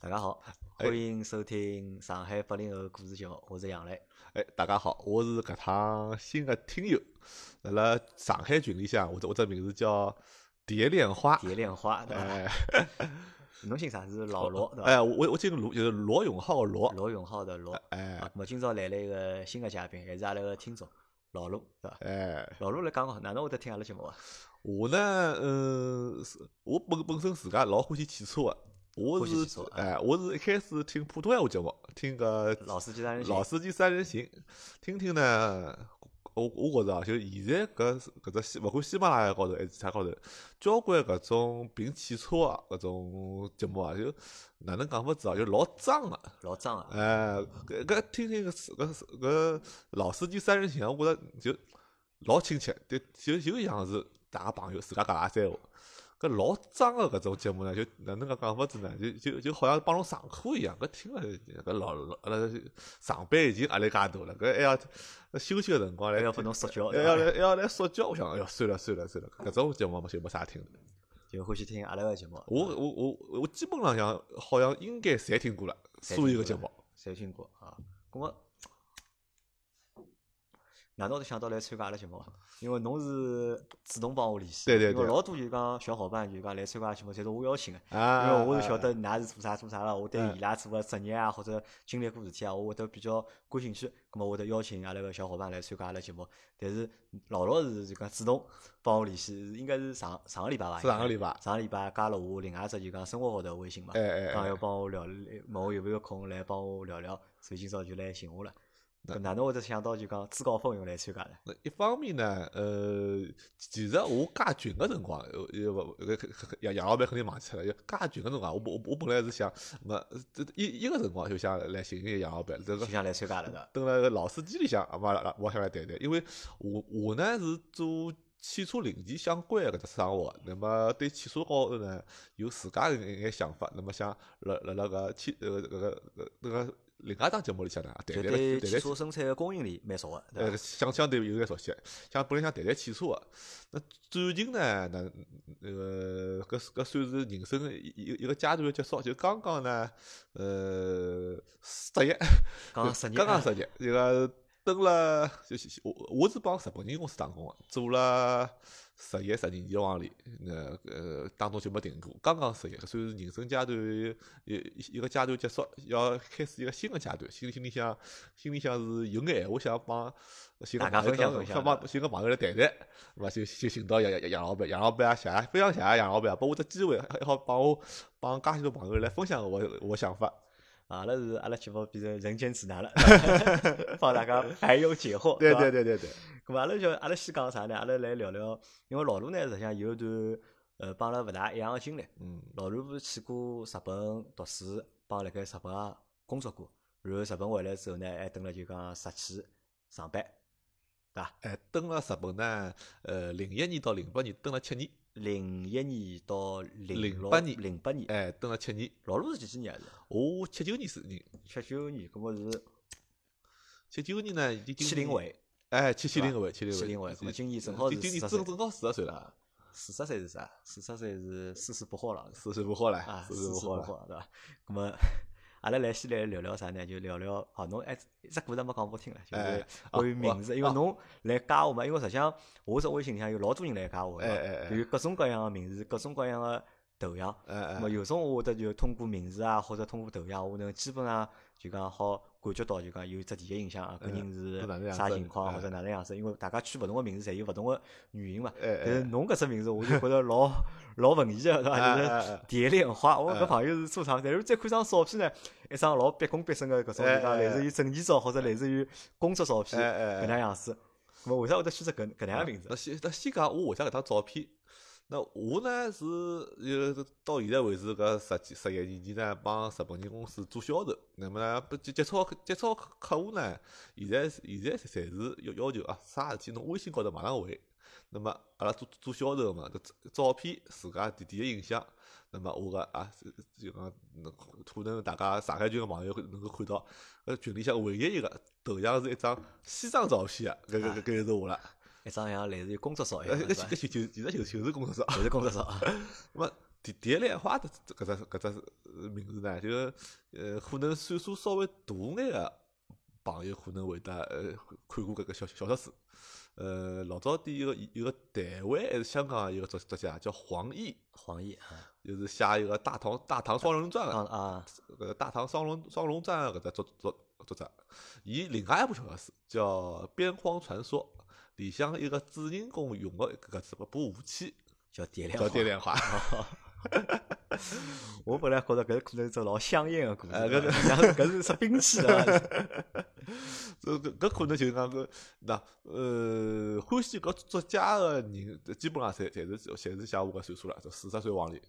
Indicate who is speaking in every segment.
Speaker 1: 大家好，
Speaker 2: 哎
Speaker 1: 欢迎收听上海八零后故事节目，我是杨澜。
Speaker 2: 哎，大家好，我是搿趟新的听友，辣辣上海群里向，我这我这名字叫蝶恋花。
Speaker 1: 蝶恋 花，对伐？
Speaker 2: 哎，
Speaker 1: 侬姓啥？是老罗，对伐？
Speaker 2: 哎，我我今个罗就是罗永浩个罗。
Speaker 1: 罗永浩的罗。
Speaker 2: 哎
Speaker 1: 啊，那么今朝来了一个新的嘉宾，还是阿拉个听众老罗，对伐？
Speaker 2: 哎，
Speaker 1: 老罗来讲讲，哪能会得听阿拉节目啊？
Speaker 2: 我呢，嗯，是我本本身自家老欢喜汽车个，我
Speaker 1: 欢喜汽车
Speaker 2: 是
Speaker 1: 啊
Speaker 2: 哎，我是一开始听普通闲话节目，听个
Speaker 1: 老司机三人行
Speaker 2: 老，司机三人行，听听呢，我我觉着啊，就现在搿搿只喜，勿管喜马拉雅高头还是啥高头，交关搿种评汽车啊搿种节目啊，就哪能讲法子啊，就老脏个、
Speaker 1: 老张啊，
Speaker 2: 哎，搿搿听听搿搿搿老司机三人行啊，我觉着就老亲切，就就就像是大家朋友自家搿拉三胡。搿老脏个搿种节目呢，就哪能介讲法子呢？就就就好像帮侬上课一样，搿听了搿老老阿拉上班已经压力介大了，搿还要休息个辰光来
Speaker 1: 还要
Speaker 2: 听，
Speaker 1: 拨侬说教，
Speaker 2: 还
Speaker 1: 对
Speaker 2: 哎要
Speaker 1: 伐？
Speaker 2: 来还要来说教，我想，哎哟，算了算了算了，搿种节目嘛就没啥听了。
Speaker 1: 就欢喜听阿拉个节目。
Speaker 2: 我我我我基本浪向好像应该侪听过了，
Speaker 1: 侪
Speaker 2: 所有
Speaker 1: 听
Speaker 2: 个
Speaker 1: 过
Speaker 2: 节
Speaker 1: 了
Speaker 2: 目。
Speaker 1: 侪听过啊。咁么，哪能会想到来参加阿拉节目啊？因为侬是主动帮我联系，
Speaker 2: 对对
Speaker 1: 因为
Speaker 2: 对
Speaker 1: 老多就讲小伙伴就讲来参加节目，侪是我邀请个。因
Speaker 2: 啊，
Speaker 1: 为我是晓
Speaker 2: 啊嗯
Speaker 1: 得㑚是做啥做啥个，我对伊拉做个职业啊或者经历过事体啊，我会得比较感兴趣，咁么我会得邀请阿拉个小伙伴来参加阿拉节目。但是老老是就讲主动帮我联系，是应该是上上个礼拜伐？
Speaker 2: 是上个礼拜
Speaker 1: 上个礼拜加了我另外一只就讲生活高头的微信嘛。
Speaker 2: 哎哎
Speaker 1: 讲
Speaker 2: 哎
Speaker 1: 啊要，帮我聊，问我有没有空来帮我聊聊，所以今朝就来寻我了。搿哪能会得想到就讲自告奋勇来参加呢？
Speaker 2: 那一方面呢，呃，其实我加群个辰光，呃，也勿搿搿搿杨杨老板肯定忘记了，加群个辰光，我本我我本来是想，么这一一个辰光就想来寻寻杨老板，这
Speaker 1: 就
Speaker 2: 个
Speaker 1: 想来参加了 的。
Speaker 2: 蹲辣个老司机里向，啊嘛，我想来谈谈，因为我我呢是做汽车零件相关的搿只生活，那么对汽车高头呢有自家的一眼想法，那么想辣辣辣个汽呃搿个搿个搿个另外一档节目里向呢，啊谈
Speaker 1: 就
Speaker 2: 谈个
Speaker 1: 对
Speaker 2: 谈
Speaker 1: 汽
Speaker 2: 谈
Speaker 1: 车生产个供应链蛮熟个，对
Speaker 2: 呃，
Speaker 1: 伐？
Speaker 2: 相相对有点熟悉，像本来想谈谈汽车个，那最近呢，那呃，搿是搿算是人生的一一一个阶段的结束，就刚刚呢，呃，失业，
Speaker 1: 刚刚失业
Speaker 2: 刚刚
Speaker 1: 啊
Speaker 2: 失业，这个蹲了，就是我我是帮日本人公司打工个，做了十一十二年往里，那呃当中就没停过，刚刚失业，算是人生阶段一一一个阶段结束，要开始一个新的阶段，心里心里想心里想是有眼闲话想帮寻个
Speaker 1: 大家
Speaker 2: 朋友
Speaker 1: 分享分
Speaker 2: 讲
Speaker 1: 享
Speaker 2: 想帮寻个朋友来谈谈，那么就就寻到杨杨杨老板，杨老板啊，谢谢非常谢谢杨老板啊，拨我只机会，还好帮我帮介许多朋友来分享我我想法。
Speaker 1: 啊阿拉是阿拉节目变成人间指 南了，对吧帮大家排忧解惑。
Speaker 2: 对
Speaker 1: 吧
Speaker 2: 对。对对对，
Speaker 1: 咁阿拉就阿拉先讲啥呢？阿拉来聊聊，因为老卢呢实际上有一段呃帮阿拉勿大一样个经历。
Speaker 2: 嗯，
Speaker 1: 老卢不是去过日本读书，帮辣盖日本也工作过，然后日本回来之后呢，还蹲了就讲日企上班，对伐？
Speaker 2: 哎，蹲了日本呢，呃，零一年到零八年蹲了七年，
Speaker 1: 零一年到零
Speaker 2: 08年
Speaker 1: 零八年，
Speaker 2: 哎，蹲了七年。
Speaker 1: 老卢是几几年啊？
Speaker 2: 我七九年是人，
Speaker 1: 是七九年，搿么是
Speaker 2: 七九年呢已经
Speaker 1: 七零，尾，
Speaker 2: 哎，七七
Speaker 1: 吧
Speaker 2: 零尾，七零尾，
Speaker 1: 70尾咾么今年正
Speaker 2: 呃
Speaker 1: 好
Speaker 2: 今
Speaker 1: 是
Speaker 2: 今年
Speaker 1: 40
Speaker 2: 正
Speaker 1: 岁
Speaker 2: 正好四十岁了，啊
Speaker 1: 四十岁是啥？四十岁是四十不惑了。
Speaker 2: 四十不好
Speaker 1: 啊
Speaker 2: 了，，
Speaker 1: 是
Speaker 2: 哎十
Speaker 1: 是
Speaker 2: 不
Speaker 1: 好
Speaker 2: 好了。
Speaker 1: 好，对伐？那么，阿拉来先来聊聊啥呢？就聊聊，好，侬哎，一只故事没讲拨我听了，就是
Speaker 2: 哎
Speaker 1: 关于
Speaker 2: 啊
Speaker 1: 名字，因为
Speaker 2: 啊
Speaker 1: 侬来加我嘛，因为实际上我只微信里向有老多人来加我的嘛，
Speaker 2: 哎哎
Speaker 1: 就
Speaker 2: 哎
Speaker 1: 有各种各样的名字，各种各样的头像。
Speaker 2: 哎
Speaker 1: 那
Speaker 2: 哎
Speaker 1: 么，有种我会得就通过名字啊，或者通过头像，我能基本上就讲好感觉到就讲有只第一印象啊，搿
Speaker 2: 嗯
Speaker 1: 人
Speaker 2: 是哪能
Speaker 1: 是
Speaker 2: 样
Speaker 1: 啥
Speaker 2: 子
Speaker 1: 情况
Speaker 2: 哎
Speaker 1: 或者哪能样子，因为大家取勿同个名字侪有勿同个原因嘛。
Speaker 2: 哎
Speaker 1: 但
Speaker 2: 哎
Speaker 1: 是侬搿只名字，我就觉着老 老文艺个，对伐？就
Speaker 2: 哎哎
Speaker 1: 是
Speaker 2: 哎
Speaker 1: 蝶恋花，我搿
Speaker 2: 哎
Speaker 1: 朋友是做啥？但是再看张照片呢，一张老毕恭毕敬个搿种，
Speaker 2: 哎
Speaker 1: 就讲
Speaker 2: 哎
Speaker 1: 类
Speaker 2: 哎
Speaker 1: 似于证件照或者类似于工作照片
Speaker 2: 哎哎啊
Speaker 1: 搿
Speaker 2: 哎
Speaker 1: 能样子。咾么为啥会得选择搿搿能样名字
Speaker 2: 那？先那先讲我为啥搿张照片？那我呢是呃到现在为止搿十几十一年前呢，帮日本人公司做销售，那么呢不接接触接触客客户呢，现在是现在侪是要要求啊，啥事体侬微信高头马上回。那么阿拉做做销售嘛，搿照照片自家第第一印象，那么我个啊，是就讲能可能大家上海群个朋友能够看到，呃群里向唯一一个头像是一张西装照片啊，搿搿搿搿就是我了。
Speaker 1: 哎一张像类似于工作照一样
Speaker 2: 呃，
Speaker 1: 的，
Speaker 2: 搿
Speaker 1: 是伐
Speaker 2: 搿就就其实就是就是工作室。
Speaker 1: 就是工作照啊。
Speaker 2: 那么第第一类花的搿只搿只呃名字呢，就是呃，可能岁数稍微大眼个朋友可能会得呃看过搿个小小说子。呃，老早点有个有个台湾还是香港的一个作作家叫黄易，
Speaker 1: 黄奕啊
Speaker 2: 就是写一个大唐大唐双人传
Speaker 1: 啊
Speaker 2: 个，
Speaker 1: 啊，
Speaker 2: 搿个大唐双龙双龙传搿只作作作者，伊另外一部小说书叫《边荒传说》，里向一个主人公用个搿只把武器
Speaker 1: 叫点亮
Speaker 2: 叫
Speaker 1: 花。
Speaker 2: 电 炼花，
Speaker 1: 我本来觉着搿可能是只老香艳个故事，
Speaker 2: 哎搿
Speaker 1: 是搿是只兵器 啊。
Speaker 2: 搿搿搿可能就是讲搿那呃欢喜搿作家个人，基本上侪侪是侪是像我搿岁数了，就四十岁往里。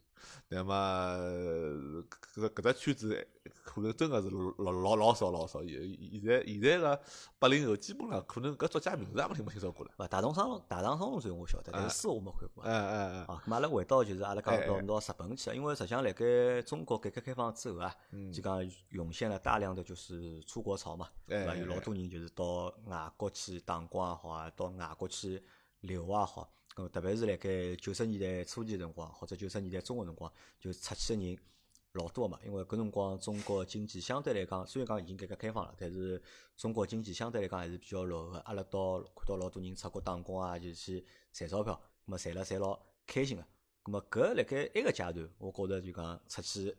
Speaker 2: 那么呃搿搿只圈子可能真个是老老老少老少，现现在现在个八零后基本上可能搿作家名字也没听没听说过了。
Speaker 1: 勿，大唐双大唐双龙传我晓得，但
Speaker 2: 哎
Speaker 1: 是书我没看过
Speaker 2: 哎。哎哎，
Speaker 1: 啊，咁阿拉回到就是阿拉讲
Speaker 2: 哎哎
Speaker 1: 到到日本去啊，因为实际上辣盖中国改革开放之后啊，
Speaker 2: 嗯
Speaker 1: 就讲涌现了大量的就是出国潮嘛，对伐？
Speaker 2: 哎
Speaker 1: 有老多人就是到外国去打工也好啊，到外国去留也好，咁特别是辣盖九十年代初期辰光，或者九十年代中个辰光，就出去个人老多嘛，因为搿辰光中国经济相对来讲，虽然讲已经改革开放了，但是中国经济相对来讲还是比较落后个。阿拉到看到老多人出国打工啊，就是去赚钞票，咁么赚了侪老开心个。咁么搿辣盖埃个阶段，我觉着就讲出去，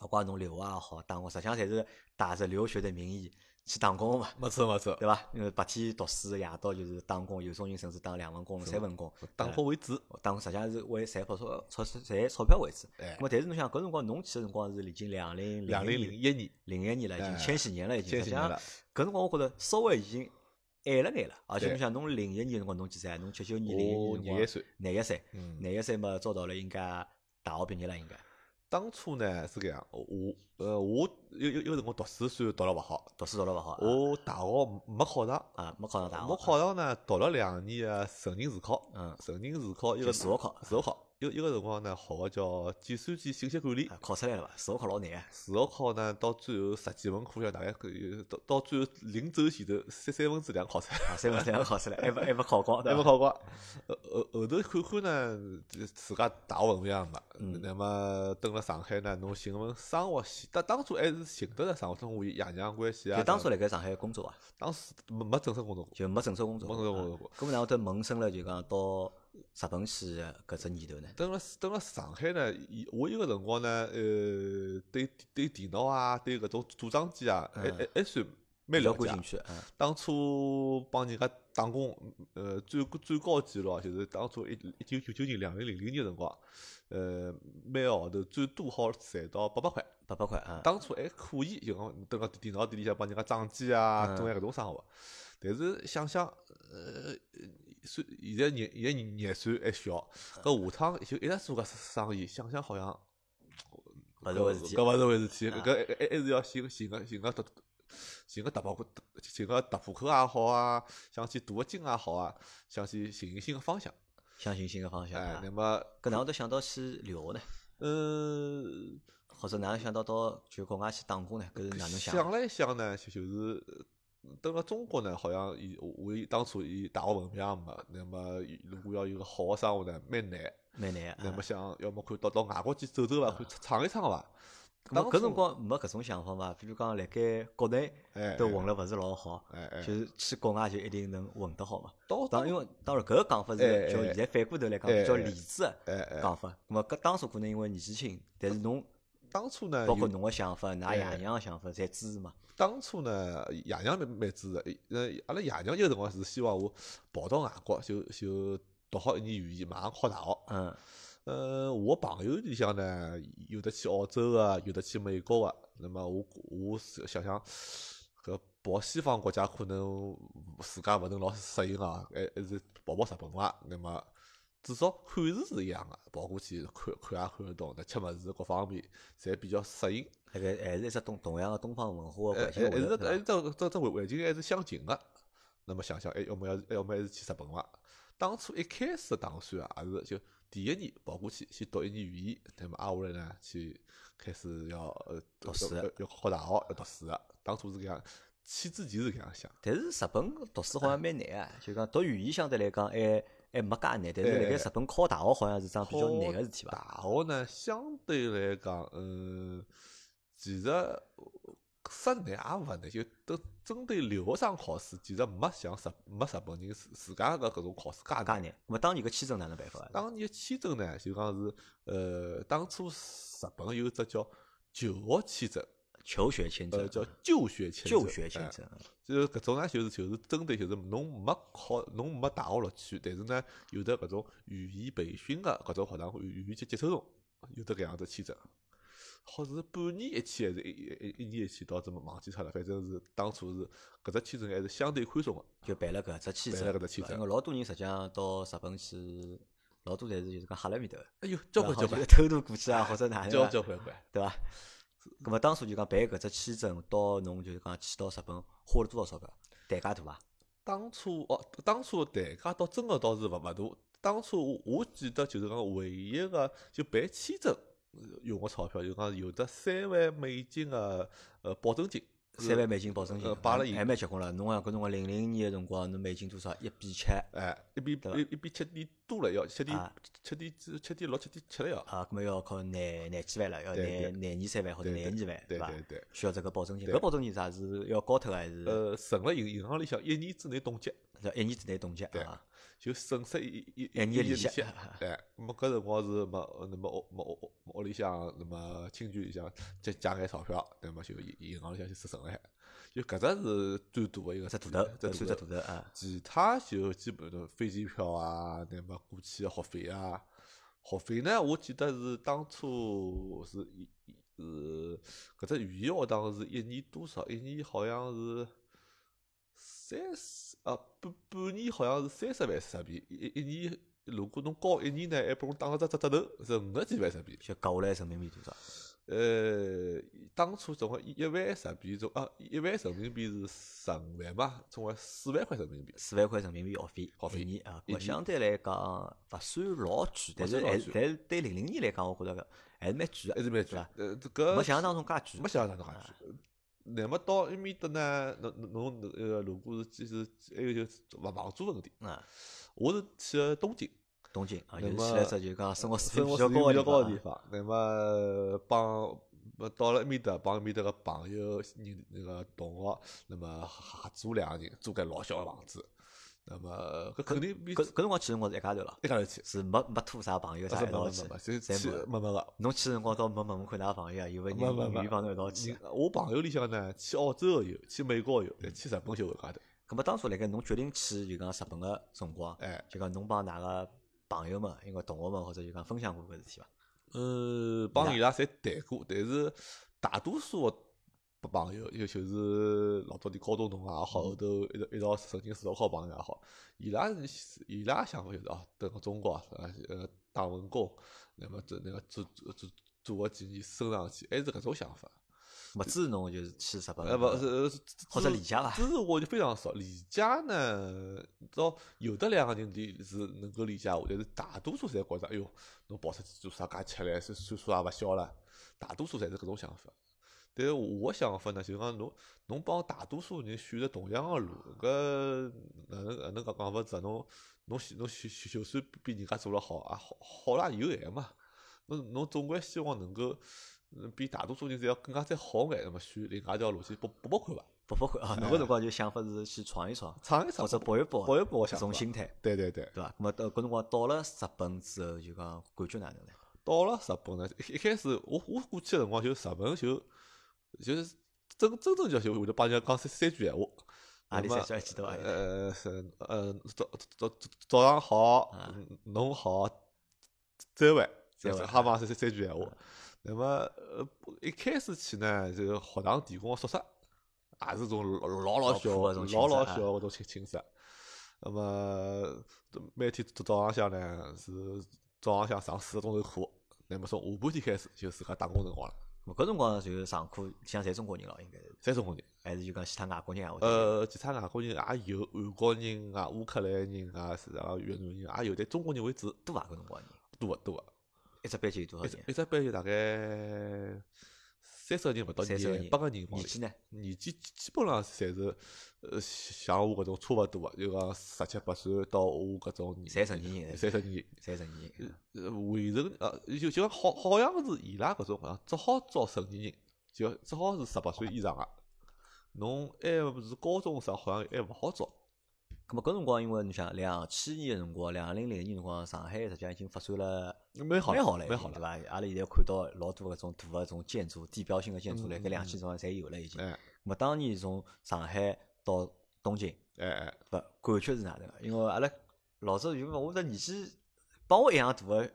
Speaker 1: 勿怪侬留学也好，打工，实际上侪是带着留学的名义去打工嘛，
Speaker 2: 没错没错，
Speaker 1: 对伐？因为白天读书，夜到就是打工，有种人甚至打两份工、三份工，
Speaker 2: 打工为主。
Speaker 1: 打工实际上是为赚钞钞钞赚钞票为主。
Speaker 2: 哎
Speaker 1: 咁，么，但是侬想，搿辰光侬去个辰光是已经两零
Speaker 2: 两零零
Speaker 1: 零
Speaker 2: 一年，
Speaker 1: 零一年了，已经
Speaker 2: 哎
Speaker 1: 千禧年了，已经。
Speaker 2: 千禧年了。
Speaker 1: 搿辰光我觉着稍微已经晚了眼了，而且
Speaker 2: 对
Speaker 1: 侬想，侬零一年辰光侬几岁啊？侬七九年零一年辰
Speaker 2: 我哦廿一
Speaker 1: 光
Speaker 2: 岁。
Speaker 1: 廿一岁，
Speaker 2: 嗯，
Speaker 1: 廿一岁嘛，照道理应该大学毕业了，应该。
Speaker 2: 当初呢是搿样，我呃我有有有辰光读书虽然读了勿好，
Speaker 1: 读书读了勿好啊，
Speaker 2: 我大学没考上，
Speaker 1: 啊，没考上大学，
Speaker 2: 没考上呢读了两年个成人自考，
Speaker 1: 嗯，
Speaker 2: 成人自考一
Speaker 1: 就
Speaker 2: 个
Speaker 1: 自学考
Speaker 2: 自学考，一个一个辰光呢学个叫计算机信息管理
Speaker 1: 啊，考出来了伐？自学考老难 啊，
Speaker 2: 自学考呢到最后十几门课要大概可以到到最后临走前头三三分之两考出来。
Speaker 1: 啊，三分之两考出来， 还勿还勿考光，对
Speaker 2: 还没
Speaker 1: 伐？
Speaker 2: 考过。后后后头看看呢，就自家大学文凭也没。
Speaker 1: 嗯
Speaker 2: 那么登了上海呢，侬寻份生活系，但当初还是寻得着生活，通过爷娘关系啊。
Speaker 1: 就当
Speaker 2: 什
Speaker 1: 初
Speaker 2: 么
Speaker 1: 辣盖上海工作啊，
Speaker 2: 当时没没正式工作过，
Speaker 1: 就没正式工作，
Speaker 2: 没正式工作过
Speaker 1: 啊。。咁然后头萌生了就讲到日本去的搿只念头呢？
Speaker 2: 登了登了上海呢，以我有个辰光呢，呃，对对电脑啊，对搿种组装机啊，还还还算蛮
Speaker 1: 比较
Speaker 2: 了
Speaker 1: 感
Speaker 2: 解啊
Speaker 1: 兴。趣，嗯，
Speaker 2: 当初帮人家打工，呃，最最高纪录啊，就是当初一一九九九年、两零零零年辰光，呃，每个号头最多好赚到八百块。
Speaker 1: 八百块啊，
Speaker 2: 当初还哎可以，就讲蹲辣电脑店里向帮人家装机啊，
Speaker 1: 嗯
Speaker 2: 做眼搿种生活。但是想想，呃，虽现在年现在年年岁还小，搿下趟就一直做搿生意，想想好像
Speaker 1: 勿是回啊事体
Speaker 2: 搿勿是回事体，搿还还还是要寻寻个寻个突寻个突破口，寻个突破口也好啊，想去镀个金也好啊，想去寻一新个方向。
Speaker 1: 相信新个方向
Speaker 2: 哎，
Speaker 1: 啊
Speaker 2: 那。么，
Speaker 1: 搿哪能都想到去留学呢？
Speaker 2: 嗯，
Speaker 1: 或者哪能想到到就国外去打工呢？搿是哪能想
Speaker 2: 想
Speaker 1: 的？
Speaker 2: 了一想呢，就就是呃登了中国呢，好像以我我以当初以大学文凭也没，那么以如果要有个好的生活呢，蛮难。
Speaker 1: 蛮难
Speaker 2: 那
Speaker 1: 啊。
Speaker 2: 么想要么看到到外国去走走伐，看闯一闯伐。
Speaker 1: 咾么
Speaker 2: 当
Speaker 1: 搿
Speaker 2: 初
Speaker 1: 辰，光没搿种想法嘛？比如讲，辣盖国内
Speaker 2: 哎，
Speaker 1: 都
Speaker 2: 哎
Speaker 1: 混了勿是老好，
Speaker 2: 哎哎，
Speaker 1: 就是去国外就一定能混得 好嘛？
Speaker 2: 到
Speaker 1: 当因为当然搿个讲法是
Speaker 2: 哎
Speaker 1: 比较
Speaker 2: 哎
Speaker 1: 现在反过头来讲比较
Speaker 2: 哎哎
Speaker 1: 理智的
Speaker 2: 哎哎，
Speaker 1: 讲法。咾么搿当初可能因为年纪轻，但是侬
Speaker 2: 当初呢，
Speaker 1: 包括
Speaker 2: 啊有
Speaker 1: 侬个想法、㑚
Speaker 2: 哎
Speaker 1: 爷娘个想法，侪支持嘛？
Speaker 2: 当初呢，爷娘蛮蛮支持的。呃，阿拉爷娘有辰光是希望我跑到外国就就读好一年语言，马上考大学。
Speaker 1: 嗯，
Speaker 2: 呃，我朋友里向呢，有的去澳洲啊，有的去美国啊。那么我我是想想，搿跑西方国家可能自家勿能老适应啊，还还是跑跑日本伐、那么至少看是是一样个、跑过去看看也看得懂，那吃物事各方面侪比较适应。
Speaker 1: 那个还是一只同同样个东方文化个
Speaker 2: 哎哎
Speaker 1: 环境下头对
Speaker 2: 哎，这
Speaker 1: 伐，
Speaker 2: 这这这这环环境还是相近个。那么想想，哎，要么要要么还是去日本伐？当初一开始打算啊，也是就第一年跑过去先读一年语言，那么挨下来呢，去开始要呃
Speaker 1: 读书
Speaker 2: 要要要考大学，要读书个。当初是搿样，去之前是搿样想。
Speaker 1: 但是日本读书好像蛮难啊，就讲读语言相对来讲还还没介难，但是辣盖
Speaker 2: 哎
Speaker 1: 日本考大学好像是桩比较
Speaker 2: 考
Speaker 1: 难个事体伐？
Speaker 2: 大学呢，相对来讲，嗯，其实呃说难也勿难，就都针对留学生考试，其实没像日没日本人自自家个搿种考试
Speaker 1: 介
Speaker 2: 介难。
Speaker 1: 难。咾么当年搿签证哪能办法啊？
Speaker 2: 当年签证呢，就讲是呃，当初日本有只叫求学签证，
Speaker 1: 求学签
Speaker 2: 呃，
Speaker 1: 证，嗯
Speaker 2: 叫就学签证，
Speaker 1: 就学签
Speaker 2: 哎
Speaker 1: 证，
Speaker 2: 就是搿种呢，就是就是针对就是侬没考，侬没大学录取，但是呢有得搿种语言培训个搿种学堂语言接接收中，有得搿样子签证。好似是半年一签还是一一一一年一签，到这么忘记脱了。反正是当初是搿只签证还是相对宽松个。
Speaker 1: 就办了搿只签证。
Speaker 2: 办了搿只
Speaker 1: 对
Speaker 2: 签
Speaker 1: 伐
Speaker 2: 证
Speaker 1: 因为老多人实际上到日本去，老多侪是就是讲吓辣面头的，
Speaker 2: 哎哟，交
Speaker 1: 然
Speaker 2: 关
Speaker 1: 后
Speaker 2: 交
Speaker 1: 就
Speaker 2: 关，
Speaker 1: 偷渡过去啊，或者哪能
Speaker 2: 交
Speaker 1: 啊
Speaker 2: 交关关。
Speaker 1: 对伐？咁么当初就讲办搿只签证到侬就是讲去到日本花了多少钞票？代价大伐？
Speaker 2: 当初哦，当初代价倒真个倒是勿勿大。当初我我记得就是讲唯一个就办签证呃用个钞票，就讲有得三万美金个呃保证金，
Speaker 1: 三万美金保证金
Speaker 2: 呃，摆
Speaker 1: 还
Speaker 2: 了银
Speaker 1: 还蛮结棍了。侬讲搿辰光零零年个辰光，侬美金多少？一比七
Speaker 2: 哎，一比
Speaker 1: 对吧
Speaker 2: 一一比七点多了要，七
Speaker 1: 啊
Speaker 2: 点七点七点六七点七了要，
Speaker 1: 啊，搿么要靠廿廿几万了，要
Speaker 2: 对对
Speaker 1: 廿廿二三万或者廿
Speaker 2: 对
Speaker 1: 二万，
Speaker 2: 对
Speaker 1: 伐
Speaker 2: 对？对。
Speaker 1: 需要这个保证金，
Speaker 2: 对
Speaker 1: 搿保证金啥是要交脱个还是？
Speaker 2: 呃，存了银银行里向一年之内冻结，
Speaker 1: 要一年之内冻结
Speaker 2: 对
Speaker 1: 啊，
Speaker 2: 就损失一一一
Speaker 1: 一年利
Speaker 2: 利
Speaker 1: 息
Speaker 2: 息。对，那么搿辰光是没，那么屋没屋没屋里向，那么亲眷里向再借眼钞票，那么就银银行里向就失存了海，就搿只是最大的一个
Speaker 1: 只大头，
Speaker 2: 只
Speaker 1: 算只
Speaker 2: 大头。
Speaker 1: 大头啊。
Speaker 2: 其他就基本上飞机票啊，那么过去的学费啊，学费呢，我记得是当初是一是搿只语言学堂是一年多少？一年好像是三十啊，半半年好像是三十万日币，一一年如果侬交一年呢，还拨侬打了只折折头，是五十几万日币。
Speaker 1: 就搞下来人民币多少？
Speaker 2: 呃，当初总共一一万日币总啊，一万人民币是十五万嘛，总共四万块人民币。
Speaker 1: 四万块人民币学费，
Speaker 2: 学费
Speaker 1: 一年啊，
Speaker 2: 一
Speaker 1: 搿
Speaker 2: 年
Speaker 1: 相对来讲勿算老贵，但是
Speaker 2: 算老
Speaker 1: 还是
Speaker 2: 贵
Speaker 1: 但是对零零年来讲，我觉着搿还是蛮贵
Speaker 2: 还
Speaker 1: 的，
Speaker 2: 是蛮
Speaker 1: 是
Speaker 2: 贵
Speaker 1: 吧。
Speaker 2: 呃，这个
Speaker 1: 没想象当中介贵。
Speaker 2: 没想象当中介贵。那么到埃面搭呢，侬侬侬呃，如果是就是还有就是房房租问题，
Speaker 1: 啊，
Speaker 2: 我是去了东京，
Speaker 1: 东京啊，就
Speaker 2: 那
Speaker 1: 是去
Speaker 2: 么
Speaker 1: 了只就讲生活水
Speaker 2: 生
Speaker 1: 平
Speaker 2: 活
Speaker 1: 比较高
Speaker 2: 水平比较高
Speaker 1: 个
Speaker 2: 的地
Speaker 1: 地方
Speaker 2: 方。那么帮呃到了埃面搭，帮埃面搭个朋友、人那个同学，那么合租两个人，租间老小个房子，那么搿肯定比
Speaker 1: 啊。搿搿辰光去辰光是一家头了，
Speaker 2: 一家头去，
Speaker 1: 是没没拖啥朋友
Speaker 2: 不
Speaker 1: 啥
Speaker 2: 啊是
Speaker 1: 一
Speaker 2: 没没
Speaker 1: 道
Speaker 2: 没
Speaker 1: 去
Speaker 2: 没，，就是
Speaker 1: 全
Speaker 2: 去
Speaker 1: 部。
Speaker 2: 没没个。
Speaker 1: 侬去辰光倒没问问看㑚朋友啊，有没有
Speaker 2: 没没
Speaker 1: 人
Speaker 2: 没
Speaker 1: 愿意帮侬一道去
Speaker 2: 人
Speaker 1: 啊？
Speaker 2: 我朋友里向呢，去澳洲的有，去美国的有，但去日本就有一家头。
Speaker 1: 咁么当初辣盖侬决定去就讲日本个辰光，
Speaker 2: 哎，
Speaker 1: 就讲侬帮㑚个朋友们、应该同学们或者就讲分享过搿事体伐？
Speaker 2: 呃，帮伊拉侪谈过，但是大多数个朋友，尤其是老早的高中同学也好，
Speaker 1: 嗯
Speaker 2: 后头一道一道曾经住到好朋友也好，伊拉是伊拉想法就是哦，等到中国啊呃打份工，那么做那个做做做做个几年升上去，还是搿种想法。
Speaker 1: 勿支持侬就是去日本，
Speaker 2: 呃，勿是是
Speaker 1: 嗯或者
Speaker 2: 是
Speaker 1: 理解伐
Speaker 2: 支持我就非常少，理解呢，到有的两个人理是能够理解我，但是大多数侪觉着，哎哟，侬跑出去做啥介吃力，岁岁数也勿小了，大多数侪是搿种想法。但是我个想法呢，就讲侬侬帮大多数人选择同样个路，搿哪能哪能讲讲法子啊？侬侬选侬选选就算比人家做了好啊，好好啦有限嘛。侬侬总归希望能够嗯比大多数人侪要更加再好眼，那么选另外一条路去搏搏搏看伐，
Speaker 1: 不不
Speaker 2: 哎
Speaker 1: 会啊，侬搿辰光就想法是去闯一闯，
Speaker 2: 尝一
Speaker 1: 或
Speaker 2: 尝，
Speaker 1: 者搏一搏，
Speaker 2: 搏一搏，
Speaker 1: 搿
Speaker 2: 想
Speaker 1: 种
Speaker 2: 法
Speaker 1: 心态，
Speaker 2: 对对对，
Speaker 1: 对伐？咁么到搿辰光到了日本之后，就讲感觉哪能呢？
Speaker 2: 到了日本呢，一一开始我我过去个辰光就日本就就是真真正就就会得帮人家讲三三句闲话。
Speaker 1: 阿里
Speaker 2: 那么
Speaker 1: 山小还记得伐？
Speaker 2: 呃是呃早早早早上好
Speaker 1: 啊，
Speaker 2: 嗯侬好，再会，
Speaker 1: 再
Speaker 2: 再
Speaker 1: 会
Speaker 2: 会，哈嘛
Speaker 1: 啊
Speaker 2: 三三句闲话。那么呃一开始去呢，这个学堂提供个宿舍，也啊是种老老
Speaker 1: 老
Speaker 2: 老小
Speaker 1: 破的
Speaker 2: 老
Speaker 1: 种寝室
Speaker 2: 老
Speaker 1: 啊
Speaker 2: 小个种寝寝室。那么每天早早浪向呢是早浪向上四个钟头课，那么从下半天开始就自家打工辰光了，
Speaker 1: 咁搿辰光就是上课，像侪中国人咯，应该是，
Speaker 2: 三种工人。
Speaker 1: 还是就讲其他外国人啊？或者
Speaker 2: 呃，其他外国人也有，韩国人啊、乌克兰人啊，是啊越南人也有，但中国人为主，
Speaker 1: 多伐？搿辰光人，
Speaker 2: 多啊多啊。
Speaker 1: 哦一只班级有多
Speaker 2: 一
Speaker 1: 少
Speaker 2: 只
Speaker 1: 人？
Speaker 2: 一只班有大概三十个人勿到
Speaker 1: 三十个人
Speaker 2: 廿八个人往
Speaker 1: 年
Speaker 2: 里，
Speaker 1: 纪呢？
Speaker 2: 年纪基基本上侪是呃像我搿种差勿多个，就讲十七八岁到我搿种年纪，
Speaker 1: 侪成年人
Speaker 2: 三十年。
Speaker 1: 三十年人，
Speaker 2: 呃，为人呃，就就讲好，好像是伊拉搿种啊，只好招成年人，就只好是十八岁以上个。侬还勿是高中啥，好像还勿好招。
Speaker 1: 咁么搿辰光，因为侬想两千年个辰光，两零零一年辰光，上海实际上已经发展了
Speaker 2: 蛮好，
Speaker 1: 蛮好了，
Speaker 2: 蛮好
Speaker 1: 对
Speaker 2: 了。
Speaker 1: 伐？阿拉现在看到老多搿种大个种建筑，地标性个建筑辣
Speaker 2: 嗯
Speaker 1: 搿两
Speaker 2: 嗯
Speaker 1: 千年辰光侪有了已经。
Speaker 2: 哎
Speaker 1: 咁么当年从上海到东京，
Speaker 2: 哎哎，
Speaker 1: 勿感觉是哪能个？因为阿拉老早有我这年纪帮我一样大个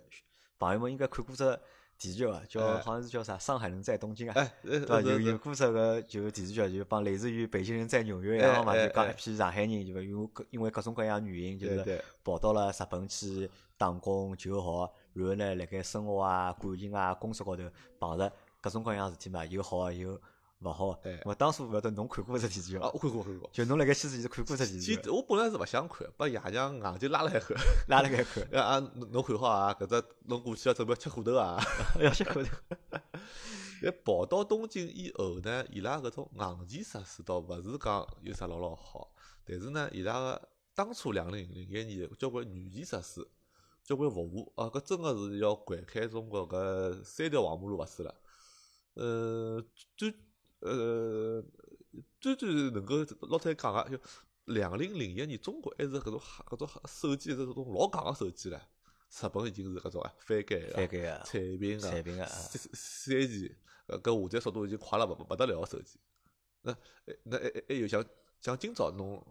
Speaker 1: 朋友们应该看过只电视剧个，叫
Speaker 2: 哎
Speaker 1: 好像是叫啥《上海人在东京》啊，
Speaker 2: 哎，对
Speaker 1: 对伐？有有过只个就是电视剧啊，就帮类似于《北京人在纽约》一样嘛，
Speaker 2: 哎哎
Speaker 1: 就讲
Speaker 2: 哎
Speaker 1: 一批上海人，就因为各因为各种各样原因，就
Speaker 2: 对
Speaker 1: 是
Speaker 2: 对，
Speaker 1: 跑到了日本去打工求学，然后呢，辣盖生活啊、感情啊、工作高头碰着各种各样事体嘛，有好有勿好
Speaker 2: 对。
Speaker 1: 我当初勿晓得侬看过只电视剧
Speaker 2: 啊，
Speaker 1: 伐？
Speaker 2: 我看过看过。
Speaker 1: 就侬辣盖西子是看过只电视
Speaker 2: 其
Speaker 1: 剧
Speaker 2: 实我本来是勿想看，把爷娘硬劲拉来看。
Speaker 1: 的，拉辣盖看，
Speaker 2: 啊啊，侬侬看好啊，搿只侬过去要准备吃苦头啊。
Speaker 1: 要歇口头。
Speaker 2: 但跑到东京以后呢，伊拉搿种硬件设施倒勿是讲有啥老老好，但是呢，伊拉个当初两零零一年交关软件设施、交关服务啊，搿真个是要掼开中国搿三条黄马路勿是了。呃，最呃最最能够拿出来讲个，就两零零一年中国还是搿种搿种手机是搿种老戆个手机唻，日本已经是搿种啊翻盖个
Speaker 1: 翻盖个
Speaker 2: 彩屏啊
Speaker 1: 彩屏啊
Speaker 2: 三三 G，呃，搿下载速度已经快了勿勿得了啊个手机。那哎那还还还有像像今朝侬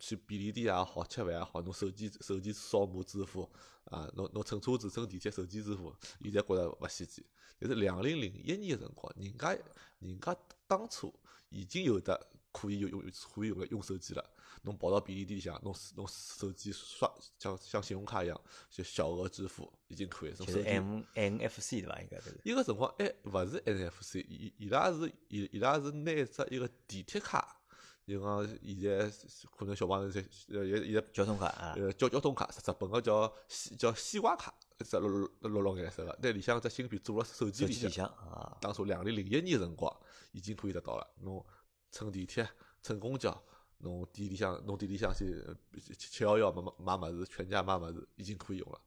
Speaker 2: 去便利店也好，吃饭也啊好，侬手机手机扫码支付啊，侬侬乘车子乘地铁手机支付，现在觉着勿稀奇。但是两零零一年个辰光，人家人家当初已经有的可以用用可以用用手机了。侬跑到便利店里向，侬侬手机刷像像信用卡一样，就小额支付已经可以。从
Speaker 1: 就
Speaker 2: 手
Speaker 1: 是
Speaker 2: 机
Speaker 1: M NFC 对伐？应该就是
Speaker 2: 伊个辰光还勿是 NFC，伊伊拉是伊伊拉是拿一只一个地铁卡，就讲现在可能小朋友侪呃现在现在
Speaker 1: 交通卡啊，
Speaker 2: 呃叫交通卡，日本个叫西叫西瓜卡，一只绿绿绿绿颜色个，拿里向只芯片做了手机
Speaker 1: 手
Speaker 2: 里
Speaker 1: 机
Speaker 2: 向
Speaker 1: 里。向啊，
Speaker 2: 当初两零零一年辰光已经可以得到了。侬乘地铁、乘公交，侬店里向、侬店里向去呃七七幺幺买买买物事，全家买物事已经可以用了。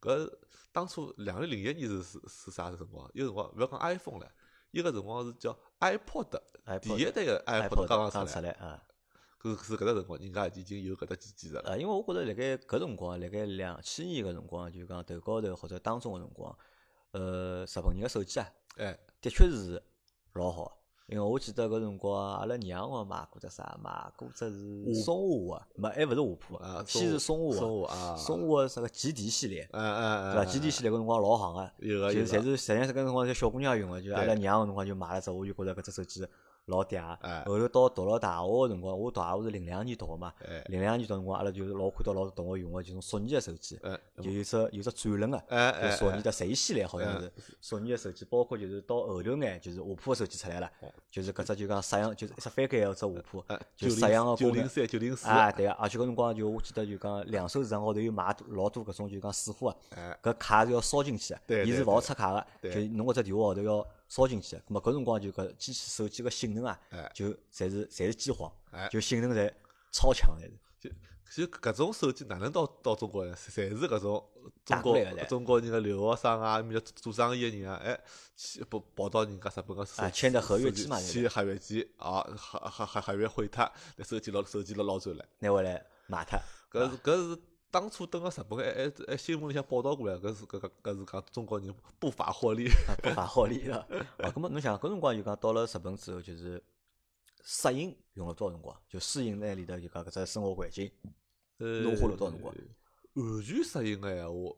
Speaker 2: 搿当初两零零一年是是是啥辰光？一个辰光勿要讲 iPhone 了，一个辰光是叫 iPod，
Speaker 1: iPod
Speaker 2: 第一代个
Speaker 1: iPod
Speaker 2: 刚
Speaker 1: 刚
Speaker 2: 刚
Speaker 1: 出
Speaker 2: 出
Speaker 1: 来
Speaker 2: 来，
Speaker 1: 啊。
Speaker 2: 搿是搿只辰光，人家已经有搿只机器了。
Speaker 1: 呃，因为我觉着辣盖搿辰光，辣盖两千年搿辰光，就讲头高头或者当中个辰光，呃，日本人个手机啊，
Speaker 2: 哎，
Speaker 1: 的确是老好的。因为我记得搿辰光，阿拉娘我买过只啥，买过只是松下个，没还勿是下铺
Speaker 2: 啊
Speaker 1: 个，先是松下个，
Speaker 2: 松下啊，
Speaker 1: 松下个啥个吉迪系列，
Speaker 2: 嗯，嗯嗯，
Speaker 1: 对伐？吉迪系列搿辰光老行个，
Speaker 2: 有个
Speaker 1: 就
Speaker 2: 哎有
Speaker 1: 侪
Speaker 2: 个，
Speaker 1: 是实际上是搿辰光就小姑娘用个，就阿拉
Speaker 2: 对
Speaker 1: 娘个辰光就买了只，我就觉着搿只手机老嗲
Speaker 2: 哎。
Speaker 1: 后头到读了大学个辰光，我读大学是零两年读个嘛，
Speaker 2: 哎
Speaker 1: 零两年读辰光阿拉就是老看到老多同学用个，就种索尼个手机，
Speaker 2: 哎
Speaker 1: 就有只有只转轮个。
Speaker 2: 哎
Speaker 1: 就
Speaker 2: 哎，
Speaker 1: 索尼
Speaker 2: 哎嗯
Speaker 1: 的十一系列好像是索尼的手机，包括就是到后头眼就是下铺的手机出来了
Speaker 2: 哦，
Speaker 1: 就是搿只就讲啥样，就是一只翻盖个只下铺
Speaker 2: 哎，
Speaker 1: 就
Speaker 2: 九
Speaker 1: 啥样个
Speaker 2: 零九
Speaker 1: 功能
Speaker 2: 零三九零四，
Speaker 1: 啊，对个，而且搿辰光就我记得就讲两手市场高头有卖老多搿种就讲水货啊，
Speaker 2: 哎，
Speaker 1: 搿卡是要烧进去的，
Speaker 2: 对
Speaker 1: 伊
Speaker 2: 对
Speaker 1: 是勿好插卡个，
Speaker 2: 对
Speaker 1: 就侬搿只电话号头要烧进去的。咾么搿辰光就搿机器手机个性能啊
Speaker 2: 哎，
Speaker 1: 就侪是侪是机皇
Speaker 2: 哎，
Speaker 1: 就性能侪超强侪是。
Speaker 2: 就就搿种手机哪能到到中国呢？侪是搿种
Speaker 1: 打
Speaker 2: 中
Speaker 1: 过
Speaker 2: 国
Speaker 1: 来的嘞
Speaker 2: 中国人个留学生啊，面做生意个人啊，哎，去跑跑到人家日本个手
Speaker 1: 啊签的合约
Speaker 2: 手
Speaker 1: 机嘛
Speaker 2: 签合约机啊，合合合合约毁脱，拿手机捞手机捞捞走了。
Speaker 1: 拿回来卖脱，
Speaker 2: 搿是搿是当初等个日本还还还新闻里向报道过来，搿是搿搿搿是讲中国人不法获利。
Speaker 1: 啊不法获利了。 哦，搿么侬想搿辰光就讲到了日本之后，就是适应用了多少辰光？就适应那里头就讲搿只生活环境，弄花了多少辰光
Speaker 2: 呃？完全适应个闲话，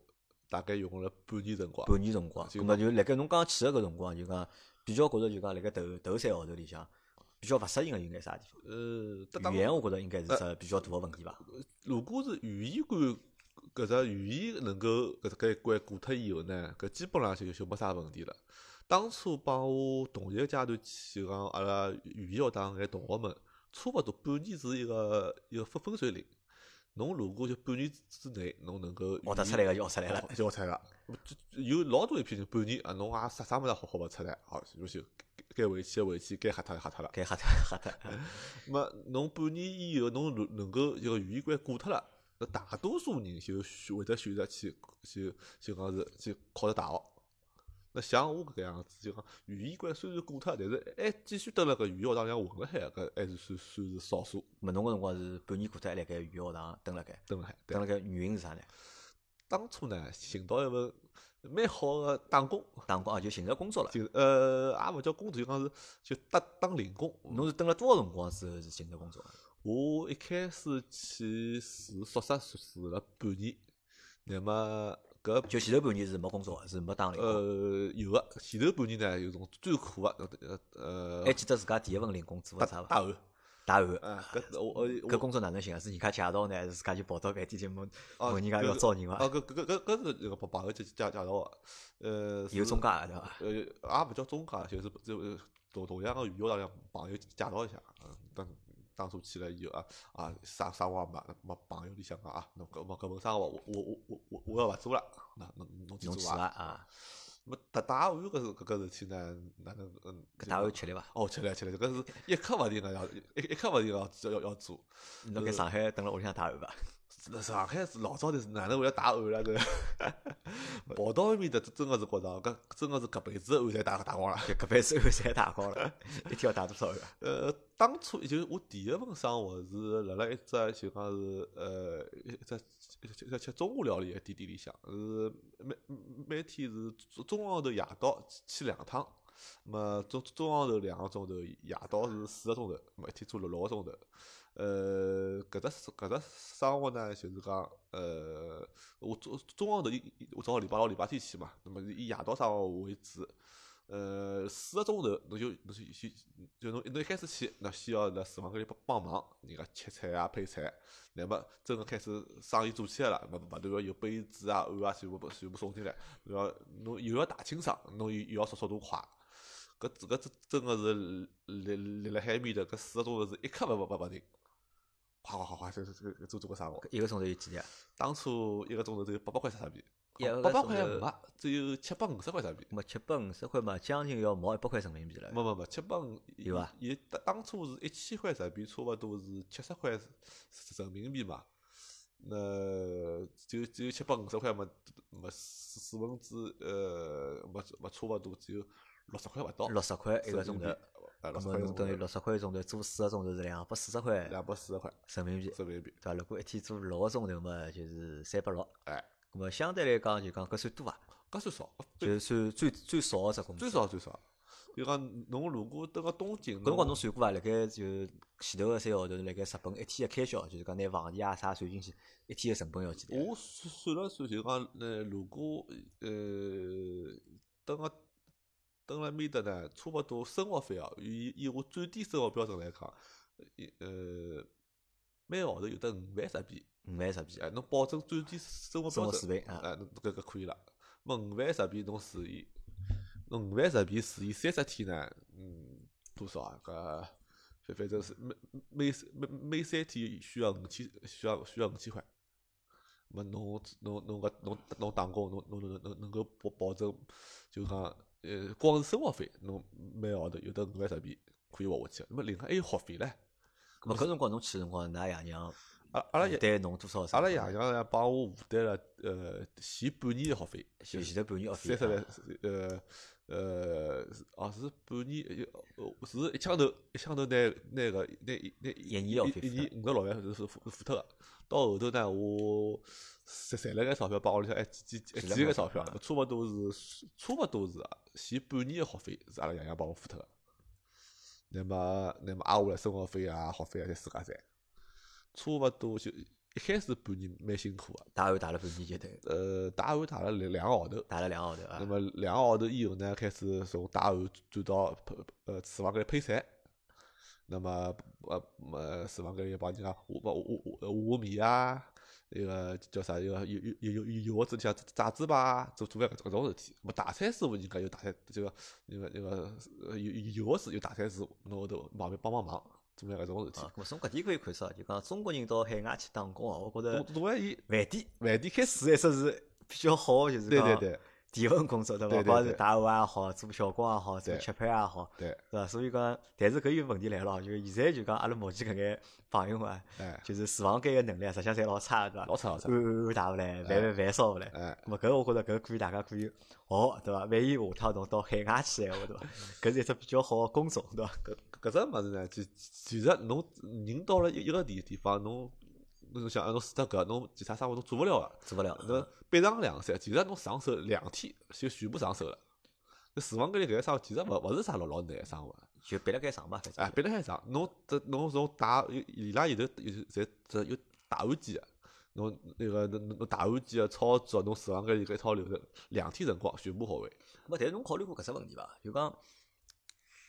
Speaker 2: 大概用了半年辰光。
Speaker 1: 半年辰光。
Speaker 2: 就
Speaker 1: 搿么就辣盖侬刚去个搿辰光，就讲比较觉着就讲辣盖头头三个号头里向比较勿适应个有眼啥地方？
Speaker 2: 呃，搭
Speaker 1: 语言我觉着应该是
Speaker 2: 呃
Speaker 1: 只比较大个问题吧。
Speaker 2: 如果是语言关搿只语言能够搿只搿一关过脱以后呢，搿基本上就就没啥问题了。当初帮我同一个阶段去讲阿拉语言学堂搿眼同学们，差勿多半年是一个一个分分水岭。侬如果就半年之内，侬能够
Speaker 1: 学得出来个就学出来了。
Speaker 2: 就学出来了。就就有老多一批人半年啊，侬也啥啥物事也学学勿出来，好，就就该回去的回去，该吓脱吓脱了。
Speaker 1: 该吓脱
Speaker 2: 呃
Speaker 1: 吓脱，
Speaker 2: 么侬半年以后，侬如能够就语言关过脱了，那大多数人就选会得选择去去就讲是去考着大学。那像我搿样子，就讲语言关虽然过脱，但是还继续蹲辣搿语言学堂里向混了海，搿还是算算是少数
Speaker 1: 么侬个辰光是半年过脱还辣盖语言学堂蹲辣盖，
Speaker 2: 蹲辣海。对
Speaker 1: 蹲辣盖原因是啥呢？
Speaker 2: 当初呢，寻到一份蛮好个打工，
Speaker 1: 打工啊，就寻着工作了。
Speaker 2: 就呃也勿叫工作，就讲是就打当零工。
Speaker 1: 侬是蹲了多少辰光之后是寻着工作？
Speaker 2: 我一开始去住宿舍住了半年，那么搿
Speaker 1: 就前头半年是没工作，是没打零工。
Speaker 2: 呃有个前头半年呢，有种最苦个呃呃
Speaker 1: 还记得自家第一份零工做
Speaker 2: 打
Speaker 1: 了啥伐？
Speaker 2: 打碗
Speaker 1: 打碗。
Speaker 2: 啊，搿我我
Speaker 1: 搿工作哪能寻啊？是人家介绍呢，还是自家就跑到饭店去问问人家
Speaker 2: 搿
Speaker 1: 要
Speaker 2: 个
Speaker 1: 招人
Speaker 2: 啊
Speaker 1: 伐？
Speaker 2: 搿搿搿搿搿是一个朋朋友介介介绍个，呃
Speaker 1: 有
Speaker 2: 是
Speaker 1: 中介个对伐？
Speaker 2: 呃，也勿叫中介，就是就同同样个语言堂里向朋友介绍一下，嗯，当当初去了以后啊啊，啥啥我也没没朋友里向讲啊，侬搿么搿份生活我我我我我我要勿做了，那侬侬去
Speaker 1: 侬
Speaker 2: 做
Speaker 1: 去伐
Speaker 2: 伐？
Speaker 1: 啊？
Speaker 2: 么搭大碗搿事搿个事体呢，哪能嗯？
Speaker 1: 搿
Speaker 2: 就
Speaker 1: 打碗
Speaker 2: 讲
Speaker 1: 吃力伐？
Speaker 2: 哦，吃力吃力，搿是一刻勿停个要一一刻勿停个要要要做。
Speaker 1: 侬辣盖上海蹲辣屋里向打碗伐？
Speaker 2: 那上海是啊老早头是哪能会得打碗了搿？ 跑到埃面搭真个是觉着搿真个是搿辈子的碗侪打打光了。
Speaker 1: 就搿辈子碗侪打光了， 一天要打多少碗 啊？
Speaker 2: 呃，当初就是我第一份生活是辣辣一只就讲是呃一只一只一只吃中华料理的店店里向，是每每天是中中浪头夜到去两趟，么中中浪头两个钟头，夜到是四个钟头，么一天做六六个钟头。呃，搿只搿只生活呢，就是讲，呃，我中中浪头一一我正好礼拜六、礼拜天去嘛，那么以夜到生活为主。呃，四个钟头，侬就侬就就就侬侬一开始去，那需要辣厨房搿里帮帮忙，人家切菜啊、配菜。那么真个开始生意做起来了，勿勿断要有杯子啊、碗啊，全部全部送进来，然后侬又要大清爽，侬又又要速速度快。搿这搿真真个是立立辣海面头，搿四个钟头是一刻勿勿勿勿停，哗哗哗哗，就就就做做个生活。
Speaker 1: 一个钟头有几钿啊？
Speaker 2: 当初一个钟头只有八百块啥币
Speaker 1: 一个，
Speaker 2: 八百
Speaker 1: 钟
Speaker 2: 块
Speaker 1: 头
Speaker 2: 没，只有七百五十块啥币。
Speaker 1: 咹七百五十块嘛，将近要毛一百块人民币了。
Speaker 2: 没没没，七百五
Speaker 1: 哎有啊伐？
Speaker 2: 也当当初是一千块日币，差勿多是七十块人民币嘛。那就只有七百五十块嘛，没四四分之呃，没没差勿多只有六十块勿到。
Speaker 1: 六十块一个钟头，
Speaker 2: 呃，
Speaker 1: 那
Speaker 2: 六十
Speaker 1: 么
Speaker 2: 块一个
Speaker 1: 侬等于
Speaker 2: 钟头，
Speaker 1: 六十块一个钟头做四个钟头是两百四十块
Speaker 2: 两百四十块
Speaker 1: 人民币，对
Speaker 2: 人民币。
Speaker 1: 伐？如果一天做六个钟头嘛，就是三百六。
Speaker 2: 哎，
Speaker 1: 那么相对来讲，就讲搿算多伐？啊
Speaker 2: 搿算少，
Speaker 1: 就算最最少个只工资。
Speaker 2: 最少最少。就讲侬如果蹲个东京，
Speaker 1: 搿辰光侬算过伐？辣盖就前头个三个号头，辣盖日本一天个开销，就是讲拿房钿啊啥算进去，一天个成本要几钿啊？
Speaker 2: 我算算了算，就讲，呃，如果呃，等个等了面搭呢，差勿多生活费啊，以以我最低生活标准来讲，一呃，每个号头有得五万日币，
Speaker 1: 五万日币，
Speaker 2: 哎，侬保证最低生活
Speaker 1: 生
Speaker 2: 标
Speaker 1: 活
Speaker 2: 准，
Speaker 1: 水平啊
Speaker 2: 哎，侬搿搿可以了。么五万日币侬除以，侬五万日币除以三十天呢，嗯，多少啊？搿反反正是每每每每三天需要五千，需要需要五千块。么侬侬侬搿侬侬打工，侬侬侬能能够保保证，就讲呃，光是生活费，侬每个号头有得五万日币可以活下去。那么另外还有学费唻，
Speaker 1: 咾么搿辰光侬去个辰光，㑚爷娘
Speaker 2: 阿阿拉爷
Speaker 1: 对侬多少？啊
Speaker 2: 阿拉爷娘呢帮我负担了呃前半年的学费，
Speaker 1: 前前头半年学
Speaker 2: 三
Speaker 1: 费
Speaker 2: 十
Speaker 1: 啊，
Speaker 2: 来呃呃哦是半年呃呃是一枪头一枪头拿拿个拿一拿
Speaker 1: 一年要
Speaker 2: 一
Speaker 1: 付
Speaker 2: 一
Speaker 1: 出
Speaker 2: 年五十六万是是付付脱个，到后头呢我赚赚了眼钞票帮屋里向还几几哎
Speaker 1: 赚了
Speaker 2: 几
Speaker 1: 眼
Speaker 2: 眼
Speaker 1: 钞
Speaker 2: 钞票
Speaker 1: 票啊，
Speaker 2: 差勿多是差勿多是啊前半年的学费是阿拉爷娘帮我付脱个。那么，那么挨下来生活费啊、学费啊，侪自家赚，差勿多就一开始半年蛮辛苦个、
Speaker 1: 打完打了半年就对，
Speaker 2: 呃，打碗打了两两个号头，
Speaker 1: 打了两个号头啊
Speaker 2: 那。么两个号头以后呢，开始从打碗转到呃厨房搿里配菜，那么呃呃厨房搿里帮人家我我我我我米啊，那个叫啥一个有有有有有个子里向炸猪排做做搿搿种事体。那么大菜师傅人家有大菜这个那个那个呃有有有个子有大菜师傅，侬后头旁边帮帮忙。做眼搿种事体
Speaker 1: 啊。，咾么从搿点可以看出啊，就讲中国人到海外去打工啊，我觉
Speaker 2: 大
Speaker 1: 着
Speaker 2: 大概伊
Speaker 1: 饭店
Speaker 2: 饭店开始，
Speaker 1: 是一说是比较好，就是
Speaker 2: 对对
Speaker 1: 讲
Speaker 2: 对
Speaker 1: 提份工作对伐？
Speaker 2: 对
Speaker 1: 勿
Speaker 2: 对
Speaker 1: 管是
Speaker 2: 对
Speaker 1: 打碗也好，做小光也好，做
Speaker 2: 对
Speaker 1: 吃饭也好，
Speaker 2: 对，
Speaker 1: 对伐？所以讲，但是搿有问题来了，就是现在就讲阿拉目前搿眼朋友 啊，
Speaker 2: 哎，
Speaker 1: 就是厨房间个能力啊实际上侪老差的，对伐？
Speaker 2: 老差 老差
Speaker 1: 碗，碗碗打勿来，饭饭饭烧勿来。
Speaker 2: 哎，
Speaker 1: 咾么搿我觉着搿可以大家可以学，对伐？万一下趟侬到海外去闲话，对伐？搿是一只比较好个工种，对伐？
Speaker 2: 搿搿只物事呢，其其实侬人到了一一个地地方，侬侬想哎侬除脱搿，侬其他生活侬做勿了个。
Speaker 1: 做勿了。
Speaker 2: 侬背上两三，其实侬上手两天就全部上手了。那厨房间里搿个生活其实勿勿是啥老老难个生活，
Speaker 1: 就别了该上吧，反正。
Speaker 2: 哎，别的还上，侬这侬从打伊拉现头有侪这有打碗机个，侬那个侬侬打碗机个操作，侬厨房间里搿一套流程，两天辰光全部学会。
Speaker 1: 咾但是侬考虑过搿只问题伐？就讲，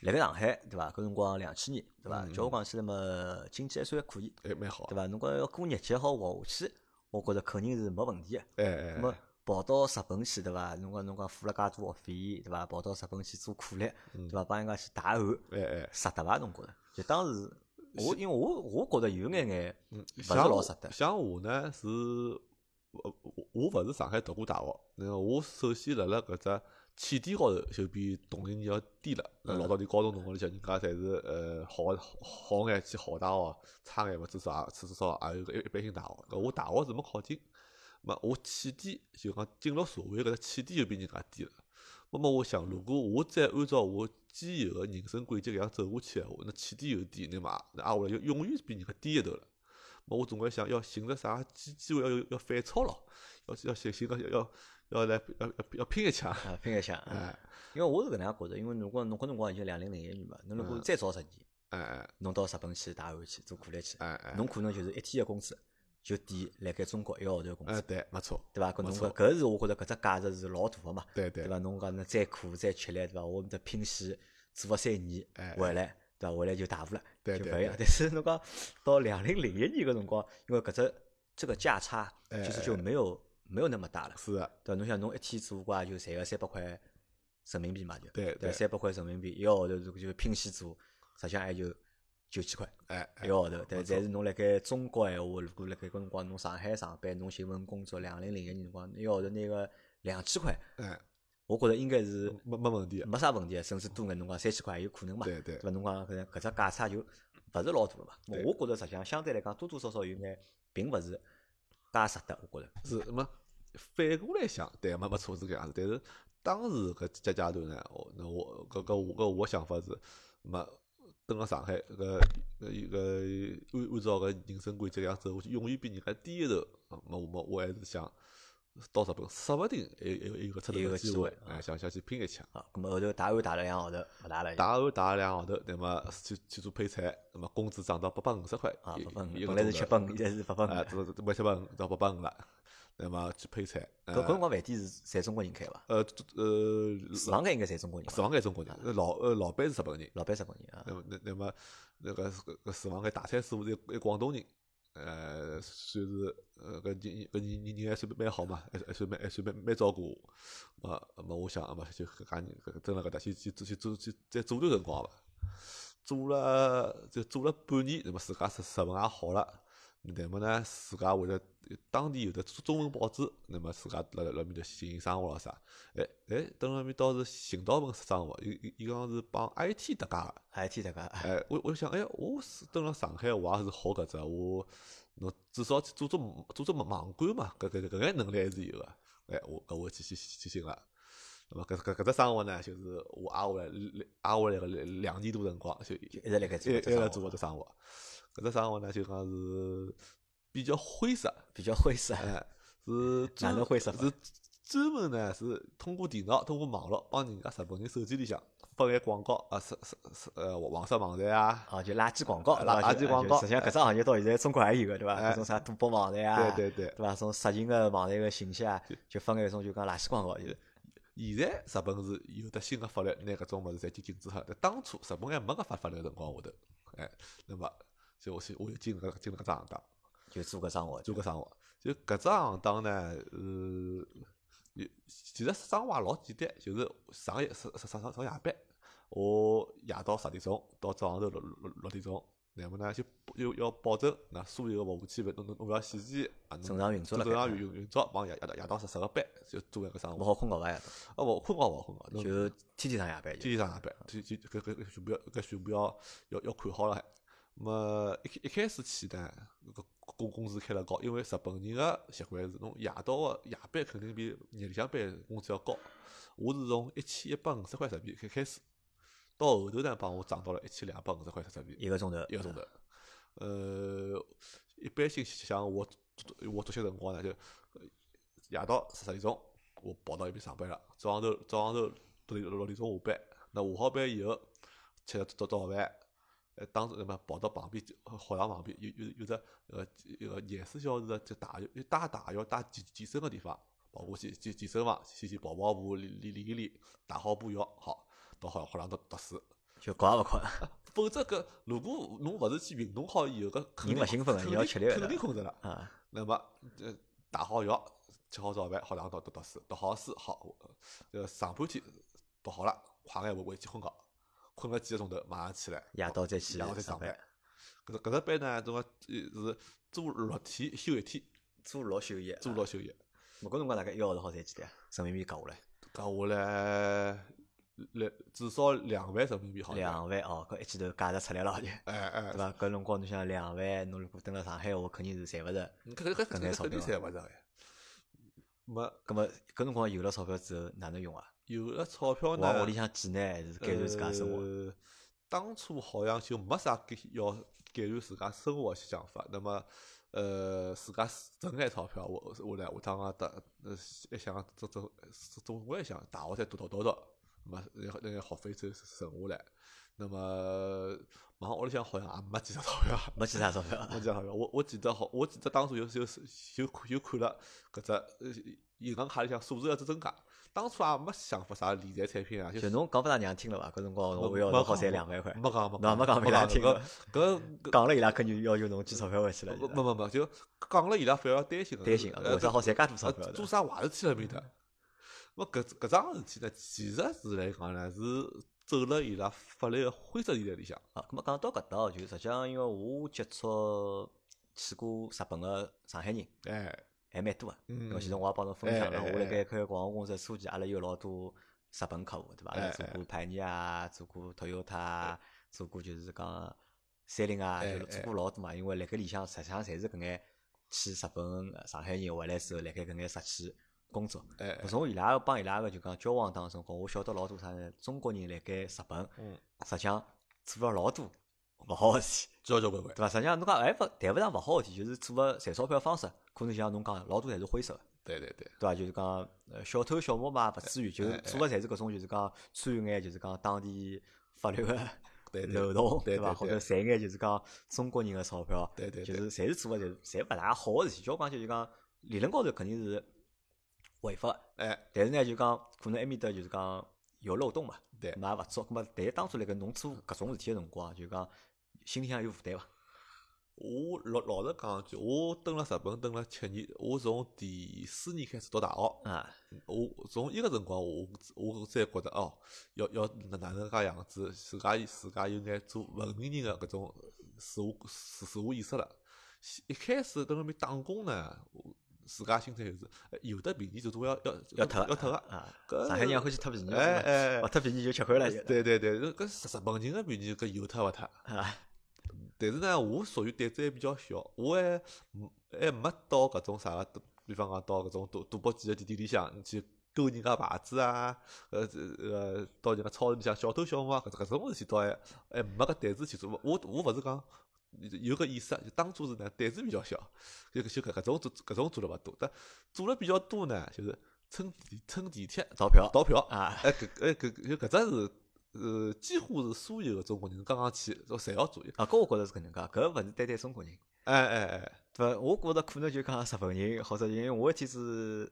Speaker 1: 辣盖上海，对伐？搿辰光两千年，对伐？
Speaker 2: 嗯
Speaker 1: 叫我讲起来嘛，经济还算可以，
Speaker 2: 哎，蛮好
Speaker 1: 对。伐？侬讲要过日节好活下去，我觉着肯定是没问题个。
Speaker 2: 哎
Speaker 1: 那
Speaker 2: 哎
Speaker 1: 么跑到日本去，对伐？侬讲侬讲付了介多学费，对伐？跑到日本去做苦力，对伐？帮人家去打碗，
Speaker 2: 嗯哎哎，
Speaker 1: 值得伐？侬觉着？就当时我因为我我觉着有眼眼
Speaker 2: 嗯
Speaker 1: 勿是
Speaker 2: 像
Speaker 1: 老
Speaker 2: 我
Speaker 1: 值得。
Speaker 2: 像我呢是，我我我勿是上海读过大学，那个我首先辣辣搿只起点高头就比同龄人要低了。那
Speaker 1: 嗯
Speaker 2: 老早你高中辰光里向，人家侪是呃好好好眼去好大学，差眼勿至少也至少也有个一一般性大学。搿我大学是没考进，嘛我起点就讲进入社会搿只起点就比人家低了。那么我想，如果我再按照我既有个人生轨迹搿样走下去，闲话，那起点又低，那嘛那挨下来就永远是比人家低一头了。么我总归想要寻着啥机机会要要要反超咯，要要寻寻个要要要来要要要拼一枪，
Speaker 1: 啊，拼一下，啊
Speaker 2: 哎
Speaker 1: 因为我是搿能样觉着，因为如果侬搿辰光已经两零零一年嘛，侬如果
Speaker 2: 嗯
Speaker 1: 再早十年，
Speaker 2: 哎哎
Speaker 1: 侬到日本去打碗去做苦力去，
Speaker 2: 哎哎，
Speaker 1: 侬可能就是一天的工资就抵辣盖中国一个号头的工
Speaker 2: 哎
Speaker 1: 资，
Speaker 2: 对，没错，
Speaker 1: 对伐？搿侬
Speaker 2: 没
Speaker 1: 搿
Speaker 2: 错
Speaker 1: 搿是我觉着搿只价值是老大个嘛，
Speaker 2: 对对
Speaker 1: 对伐？侬讲侬再苦再吃力，对伐？我们得拼死做个三年
Speaker 2: 哎哎
Speaker 1: 回来，对伐？回来就大富了，
Speaker 2: 对
Speaker 1: 就
Speaker 2: 对
Speaker 1: 勿一样。
Speaker 2: 对
Speaker 1: 但是侬讲到两零零一年搿辰光，因为搿只这个价差
Speaker 2: 哎
Speaker 1: 其实
Speaker 2: 哎
Speaker 1: 就
Speaker 2: 哎
Speaker 1: 没有没有那么大了。
Speaker 2: 是的，
Speaker 1: 对伐？侬想侬一天做过也就赚个三百块人民币嘛，就
Speaker 2: 对
Speaker 1: 对，
Speaker 2: 对
Speaker 1: 三百块人民币一个号头如果就拼死做，实际上也就九千块
Speaker 2: 哎
Speaker 1: 一
Speaker 2: 哎
Speaker 1: 个号头。但但
Speaker 2: 没错
Speaker 1: 是侬辣盖中国闲话，如果辣盖搿辰光侬上海上班，侬寻份工作，两零零一年辰光一个号头拿个两千块，
Speaker 2: 哎，
Speaker 1: 我觉着应该是
Speaker 2: 没没问题的，
Speaker 1: 没啥问题，甚至多眼侬讲三千块也有可能嘛。
Speaker 2: 嗯对对
Speaker 1: 对伐？侬讲搿搿只价差就勿是老大了嘛。
Speaker 2: 对
Speaker 1: 我觉着实际上相对来讲多多少少有眼并勿是介值得，我觉着。
Speaker 2: 是没反过来想，对没没错是搿样子，但是当时搿阶阶段呢，我那我搿搿我搿我想法是没。登了上海，搿搿搿按按照搿人生轨迹搿样走，我就永远比人家低一头。啊，没我没我还是想到日本，说不定还有还有个出头
Speaker 1: 有
Speaker 2: 个
Speaker 1: 个
Speaker 2: 机
Speaker 1: 机
Speaker 2: 会
Speaker 1: 会，啊
Speaker 2: 哎，想想去拼一枪。
Speaker 1: 好，咁啊么后头打完打了两个号头，勿打了。
Speaker 2: 打完打了两个号头，那么去去做配菜，那么工资涨到八百五十块
Speaker 1: 啊，
Speaker 2: 一，
Speaker 1: 八分，
Speaker 2: 一个
Speaker 1: 本来是
Speaker 2: 钟
Speaker 1: 七
Speaker 2: 头
Speaker 1: 分，现在是八分。
Speaker 2: 啊，
Speaker 1: 搿
Speaker 2: 这这没七百五到八百五了，那么去配菜。呃
Speaker 1: 搿辰光饭店是侪中国人开伐？
Speaker 2: 呃这呃，
Speaker 1: 厨房间应该侪中国人
Speaker 2: 厨
Speaker 1: 伐，
Speaker 2: 房间中国人，那老呃老板是日本人，
Speaker 1: 老板中国人啊
Speaker 2: 那。么那那么那个搿搿厨房间大菜师傅是一一广东人，呃，算是呃搿人搿人人人还算蛮好嘛，还还算蛮还算蛮蛮照顾我，嘛嘛我想嘛就搿家人搿蹲辣搿搭去去去去做去再做段辰光伐，做了就做了半年，那么自家食食文也好了。那么呢，自家会得当地有的中中文报纸，那么自家辣辣辣面头进行生活了啥？哎哎，等辣面倒是寻到份生活，伊伊伊讲是帮 IT 搭界个，
Speaker 1: IT 这个，
Speaker 2: 哎，我我就想，哎，我是登了上海，我也是学搿只，啊我侬至少去做做做做网管嘛，搿搿搿眼能力还是有个。哎，我搿我去去去寻了。那么搿搿搿只生活呢，就是我挨下来挨下来个两两年多辰光，就
Speaker 1: 就一直辣盖做
Speaker 2: 一
Speaker 1: 搿
Speaker 2: 一
Speaker 1: 只
Speaker 2: 直
Speaker 1: 生
Speaker 2: 做
Speaker 1: 活
Speaker 2: 搿只生活。搿只生活呢，就讲是比较灰色，
Speaker 1: 比较灰色。
Speaker 2: 哎，是专
Speaker 1: 哪能灰色法
Speaker 2: 是专门呢是通过电脑、通过网络帮人家日本人手机里向发眼广告啊，是是是呃黄色网站啊，
Speaker 1: 哦，就垃圾广告，
Speaker 2: 哎
Speaker 1: 对伐就
Speaker 2: 垃圾广
Speaker 1: 就
Speaker 2: 告
Speaker 1: 实际上搿只行业到现在中国还有个，对伐？
Speaker 2: 哎
Speaker 1: 搿种啥赌博网站啊，
Speaker 2: 对对
Speaker 1: 对伐？种色情个网站个信息啊，就发眼种就讲垃圾广告，就是
Speaker 2: 现在日本是有得新个法律，拿搿种物事侪去禁止脱了。但当初日本还没搿法法律个辰光下头，哎，那么就我去我就进了搿进了搿只行当，
Speaker 1: 就做搿生活。
Speaker 2: 做搿生活。就搿只行当呢，呃，有其实生活也老简单，就是上夜上上上上夜班，我夜到十点钟到早上头六六六点钟，那么呢就又要保证那所有个服务器侬侬侬要显示啊，
Speaker 1: 正常运作了
Speaker 2: 正常
Speaker 1: 该
Speaker 2: 运运作，往夜夜到夜到十十个班就做一个生
Speaker 1: 我
Speaker 2: 活。
Speaker 1: 好困觉伐呀？
Speaker 2: 啊，勿困觉勿困觉，侬
Speaker 1: 就天天上夜班就
Speaker 2: 天天上下班，就就搿搿搿全部要搿全部要要要看好了还。么一开一开始去呢，搿工工资开了高，因为日本人个习惯是侬夜到个夜班肯定比日里向班工资要高。我是从一千一百五十块日币开开始，到后头呢帮我涨到了一千两百五十块日币。
Speaker 1: 一个钟头，
Speaker 2: 一个钟头。 呃，一般性像我我作息辰光呢，就呃夜到十点钟，我跑到一边上班了。早上头早上头六点六点钟下班，那下好班以后吃了早早饭，呃，当时么跑到旁边学堂旁边有有有只呃一个廿四小时的这大浴大大浴打健健身个地方，跑过去健健身房，先去跑跑步，练练练一练，打好步药，好到好学堂读读书。
Speaker 1: 就觉也勿困。
Speaker 2: 否则搿如果侬勿是去运动好以后，搿肯
Speaker 1: 人
Speaker 2: 定
Speaker 1: 勿兴奋的
Speaker 2: 肯
Speaker 1: 人要
Speaker 2: 定
Speaker 1: 吃力的
Speaker 2: 肯定困着了。
Speaker 1: 啊，
Speaker 2: 那么，呃，打好药，吃好早饭，好两到读读书，读好书好，呃，上半天读好了，快眼回回去困觉，困了几个钟头，马上起来，
Speaker 1: 夜到再去
Speaker 2: 夜到再
Speaker 1: 上
Speaker 2: 上班
Speaker 1: 班，。
Speaker 2: 搿只搿只班呢，怎么是做六天休一天，
Speaker 1: 做老啊休息，
Speaker 2: 做。六休一。
Speaker 1: 我搿辰光大概一个号头好赚几钿啊？人民币夹下来
Speaker 2: 搿下来，两至少两万人民币好像。
Speaker 1: 两万哦，搿一记头价值出来了就。
Speaker 2: 哎哎
Speaker 1: 对，伐？搿辰光侬想两万，侬如果蹲辣上海，我肯定是赚勿着。
Speaker 2: 搿搿搿
Speaker 1: 搿眼
Speaker 2: 搿
Speaker 1: 钞
Speaker 2: 肯定
Speaker 1: 票啊
Speaker 2: 赚勿着哎。没
Speaker 1: 葛末搿辰光有了钞票之后，哪能用啊？
Speaker 2: 有了钞票
Speaker 1: 往
Speaker 2: 呢
Speaker 1: 屋里，向寄呢，还是改善自家生活？
Speaker 2: 呃当初好像就没啥改要改善自家生活的想法，那么。呃，自家挣眼钞票，我我来下趟啊，得呃，一想这这总归想大学再读读读读，那么然后那个学费再省下来，那么马上屋里向好像也没几只钞票，
Speaker 1: 没几啥钞票，啊
Speaker 2: 我记得好像我我记得好，我记得当初有有有看有看了搿只呃银行卡里向数字要增加，当初也没想法啥理财产品啊，就
Speaker 1: 就是侬讲拨㑚娘听了伐？搿辰光
Speaker 2: 没
Speaker 1: 我要
Speaker 2: 没
Speaker 1: 侬好赚
Speaker 2: 讲
Speaker 1: 两万块，
Speaker 2: 没讲没
Speaker 1: 侬也没讲
Speaker 2: 没
Speaker 1: 拨伊拉
Speaker 2: 讲
Speaker 1: 听
Speaker 2: 搿
Speaker 1: 了，
Speaker 2: 搿搿
Speaker 1: 讲了伊拉肯定要求侬寄钞票回去了
Speaker 2: 不
Speaker 1: 就
Speaker 2: 不不不就讲了伊拉反而担心了，
Speaker 1: 担心啊，
Speaker 2: 呃
Speaker 1: 为啥好赚介多钞
Speaker 2: 呃
Speaker 1: 票
Speaker 2: 做
Speaker 1: 的？
Speaker 2: 啥坏事体了面搭？么搿搿桩事体呢，其实是来讲呢，是走了伊拉法律个灰色地带里向。
Speaker 1: 啊，咁么讲到搿搭哦，就实际上因为我接触去过日本个上海人
Speaker 2: 哎，
Speaker 1: 还蛮多个，
Speaker 2: 嗯
Speaker 1: 因为其实我也帮侬分享了，
Speaker 2: 哎哎
Speaker 1: 我辣
Speaker 2: 哎
Speaker 1: 盖开广告公司初期，阿拉有老多日本客户，对伐？阿拉
Speaker 2: 哎
Speaker 1: 做
Speaker 2: 哎
Speaker 1: 过派尼啊，做过 Toyota，啊做过就是讲三菱啊，
Speaker 2: 哎
Speaker 1: 就是做过老多嘛。因为辣盖里向实际上侪是搿眼去日本、呃上海人回来之后，辣盖搿眼实践工作。
Speaker 2: 哎哎，
Speaker 1: 从伊拉个帮伊拉个就讲交往当中，我晓得老多啥呢？中国人辣盖日本，
Speaker 2: 嗯，
Speaker 1: 实际上做了老多勿好个事体。
Speaker 2: 交交关关
Speaker 1: 对。伐？实际上侬讲还勿谈勿上勿好个事体，就是做个赚钞票方式，可能像侬讲老多侪是灰色个，
Speaker 2: 对对对，
Speaker 1: 对伐？就是讲呃小偷小摸嘛，勿至于，就是
Speaker 2: 哎
Speaker 1: 做个侪是搿种，就是讲穿越眼，就是讲当地法律个
Speaker 2: 对对
Speaker 1: 漏洞，
Speaker 2: 对
Speaker 1: 伐？
Speaker 2: 对
Speaker 1: 或者
Speaker 2: 对
Speaker 1: 赚眼就是讲中国人个钞票，
Speaker 2: 对对
Speaker 1: 就
Speaker 2: 对
Speaker 1: 是侪是做个侪侪勿大好个事体。交关就是讲理论高头肯定是违法的，
Speaker 2: 哎
Speaker 1: 但是呢就讲可能埃面搭就是讲有漏洞嘛，
Speaker 2: 对
Speaker 1: 嘛也勿足。咁么，但是当初辣盖侬做搿种事体个辰光，就讲心里向有负担伐？
Speaker 2: 我老老实讲一句，我蹲辣日本蹲了七年，我从第四年开始读大学，
Speaker 1: 啊。
Speaker 2: 我从伊个辰光我我才觉得哦，要要哪哪能介样子，自家自家有眼做文明人个搿种自我自自我意识了。一开始蹲辣面打工呢，我自家心态就是哎有得便宜就总归要要
Speaker 1: 要脱
Speaker 2: 要脱个。
Speaker 1: 啊！呃
Speaker 2: 搿
Speaker 1: 上海人欢喜脱便宜，
Speaker 2: 哎哎
Speaker 1: 勿脱便宜就吃亏了就。
Speaker 2: 对对对，搿搿日本人个便宜搿有脱勿脱。
Speaker 1: 啊，
Speaker 2: 但是呢，我属于胆子还比较小，我还嗯还没到搿种啥个，比方讲到搿种赌赌博机的店店里向去勾人家牌子啊，呃这呃到人家超市里向小偷小摸啊，搿搿种事体倒还还没搿胆子去做。我我勿是讲有搿意识，啊就当初是呢胆子比较小，就就搿搿种做搿种做了勿多，但做了比较多呢，就是乘地乘地铁
Speaker 1: 逃票
Speaker 2: 逃票
Speaker 1: 啊，
Speaker 2: 哎，搿哎搿搿搿只是呃，几乎是所有的中国人刚刚去都侪要做一个，
Speaker 1: 啊，搿我觉着是搿能介，搿勿是单单中国人，
Speaker 2: 哎哎哎，
Speaker 1: 对伐？我觉着可能就讲日本人，或者因为我一天子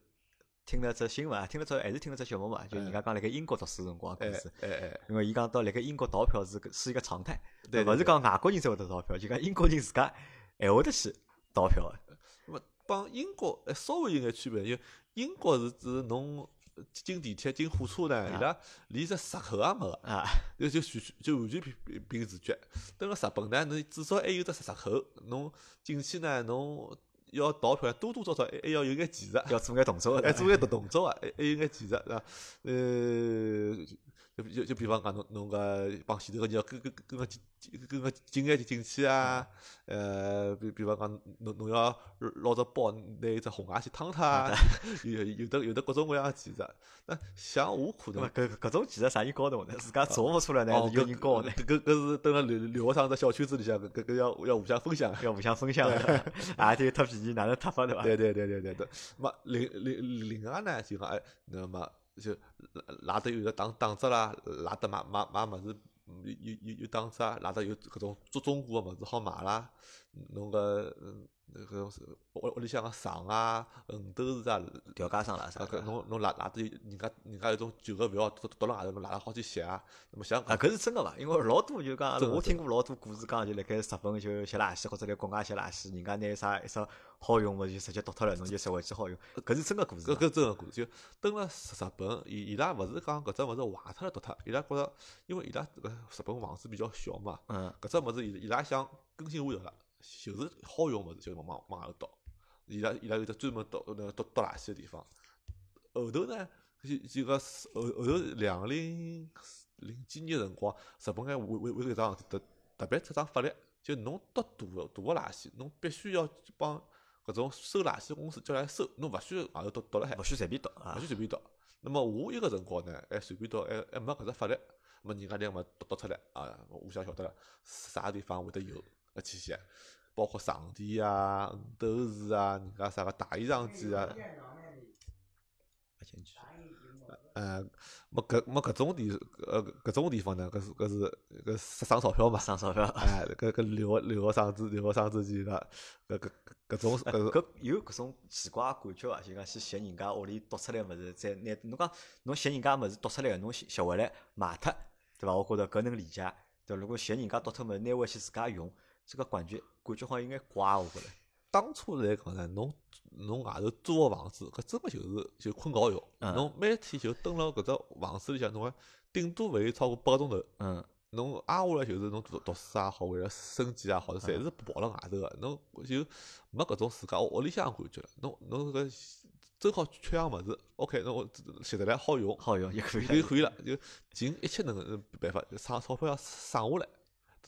Speaker 1: 听了只新闻啊，听了只还是听了只节目嘛，就人家讲辣盖英国读书辰光
Speaker 2: 哎
Speaker 1: 故事。
Speaker 2: 哎哎，
Speaker 1: 因为伊讲到辣盖英国逃票是个是一个常态，
Speaker 2: 对
Speaker 1: 勿
Speaker 2: 对
Speaker 1: 是
Speaker 2: 对
Speaker 1: 讲外国人才会得逃票，就讲英国人自家还会得去逃票的。
Speaker 2: 呃那么帮英国哎稍微有眼区别，因为英国是指侬进地铁、进火车呢，伊拉连只闸口也没个，
Speaker 1: 啊，
Speaker 2: 就就全就完全凭凭直觉。等个日本呢，侬至少还有只闸口，侬进去呢，侬要逃票多多少少还还要有眼技术。
Speaker 1: 要哎做眼动 作
Speaker 2: 还
Speaker 1: 的，
Speaker 2: 做眼动动 作啊，还还有眼技术啊，呃，就就就比方讲，侬侬个帮前头个人要跟跟跟个跟个紧眼进去啊，呃，比比方讲，侬侬要捞只包，拿一只红牙去烫它啊， 有有的有的各种各样的技术。啊那像我可
Speaker 1: 那
Speaker 2: 能
Speaker 1: 么。搿搿种技术啥人教侬呢？自家琢磨出来呢，嗯还
Speaker 2: 哦，
Speaker 1: 是有
Speaker 2: 搿
Speaker 1: 人教呢？
Speaker 2: 搿搿搿是蹲辣留留学生只小圈子里向，搿搿搿要要互相分享。啊
Speaker 1: 要互相分享的， 啊，对，脱便宜哪能脱法对伐？
Speaker 2: 对对对对对对。么另另另外呢，就讲哎，那么就拉得有个打打折啦，拉得买买买物事。嗯有有有打折啊，拉得有搿种做中国个物事好买啦，弄个嗯搿种是屋屋里向个床啊、横斗子啊，
Speaker 1: 调家商啦啥
Speaker 2: 啊搿
Speaker 1: 个？
Speaker 2: 侬侬拉拉得有人家人家有种旧个饭哦，倒倒辣外头侬拉了好几席啊。那么像
Speaker 1: 啊，搿是真个伐？因为老多就讲，
Speaker 2: 真的
Speaker 1: 我
Speaker 2: 真
Speaker 1: 听过老多故事讲，就辣盖日本就吸垃圾或者辣国外吸垃圾，人家拿啥一啥好用物事就直接丢脱了，侬就拾回去好用，搿是真个故事
Speaker 2: 搿
Speaker 1: 伐。
Speaker 2: 搿真个故事，就蹲辣日日本，伊伊拉勿是讲搿只物事坏脱了丢脱，伊拉觉着，因为伊拉搿个日本房子比较小嘛，
Speaker 1: 嗯，
Speaker 2: 搿只物事伊伊拉想更新换代了，就是好用物事就往往往后倒，伊拉伊拉有只专门倒那倒倒垃圾个地方。后头呢，就就讲后后头两零零几年辰光，日本还为为为搿桩事体特特别出张法律，就侬倒大个大个垃圾，侬必须要帮搿种收垃圾公司叫来收，侬勿许外头倒倒辣海。
Speaker 1: 勿许随便倒啊
Speaker 2: 勿许。随便倒。那么我一个辰光呢，还随便倒，还还没搿只法律，那么人家两个倒倒出来啊，我想晓得了，啥地方会得有搿器械，啊包括床垫啊、横斗子啊，人家啥个大衣裳间啊，
Speaker 1: 勿进去
Speaker 2: 呃，么搿么搿种地，呃搿种地方呢，搿是搿是搿是省钞票嘛。
Speaker 1: 省钞票。
Speaker 2: 哎，搿搿留学留学生子留学生子就讲搿搿搿搿种搿种
Speaker 1: 搿有搿种奇怪个感觉伐？就讲去拾人家屋里倒出来物事，再拿侬讲侬拾人家物事倒出来个，侬拾拾回来卖脱，对伐？我觉着搿能理解。对，如果拾人家倒脱物事拿回去自家用，这个感觉感觉好像有眼怪，我觉着。
Speaker 2: 当初来讲呢，侬侬外头租个房子，搿真个就是就困觉用。
Speaker 1: 嗯
Speaker 2: 侬每天就蹲辣搿只房子里向，侬还顶多勿会超过八个钟头。
Speaker 1: 嗯，
Speaker 2: 侬挨下来就是侬读读书也好，为了生计也好，侪
Speaker 1: 嗯
Speaker 2: 是跑辣外头个。侬就没搿种自家屋里向的感觉了。侬侬搿正好缺样物事，OK，侬拾得来好用，
Speaker 1: 好用也可以
Speaker 2: 就。可以了，就尽一切能个办法，省钞票要省下来。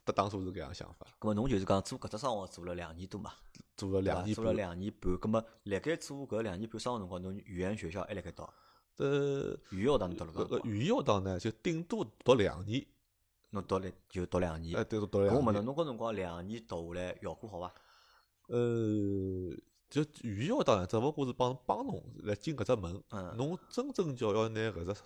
Speaker 2: 当当初是搿样想法，
Speaker 1: 咁么侬就是讲做搿只生活做了两年多嘛，
Speaker 2: 做了
Speaker 1: 对伐
Speaker 2: 两年
Speaker 1: 做了
Speaker 2: 半。
Speaker 1: 两年半。咁么辣盖做搿两年半生活辰光，侬语言学校还辣盖读，
Speaker 2: 呃，
Speaker 1: 语言学堂侬读了搿
Speaker 2: 搿个语言学堂呢，就顶多读两年，
Speaker 1: 侬读了就读两年
Speaker 2: 呃，。顶多读
Speaker 1: 咁我
Speaker 2: 两
Speaker 1: 问侬，
Speaker 2: 年。
Speaker 1: 侬搿辰光两年读下来效果好伐？
Speaker 2: 呃，就语言学堂呢，只勿过是帮帮侬来进�搿只门。
Speaker 1: 嗯
Speaker 2: 侬真正叫要拿搿只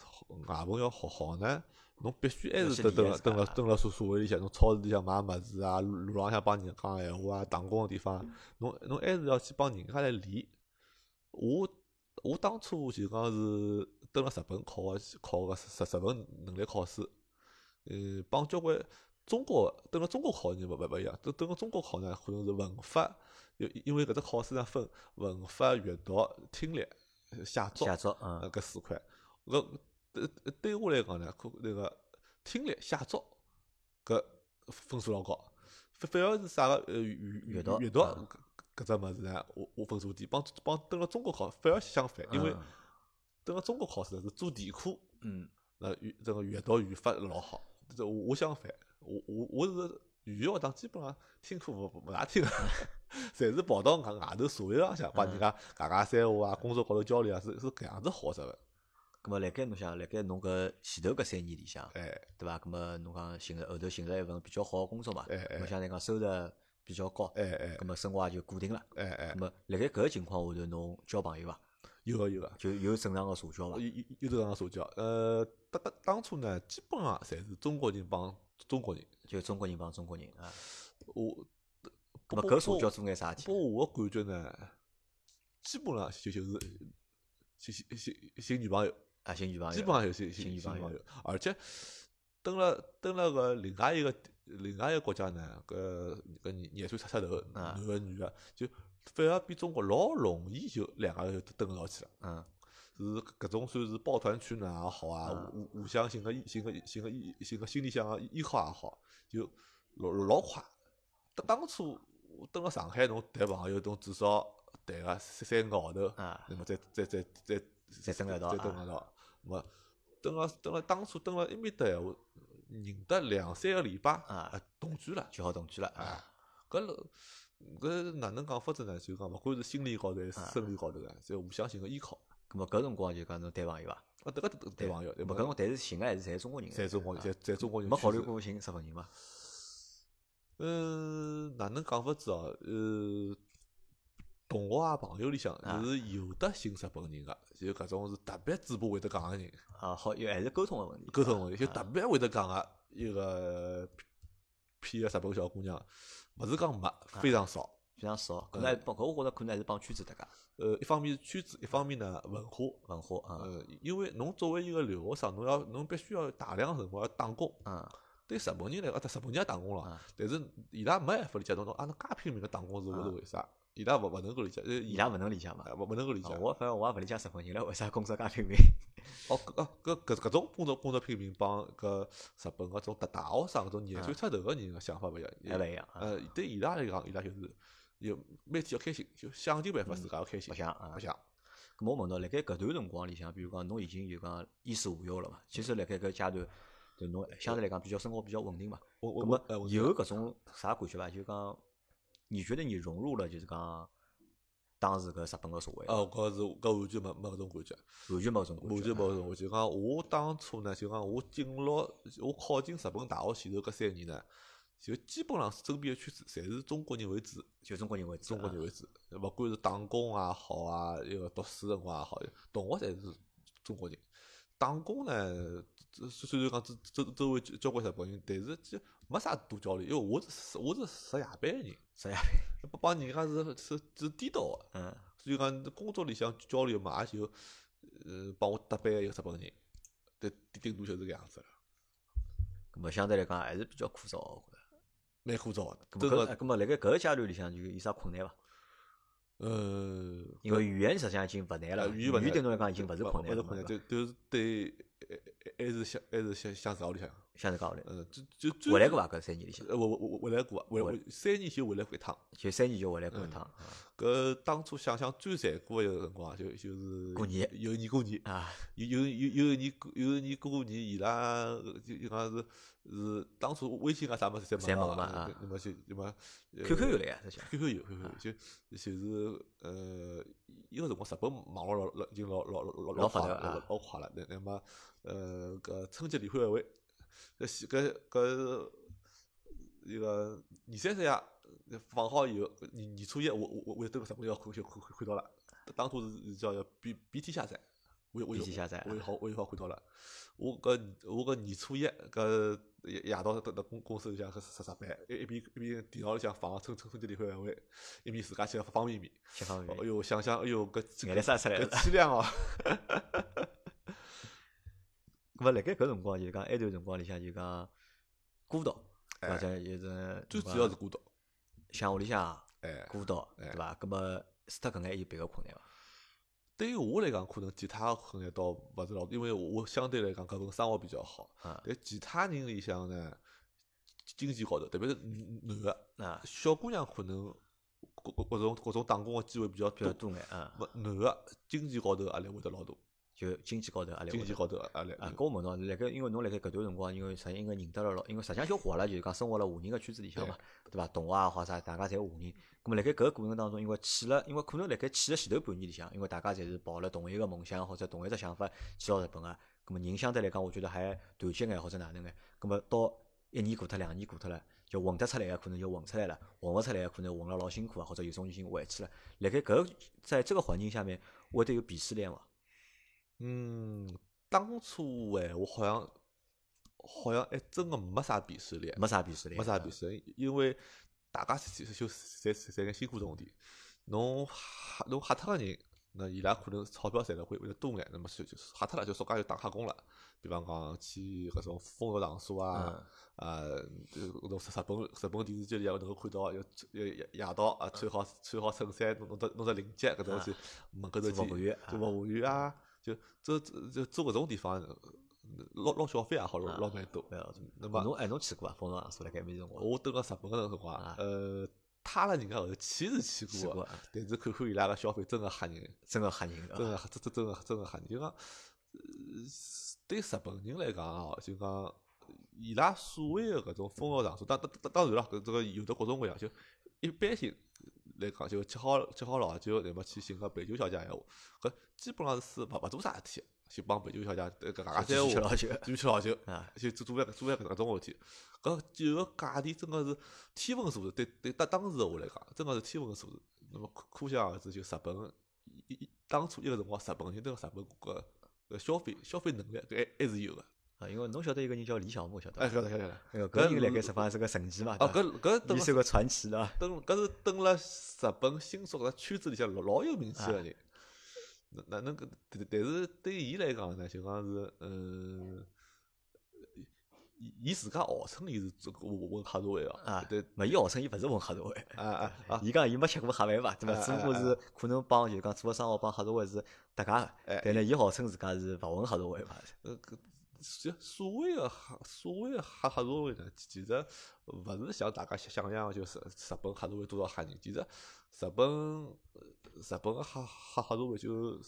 Speaker 2: 外文要学好呢，侬必须还
Speaker 1: 要
Speaker 2: 是
Speaker 1: 去
Speaker 2: 蹲
Speaker 1: 理解
Speaker 2: 蹲
Speaker 1: 自家
Speaker 2: 辣蹲辣蹲辣社社会里向，侬超市里向买物事啊，路路浪向帮人家讲闲话啊，打工个地方，
Speaker 1: 嗯
Speaker 2: 侬侬还是要去帮人家来练。我我当初就讲是蹲辣日本考个考个日日文能力考试，呃，帮交关中国蹲辣中国考的人勿勿勿一样，蹲蹲辣中国考呢，可能是文法，因因为搿只考试呢分文法、阅读、听力、呃写作
Speaker 1: 写作，嗯
Speaker 2: 呃，搿四块，搿对呃对我来讲呢，可那个听力、写作搿分数老高，反反而是啥个呃语
Speaker 1: 阅读
Speaker 2: 阅读搿
Speaker 1: 嗯
Speaker 2: 搿只物事呢，我我分数低，帮帮蹲辣中国考反而相反，因为
Speaker 1: 嗯
Speaker 2: 蹲辣中国考试呢是做题库，
Speaker 1: 嗯。
Speaker 2: 那语这个阅读语法老好，这我我相反，我我我是语言学堂基本上听课勿勿大听，啊 侪是跑到外外头社会浪向帮人家
Speaker 1: 嗯
Speaker 2: 外外三胡啊，工作高头交流啊，是是搿样子好着个，
Speaker 1: 咁么，辣盖侬想，辣盖侬搿前头搿三年里向，
Speaker 2: 哎。
Speaker 1: 对伐？咁么侬讲寻了后头寻了一份比较好个工作嘛，
Speaker 2: 哎哎
Speaker 1: 我相对讲收入比较高，
Speaker 2: 哎哎
Speaker 1: 咁么生活也就固定了。
Speaker 2: 哎
Speaker 1: 咁
Speaker 2: 哎，
Speaker 1: 么辣盖搿个情况下头，侬交朋友伐？
Speaker 2: 有个有个，啊
Speaker 1: 就有正常个社交伐
Speaker 2: 有？有有这样的社交。呃，当当当初呢，基本上侪是中国人帮中国人。
Speaker 1: 就中国人帮中国人啊。
Speaker 2: 我
Speaker 1: 咁
Speaker 2: 不
Speaker 1: 么
Speaker 2: 过
Speaker 1: 搿社交
Speaker 2: 不
Speaker 1: 做眼啥事
Speaker 2: 不
Speaker 1: 体？
Speaker 2: 过我感觉呢，基本上就就是寻寻寻寻女朋友，
Speaker 1: 啊，寻女朋友。
Speaker 2: 基本上就寻
Speaker 1: 寻
Speaker 2: 寻
Speaker 1: 女
Speaker 2: 寻
Speaker 1: 朋
Speaker 2: 女
Speaker 1: 友
Speaker 2: 朋友，而且登了登了个另外一个另外一个国家呢，搿搿廿廿岁出出头，
Speaker 1: 啊
Speaker 2: 男个女个，就反而比中国老容易就两个人就登到一道去了。
Speaker 1: 嗯，
Speaker 2: 是搿种算是抱团取暖也好啊
Speaker 1: 啊，
Speaker 2: 互互互相寻个依寻个依寻个依寻个心里向个依靠也好，就老老快。当当初我蹲辣上海，侬谈朋友，侬至少谈个三三个号头，
Speaker 1: 啊
Speaker 2: 那么再再再再
Speaker 1: 再蹲一道
Speaker 2: 再
Speaker 1: 啊
Speaker 2: 蹲一道，么蹲了蹲了当初蹲了埃面搭闲话，认得两三个礼拜
Speaker 1: 啊，
Speaker 2: 同居了。
Speaker 1: 就好同居了啊
Speaker 2: 啊。搿老搿哪能讲法子呢？就讲勿管是心理高头还是
Speaker 1: 啊
Speaker 2: 生理高头啊，就互相寻个依靠。
Speaker 1: 咁么搿辰光就讲侬谈朋友伐？
Speaker 2: 啊，迭个迭个对朋友，对
Speaker 1: 勿
Speaker 2: 伐
Speaker 1: 搿辰光但是寻个还是侪中国人，
Speaker 2: 在中国，
Speaker 1: 啊
Speaker 2: 在在中国人
Speaker 1: 没考
Speaker 2: 确
Speaker 1: 虑
Speaker 2: 实。
Speaker 1: 过寻日本人伐？
Speaker 2: 嗯，哪能讲法子哦？呃，同学啊，朋友里向
Speaker 1: 啊
Speaker 2: 就是有的信日本人个，就搿种是特别嘴巴会得讲个人，
Speaker 1: 啊，好，有还是沟通个问题。
Speaker 2: 沟通问题，
Speaker 1: 啊
Speaker 2: 就特别会得讲个一个骗个日本小姑娘，勿是讲没，
Speaker 1: 啊
Speaker 2: 非常少。
Speaker 1: 非常少，
Speaker 2: 嗯
Speaker 1: 可能还是帮搿我觉着可能还是帮圈子搭界
Speaker 2: 呃，一方面是圈子，一方面呢文化。
Speaker 1: 文化啊，
Speaker 2: 呃，因为侬作为一个留学生，侬要侬必须要大量的辰光要打工。
Speaker 1: 嗯
Speaker 2: 对日本人来讲，对日本人也打工
Speaker 1: 啊
Speaker 2: 了，但是伊拉没办法理解侬侬啊，侬介拼命的打工是为是为啥？伊拉勿勿能够理解，呃
Speaker 1: 伊
Speaker 2: 伊
Speaker 1: 拉勿能理解嘛。
Speaker 2: 勿勿能够理解
Speaker 1: 啊。我反正我也勿理解日本人了，为啥工作介拼命？
Speaker 2: 哦，搿搿搿搿搿种工作工作拼命帮搿日本搿种大大学生搿种廿岁出头个人个想法勿一样。
Speaker 1: 啊还勿一样啊，
Speaker 2: 呃，对伊拉来讲，伊拉就是有每天要开心，就想尽办法自家要开心
Speaker 1: 白，相啊
Speaker 2: 白。相。
Speaker 1: 咁我问到，辣盖搿段辰光里向，比如讲侬已经就讲衣食无忧了嘛，其实辣盖搿阶段，就侬相对来讲比较生活比较稳定嘛。
Speaker 2: 我
Speaker 1: 咁
Speaker 2: 我
Speaker 1: 么
Speaker 2: 我哎我
Speaker 1: 有搿种啥感觉伐？就讲你觉得你融入了，就是讲当时搿日本个社会，
Speaker 2: 哦，搿是搿完全没没搿种感觉。
Speaker 1: 完全没搿种感
Speaker 2: 我
Speaker 1: 觉
Speaker 2: 就
Speaker 1: 啊。
Speaker 2: 冇用，我就讲我当初呢，就讲我进入我考进日本大学前头搿三年呢，就基本上周边的圈子侪是中国人为主，
Speaker 1: 就中国人为主啊，
Speaker 2: 中国人为主，勿管是打工也好啊，一个读书辰光也好，同学侪是中国人。打工呢，这虽然讲周周周围交关日本人，但是就没啥多交流，因为我是我是值夜班的人，
Speaker 1: 啥呀？
Speaker 2: 不帮人家是是是颠倒的。
Speaker 1: 嗯，
Speaker 2: 所以讲工作里向交流嘛，也就呃帮我搭班一个日本人，对，顶多就是搿样子了，
Speaker 1: 咁么相对来讲还是比较枯燥，我觉着。
Speaker 2: 蛮枯燥的。
Speaker 1: 咁
Speaker 2: 真
Speaker 1: 么搿
Speaker 2: 个，
Speaker 1: 咁么辣盖搿个阶段里向就有啥困难伐？
Speaker 2: 呃，
Speaker 1: 因为语言实际上已经勿难了，
Speaker 2: 啊语
Speaker 1: 语
Speaker 2: 言勿
Speaker 1: 言
Speaker 2: 难
Speaker 1: 对侬来讲已经勿是
Speaker 2: 勿
Speaker 1: 困难了
Speaker 2: 是
Speaker 1: 嘛，
Speaker 2: 困难，
Speaker 1: 对
Speaker 2: 就就是对，还还是想还是想想自家里向，
Speaker 1: 伐像是讲回来，
Speaker 2: 呃，就就最
Speaker 1: 回来过伐？搿三年里向，
Speaker 2: 呃？我我我回来过啊，回回三年前回来过一趟。
Speaker 1: 就三年就回来过一
Speaker 2: 嗯
Speaker 1: 趟啊
Speaker 2: 搿当初想想最难过一个辰光，就就是
Speaker 1: 过年
Speaker 2: 有一年过年，
Speaker 1: 啊。
Speaker 2: 有有有有一年过有一年过年，伊拉就就讲是是当初微信啊啥么子侪
Speaker 1: 侪
Speaker 2: 没
Speaker 1: 没嘛啊
Speaker 2: 嘛，那么就那么呃
Speaker 1: QQ 有了啊呀，实际上
Speaker 2: QQ 有 QQ 有就就是呃，伊个辰光日本网络老老已经老老老老
Speaker 1: 老发
Speaker 2: 快
Speaker 1: 达
Speaker 2: 了，
Speaker 1: 啊
Speaker 2: 老老快了。那那么呃，搿春节联欢晚会，搿西搿搿一个二三十夜放好以后，年年初一我我我我登个日本要看看看看到了，当初是叫要 B B T 下载。我我有
Speaker 1: BT 下载啊
Speaker 2: 我有好我有好看到了。我搿我搿年初一搿夜夜到到到公公司里向去上上班，一一边一边电脑里向放春春春节联欢晚会，一边自家吃个方便面。
Speaker 1: 七方面
Speaker 2: 哎，哟，想想哎哟搿
Speaker 1: 眼泪
Speaker 2: 搿
Speaker 1: 啥嗯出来
Speaker 2: 搿
Speaker 1: 了？
Speaker 2: 凄 凉哦。
Speaker 1: 咁么辣盖搿辰光就讲埃段辰光里向就讲孤独，
Speaker 2: 哎
Speaker 1: 或者有种
Speaker 2: 最
Speaker 1: 对
Speaker 2: 主要
Speaker 1: 伐
Speaker 2: 是孤独，
Speaker 1: 乡下里向
Speaker 2: 哎，
Speaker 1: 孤独，
Speaker 2: 哎
Speaker 1: 对伐？咁么除脱搿眼有别个困难伐？
Speaker 2: 对于我来讲，可能其他困难倒勿是老多，因为我相对来讲搿份生活比较好。
Speaker 1: 啊
Speaker 2: 但其他人里向呢，经济高头，特别是男男个
Speaker 1: 啊，
Speaker 2: 小姑娘，可能各各各种各种打工个机会比较
Speaker 1: 比较
Speaker 2: 多。
Speaker 1: 多眼啊，
Speaker 2: 勿男个经济高头压力会得老大，
Speaker 1: 就经济高头压力会
Speaker 2: 经
Speaker 1: 大。
Speaker 2: 济高头压力
Speaker 1: 啊，搿我问侬，辣盖因为侬辣盖搿段辰光，因为实际上应该认得了咯，因为实际上小伙阿拉就是讲生活辣华人个圈子里向嘛，对伐？同学啊，或啥，大家侪华人。咁么辣盖搿个过程当中，因为去了，因为可能辣盖去了前头半年里向，因为大家侪是抱了同一个梦想或者同一只想法去到日本啊，咁么人相对来讲，我觉得还团结眼或者哪能眼。咁么到一年过脱，两年过脱了，就混得出来个可能就混出来了，混勿出来个可能混了老辛苦啊，或者有种已经回去了。辣盖搿在这个环境下面，会得有鄙视链伐？
Speaker 2: 嗯，当初哎，我好像好像还真个没啥鄙视链，
Speaker 1: 没啥鄙视链，
Speaker 2: 没啥鄙视链，因为大家其实就侪侪侪眼辛苦种地，侬吓侬吓脱个人，那伊拉可能钞票赚了会会得多眼，那么就就吓脱了，就自家就打黑工了。比方讲去搿种风俗场所啊，
Speaker 1: 嗯
Speaker 2: 啊，就侬日日本日本电视剧里也能够看到，要夜夜夜到啊，穿好穿好衬衫，弄弄只弄只领结，搿种去门口头
Speaker 1: 嗯做
Speaker 2: 去
Speaker 1: 服务员嗯
Speaker 2: 做服务员啊，就这这就做搿种地方捞捞小费也好，捞蛮多。
Speaker 1: 对啊
Speaker 2: 那么
Speaker 1: 侬哎，侬去过伐？疯狂坐辣盖美辰光，
Speaker 2: 我蹲个日本个辰光
Speaker 1: 啊，
Speaker 2: 呃，塌了人家后头去是
Speaker 1: 去
Speaker 2: 去过
Speaker 1: 过啊
Speaker 2: 的，，但是看看伊拉个消费真个吓人，
Speaker 1: 真个吓人
Speaker 2: 真
Speaker 1: 个。
Speaker 2: 个真真真个真个吓人。就讲，呃对日本人来讲哦，就讲伊拉所谓个搿种风俗场所，当当当当然了，搿这个有的各种各样，就一般性来讲，就吃好吃好老酒，乃末去寻个陪酒小姐闲话，搿基本上是勿勿做啥事体，就帮陪酒小姐呃搿搿搿
Speaker 1: 继续吃
Speaker 2: 闲话，
Speaker 1: 老酒
Speaker 2: 继续吃老酒。
Speaker 1: 啊，
Speaker 2: 就做做饭做饭搿种事体，搿酒个价钿真个是天文数字，对对，当当时的我来讲，真个是天文数字。那么可可想而知，就日本一一当初一个辰光，日本人对日本搿搿消费消费能力搿还还是有个。
Speaker 1: 啊，因为侬晓得一个人叫李小牧，晓得
Speaker 2: 哎，
Speaker 1: 伐？
Speaker 2: 晓得晓得晓得。
Speaker 1: 那个
Speaker 2: 搿
Speaker 1: 搿人辣盖日
Speaker 2: 是
Speaker 1: 本也是个神奇嘛，
Speaker 2: 哦，
Speaker 1: 啊对伐
Speaker 2: 搿搿等
Speaker 1: 伊是个传奇了。
Speaker 2: 等搿是等了日本新宿搿圈子里向老老有名气个
Speaker 1: 啊
Speaker 2: 人。那那能搿，但但是对伊来讲呢，就讲是嗯，伊伊自家号称伊是做文文黑社会个哦
Speaker 1: 啊
Speaker 2: 对
Speaker 1: 没伊号称伊勿是混黑社会，
Speaker 2: 啊啊啊！
Speaker 1: 伊讲伊没吃过黑饭嘛，对伐？
Speaker 2: 啊
Speaker 1: 只不过
Speaker 2: 啊
Speaker 1: 是可能帮就讲做个生活帮黑社会是搭界个
Speaker 2: 哎，
Speaker 1: 但呢，伊号称自家是勿混黑社会嘛。
Speaker 2: 呃，搿所所谓的黑，所谓的黑黑社会呢，其其实勿是像大家想想象的，就是日本黑社会多少吓人。其实日本呃日本的黑黑黑社会，就是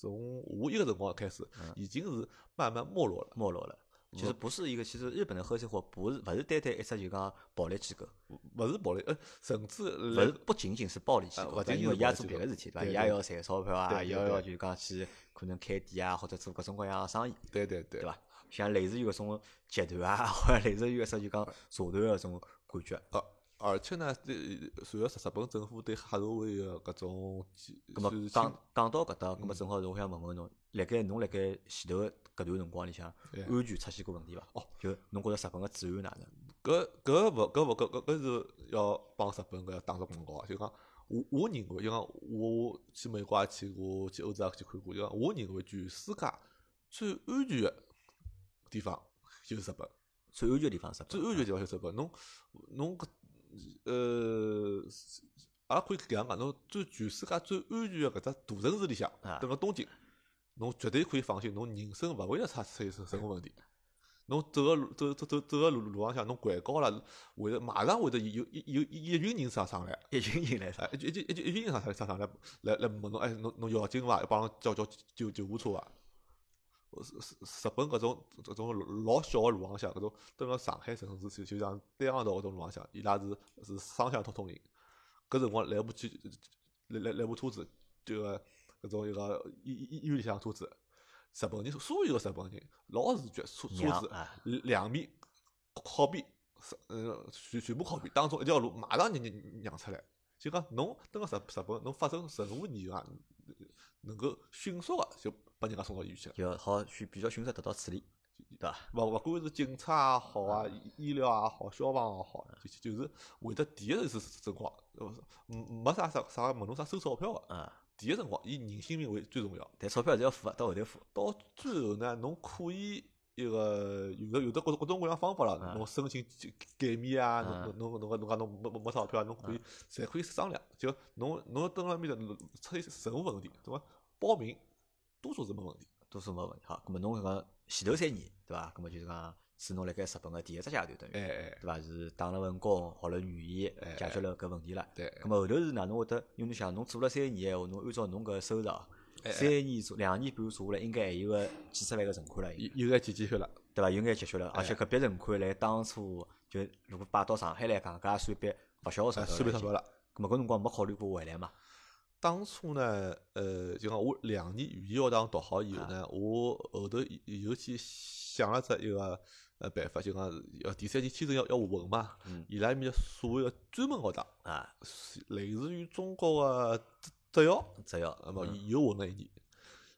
Speaker 2: 从我一个辰光开始，已经是慢慢没落了。
Speaker 1: 没落了。其实不是一个，其实日本的黑社会不是不是单单一只就讲暴力机构，
Speaker 2: 勿是暴力，呃，甚至
Speaker 1: 不
Speaker 2: 来
Speaker 1: 是不仅仅是暴力机
Speaker 2: 啊
Speaker 1: 构，
Speaker 2: 不
Speaker 1: 对
Speaker 2: 仅
Speaker 1: 因为
Speaker 2: 仅
Speaker 1: 伊
Speaker 2: 是暴
Speaker 1: 也做别的
Speaker 2: 力机构
Speaker 1: 事体，对伐？
Speaker 2: 对
Speaker 1: 伊
Speaker 2: 对
Speaker 1: 也要赚钞票啊，
Speaker 2: 对
Speaker 1: 也
Speaker 2: 对
Speaker 1: 要
Speaker 2: 对
Speaker 1: 就讲去可能开店啊，或者做各种各样的生意，
Speaker 2: 对对对
Speaker 1: 对伐？像类似于搿种集团啊， 或者类似于一只就讲社团的搿种感觉，
Speaker 2: 而而且呢，这随着日本政府对黑社会的搿种纪，
Speaker 1: 咁么
Speaker 2: 是嗯
Speaker 1: 讲讲到搿搭，咁么正好是我想问问侬，辣盖侬辣盖前头搿段辰光里向，
Speaker 2: 哎
Speaker 1: 安全出现过问题伐？
Speaker 2: 哦，
Speaker 1: 就侬觉着日本个治安哪能？
Speaker 2: 搿搿勿搿勿搿搿搿是要帮日本搿要打个广告，就讲我我认为，就讲我去美国也去过，去欧洲也去看过，就讲我认为全世界最安全个地方就是日本，
Speaker 1: 最安全地方是日
Speaker 2: 最
Speaker 1: 本
Speaker 2: 安全个地方就是日本。侬侬搿呃，阿拉可以搿样讲，侬最全世界最安全个搿只大城市里向
Speaker 1: 啊，
Speaker 2: 等个东京，侬绝对可以放心，侬人身勿会得出出现任何问题。侬走个路走走走走个路路浪向，侬拐角了，会得马上会得有有有一群人上上来，
Speaker 1: 一群人来
Speaker 2: 哎，一群一群一群一群人上上上上来来来问侬，哎，侬侬要紧伐？要帮侬叫叫救救护车伐？我日日日本搿种搿种老小个路浪向，搿种蹲辣上海城市就就像单行道搿种路浪向，伊拉是是双向通通人。搿辰光来部机来来来部车子，就个搿种一个医医医院里向的车子，日本人所有个日本人老自觉，车车
Speaker 1: 娘
Speaker 2: 子
Speaker 1: 啊
Speaker 2: 两面靠边，是呃全全部靠边，当中一条路马上让让让出来。就讲侬蹲个日日本，侬发生任何意外，能够迅速个就把人家送到医院去了。
Speaker 1: 就好迅比较迅速得到处理，对伐？
Speaker 2: 勿勿管是警察也好啊，医医疗也好，消防也好，就就就是会得第一是辰光，呃没没啥啥啥问侬啥收钞票个，
Speaker 1: 嗯，
Speaker 2: 第一辰光以人性命为最重要。
Speaker 1: 但钞票还是要付啊，到后头付。
Speaker 2: 到最后呢，侬可以一个有的有的各种各种各样方法了，
Speaker 1: 嗯
Speaker 2: 侬申请减免啊，
Speaker 1: 嗯
Speaker 2: 侬侬侬侬讲侬没没没钞票啊，侬可以侪可以商量。就侬侬蹲辣面头出现任何问题，对伐？报名多数是没问题。
Speaker 1: 多数没问题。好，咁么侬搿个前头三年，对伐？咁么就是讲是侬辣盖日本个第一只阶段等于，
Speaker 2: 哎哎，
Speaker 1: 对伐？是打了份工，学了语言，解决了搿问题了。
Speaker 2: 对，
Speaker 1: 咁么后头是哪能会得？因为侬想，侬做了三年闲话，侬按照侬搿收入啊，
Speaker 2: 哎哎
Speaker 1: 三年做两年半做下来，应该还有个几十万个存款了，
Speaker 2: 有有眼解解决了。
Speaker 1: 对伐？有眼积蓄了，而且
Speaker 2: 哎
Speaker 1: 搿笔存款来当初就如果摆到上海来讲，搿也算笔勿小个钞
Speaker 2: 啊，
Speaker 1: 票
Speaker 2: 算不钞票
Speaker 1: 了
Speaker 2: 了。
Speaker 1: 已经。咁么搿辰光没考虑过回来嘛？
Speaker 2: 当初呢，呃，就讲我两年语言学堂读好以后
Speaker 1: 啊
Speaker 2: 呢，我后头又去想了只一个呃办法，就讲是要第三年签证要要混嘛
Speaker 1: 嗯，
Speaker 2: 伊拉埃面所谓个专门学堂，
Speaker 1: 啊，
Speaker 2: 是类似于中国个职职校，
Speaker 1: 只要
Speaker 2: 那么又混了一年，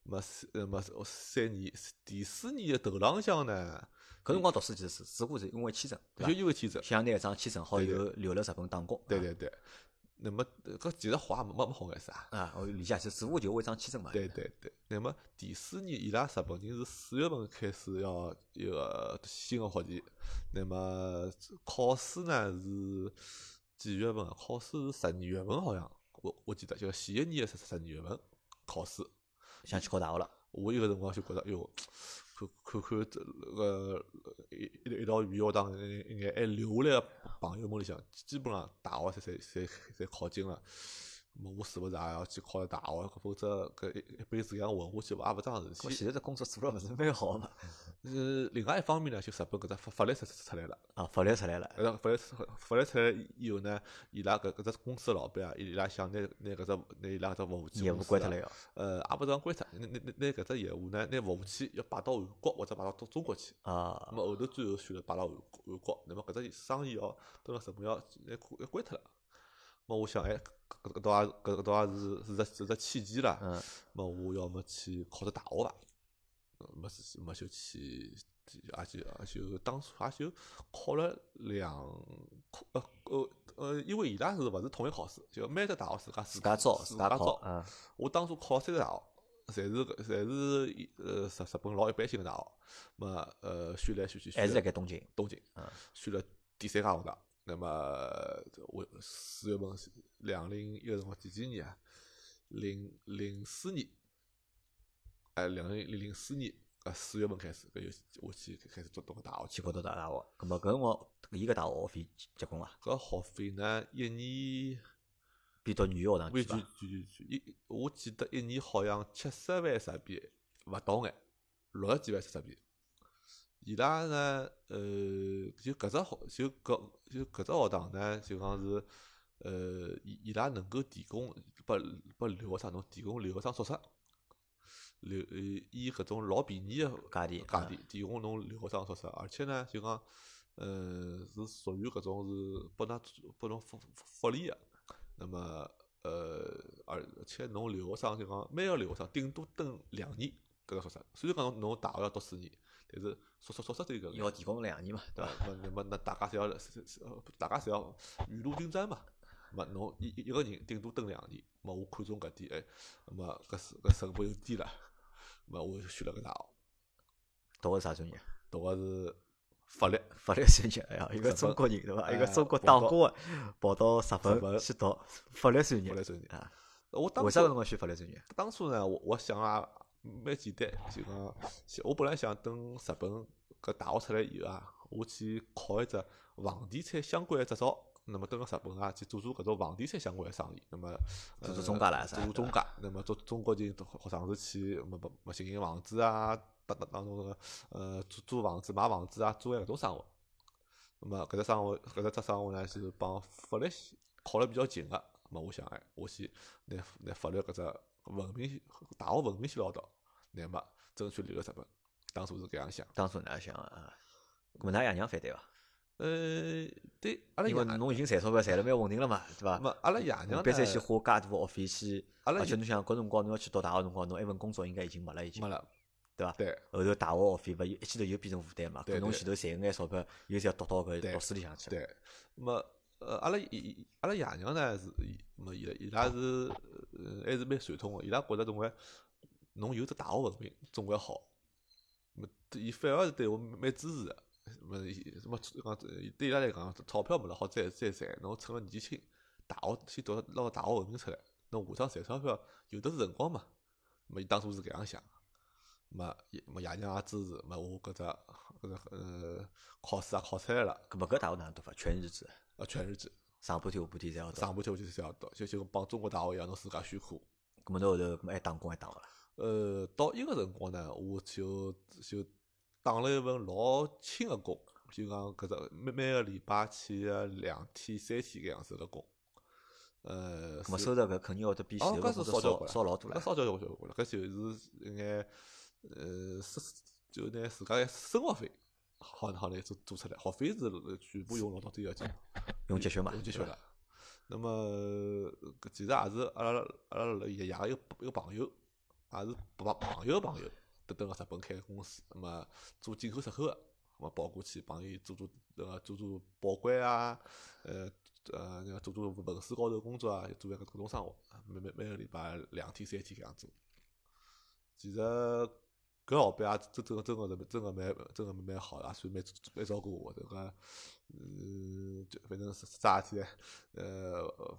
Speaker 2: 那么是那么是哦三年，第四年的头浪向呢，
Speaker 1: 搿辰光读书其实是只不过是因为签证，对啊
Speaker 2: 就
Speaker 1: 伐？
Speaker 2: 因为签证，
Speaker 1: 想拿一张签证，好
Speaker 2: 对对
Speaker 1: 有留辣日本打工。啊
Speaker 2: 对对对，那么呃搿其实好也没没没好干啥。
Speaker 1: 啊，我理解，就只不过就为一张签证嘛。
Speaker 2: 对对对，那么第四年伊拉日本人是四月份开始要一个新的学期，那么考试呢是几月份啊？考试是十二月份好像，我我记得就前一年的十十二月份考试。
Speaker 1: 想去考大学了，
Speaker 2: 我我有个辰光就觉着，哎哟，看看看这个一一一道语言学堂一一眼还哎留下来个朋友们里向，基本上大学侪侪侪侪考进了。么我是勿是也要去考大学？否则搿一一辈子搿样混下去，勿也勿桩事
Speaker 1: 我
Speaker 2: 体。
Speaker 1: 现在这工作做了勿是蛮好嘛？
Speaker 2: 呃，另外一方面呢，就日本搿只法法律出出出来了。
Speaker 1: 啊，法律出来了，
Speaker 2: 呃，法律出法律出来以后呢，伊拉搿搿只公司的老板啊，伊拉想拿拿搿只拿伊拉搿只服务器
Speaker 1: 业务
Speaker 2: 公司
Speaker 1: 关
Speaker 2: 啊
Speaker 1: 脱了要。
Speaker 2: 呃，也勿是讲关脱，拿拿拿搿只业务呢，拿服务器要摆到韩国或者摆到中中国去。
Speaker 1: 啊
Speaker 2: 那，么后头最后选择摆到韩国韩国，那么搿只生意哦，蹲辣日本要要关要关脱了。么我想，哎，搿搿搿倒也搿搿倒也是是只是只契机啦。
Speaker 1: 嗯，
Speaker 2: 么我要么去考只大学伐？呃么是么就去，也就也就当初也就考了两考呃呃呃，因为伊拉是勿是统一考试，就每只大学自家
Speaker 1: 自
Speaker 2: 自
Speaker 1: 家招，
Speaker 2: 自
Speaker 1: 自
Speaker 2: 家
Speaker 1: 家
Speaker 2: 招
Speaker 1: 考，。嗯，
Speaker 2: 我当初考三个大学，侪是搿侪是一呃日日本老一般性个大学，么呃选来选去
Speaker 1: 还
Speaker 2: 选
Speaker 1: 是
Speaker 2: 了
Speaker 1: 辣盖东京。
Speaker 2: 东京
Speaker 1: 嗯，
Speaker 2: 选了第三家学堂。那么我四月份两零一个辰光几几年啊？零零四年，哎，两零零零四年啊，四月份开始，搿游戏我去开始读读个大学去
Speaker 1: 去。过读大大学，葛末搿辰光伊个大学学费结棍伐？
Speaker 2: 搿学费呢，一年
Speaker 1: 比读女学堂
Speaker 2: 我
Speaker 1: 贵
Speaker 2: 就就
Speaker 1: 伐？
Speaker 2: 就就一，我记得一年好像七十万日币，勿到眼，六十几万日币。伊拉呢，呃，就搿只学，就搿就搿只学堂呢，就讲是，呃，伊伊拉能够提供拨拨留学生侬提供留学生宿舍，留呃以搿种老便宜个
Speaker 1: 价钿
Speaker 2: 价
Speaker 1: 嗯
Speaker 2: 钿提供侬留学生宿舍，而且呢，就讲，呃，是属于搿种是拨㑚拨侬福福福利个。那么呃，而且侬留学生就讲每个留学生顶多蹲两年搿个宿舍，虽然讲侬大学要读四年，但是宿宿宿舍只有搿
Speaker 1: 要
Speaker 2: 个。
Speaker 1: 提供两年嘛，对
Speaker 2: 对
Speaker 1: 伐
Speaker 2: 伐？？那那么那大家侪要是是是呃大家侪要雨露均沾嘛。那么侬一一个人顶多蹲两年，那么我看中搿点，哎，那么搿是搿成本又低了，那么我就选了搿大学，
Speaker 1: 读个啥专业？
Speaker 2: 读个是法律。
Speaker 1: 法律专业，哎呀，一个
Speaker 2: 日
Speaker 1: 中
Speaker 2: 本
Speaker 1: 国人对伐？
Speaker 2: 哎
Speaker 1: 一个中国
Speaker 2: 跑
Speaker 1: 打
Speaker 2: 到
Speaker 1: 工个跑到日
Speaker 2: 日
Speaker 1: 本
Speaker 2: 本
Speaker 1: 去读法律专业
Speaker 2: 法律专业
Speaker 1: 啊？
Speaker 2: 我当
Speaker 1: 为
Speaker 2: 时
Speaker 1: 啥搿辰光选法律专业？
Speaker 2: 当初呢，我我想啊，蛮简单，就讲，我本来想等日本搿大学出来以后啊，我去考一只房地产相关的执照，那么等个日本啊去做做搿种房地产相关的生意，那么
Speaker 1: 做
Speaker 2: 呃
Speaker 1: 做中介啦啥
Speaker 2: 做
Speaker 1: 对
Speaker 2: 做中介，那么做中国人好上市去，么么么经营房子啊，当当当中个呃租租房子、买房子啊，做搿种生活。那么搿只生活，搿只只生活呢，就是帮法律靠了比较近个。那么我想，哎，我先拿拿法律搿只文凭，大学文凭先捞到，那么争取留辣日本。当初是搿样想。
Speaker 1: 当初哪能想的啊？搿么㑚爷娘反对伐？
Speaker 2: 呃，对，阿拉
Speaker 1: 因为
Speaker 2: 爷娘，
Speaker 1: 侬已经赚钞票赚了蛮稳定了嘛，对伐？
Speaker 2: 没阿拉爷娘
Speaker 1: 侬
Speaker 2: 呢
Speaker 1: 别再去花介大个学费去，
Speaker 2: 阿拉
Speaker 1: 而且
Speaker 2: 爷
Speaker 1: 侬想搿辰光侬要去读大学辰光，侬埃份工作应该已经没了已经
Speaker 2: 没，了，
Speaker 1: 对伐？
Speaker 2: 对
Speaker 1: 后头大学学费勿又一记头又变成负担嘛，
Speaker 2: 对
Speaker 1: 搿侬
Speaker 2: 对
Speaker 1: 前头赚个眼钞票，又是要读到搿
Speaker 2: 对
Speaker 1: 读书里向去了。
Speaker 2: 对。那么呃，阿拉爷爷阿拉爷娘呢是，伊么伊拉伊拉是呃还是蛮传统个，伊拉觉着总归侬有只大学文凭总归好。么对伊反而是对我蛮支持个。么伊么讲对伊拉来讲，钞票没了好再再赚，侬趁个年纪轻，大学先读拿个大学文凭出来，侬下趟赚钞票有的是辰光嘛。么伊当初是搿样想的。么爷么爷娘也支持，么我搿只搿只呃考试也考出来了，
Speaker 1: 搿么搿大学哪能读法？全日制，
Speaker 2: 呃全日制，
Speaker 1: 上半天下半天侪要读。
Speaker 2: 上半天我就是要读，就就帮中国大学一样，侬自家选课。
Speaker 1: 搿么侬后头搿么还打工还打勿啦？
Speaker 2: 呃，到一个辰光呢，我就就打了一份老轻个工，就讲搿只每每个礼拜去个两天三天搿样子个工。呃，
Speaker 1: 搿么
Speaker 2: 是
Speaker 1: 收入搿肯定要得比前
Speaker 2: 哦，
Speaker 1: 头
Speaker 2: 搿
Speaker 1: 搿
Speaker 2: 是
Speaker 1: 工
Speaker 2: 少
Speaker 1: 作
Speaker 2: 交关
Speaker 1: 少少
Speaker 2: 了
Speaker 1: 老多了
Speaker 2: 搿。少交交交关了，搿就是一眼呃，是就拿自家个生活费，好好来做做出来，学费是全部用老到底要紧，
Speaker 1: 用积蓄嘛
Speaker 2: 用积蓄
Speaker 1: 对
Speaker 2: 了。那么搿其实也是阿拉阿拉爷爷个一个一个朋友，也是朋朋友个朋友，得等个日本开个公司，那么做进口出口个，那么跑过去帮伊做做呃做做保管啊，呃呃那个做做文书高头工作啊，做搿搿种生活，每每每个礼拜两天三天搿样做。其实搿老板也真真真个是真个蛮真个蛮好的，也算蛮蛮照顾我这个，嗯，就反正是啥事体，呃，呃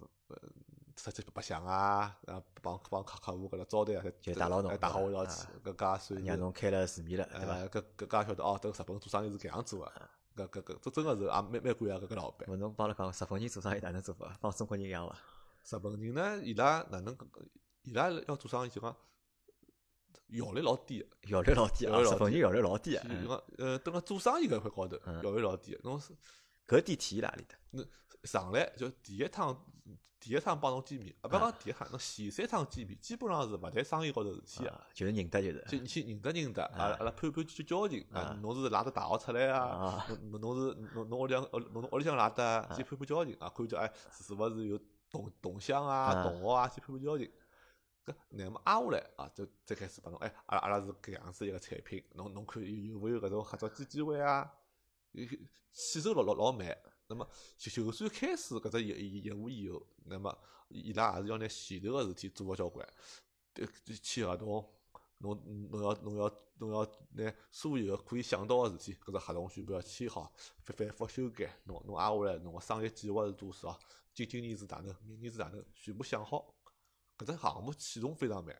Speaker 2: 出去白相啊，然后帮帮客客户搿搭招待啊，
Speaker 1: 就带牢侬
Speaker 2: 哎带好我一道
Speaker 1: 啊
Speaker 2: 去，搿家算
Speaker 1: 让
Speaker 2: 是
Speaker 1: 侬开了视面了，对伐？
Speaker 2: 哎，搿搿家晓得哦，等日本做生意是搿样做啊，搿搿搿这真个是也蛮蛮感谢搿个老板。
Speaker 1: 我侬帮阿拉讲，日本人做生意哪能做法？帮中国人一样伐？
Speaker 2: 日本人呢，伊拉哪能伊拉要做生意就讲效率老低的，
Speaker 1: 效率老低啊！
Speaker 2: 效率老
Speaker 1: 日本人效率老低啊！
Speaker 2: 就
Speaker 1: 嗯
Speaker 2: 讲呃，等辣做生意搿一块高头
Speaker 1: 嗯
Speaker 2: 效率老低的，侬是
Speaker 1: 搿点体现辣何里搭？
Speaker 2: 上来就第一趟第一趟帮侬见面，啊，勿
Speaker 1: 嗯
Speaker 2: 讲第一趟，侬前三趟见面基本上是勿谈生意高头事体啊，
Speaker 1: 啊就是认得就。
Speaker 2: 就是你去认得认得，
Speaker 1: 啊
Speaker 2: 啊，阿拉攀攀交交情啊
Speaker 1: 啊，
Speaker 2: 侬是哪只大学出来啊？
Speaker 1: 啊，
Speaker 2: 侬侬侬是侬侬屋里向呃侬侬屋里向哪搭啊？去攀攀交情啊，看叫哎是勿是有同同乡啊、
Speaker 1: 啊
Speaker 2: 同学啊去攀攀交情。搿乃末挨下来啊，就再开始帮侬哎，阿拉阿拉是搿样子一个产品，侬侬看有有勿有搿种合作机机会啊？有有起手老老老慢，那么就就算开始搿只业业业务以后，那么伊拉也是要拿前头个事体做好交关，呃签合同，侬侬要侬要侬要拿所有个可以想到个事体，搿只合同全部要签好，反反复修改，侬侬挨下来，侬个商业计划是多少？今今年是哪能，明年是哪能，全部想好。搿只项目启动非常慢。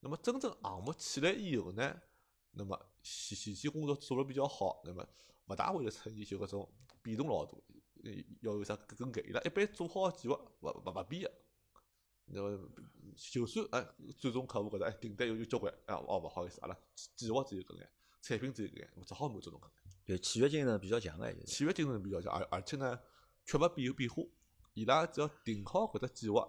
Speaker 2: 那么真正项目起来以后呢，那么前前期工作做了比较好，那么勿大会得出现就搿种变动老大，呃要有啥更改。伊拉一般做好个计划勿勿勿变个。那么就算哎，最终客户搿搭哎订单有有交关，哎哦勿好意思，阿拉计计划只有搿眼，产品只有搿眼，只好满足侬搿眼。
Speaker 1: 就契约精神比较强哎，就是
Speaker 2: 契约精神比较强，而而且呢，缺乏变变化。伊拉只要定好搿只计划，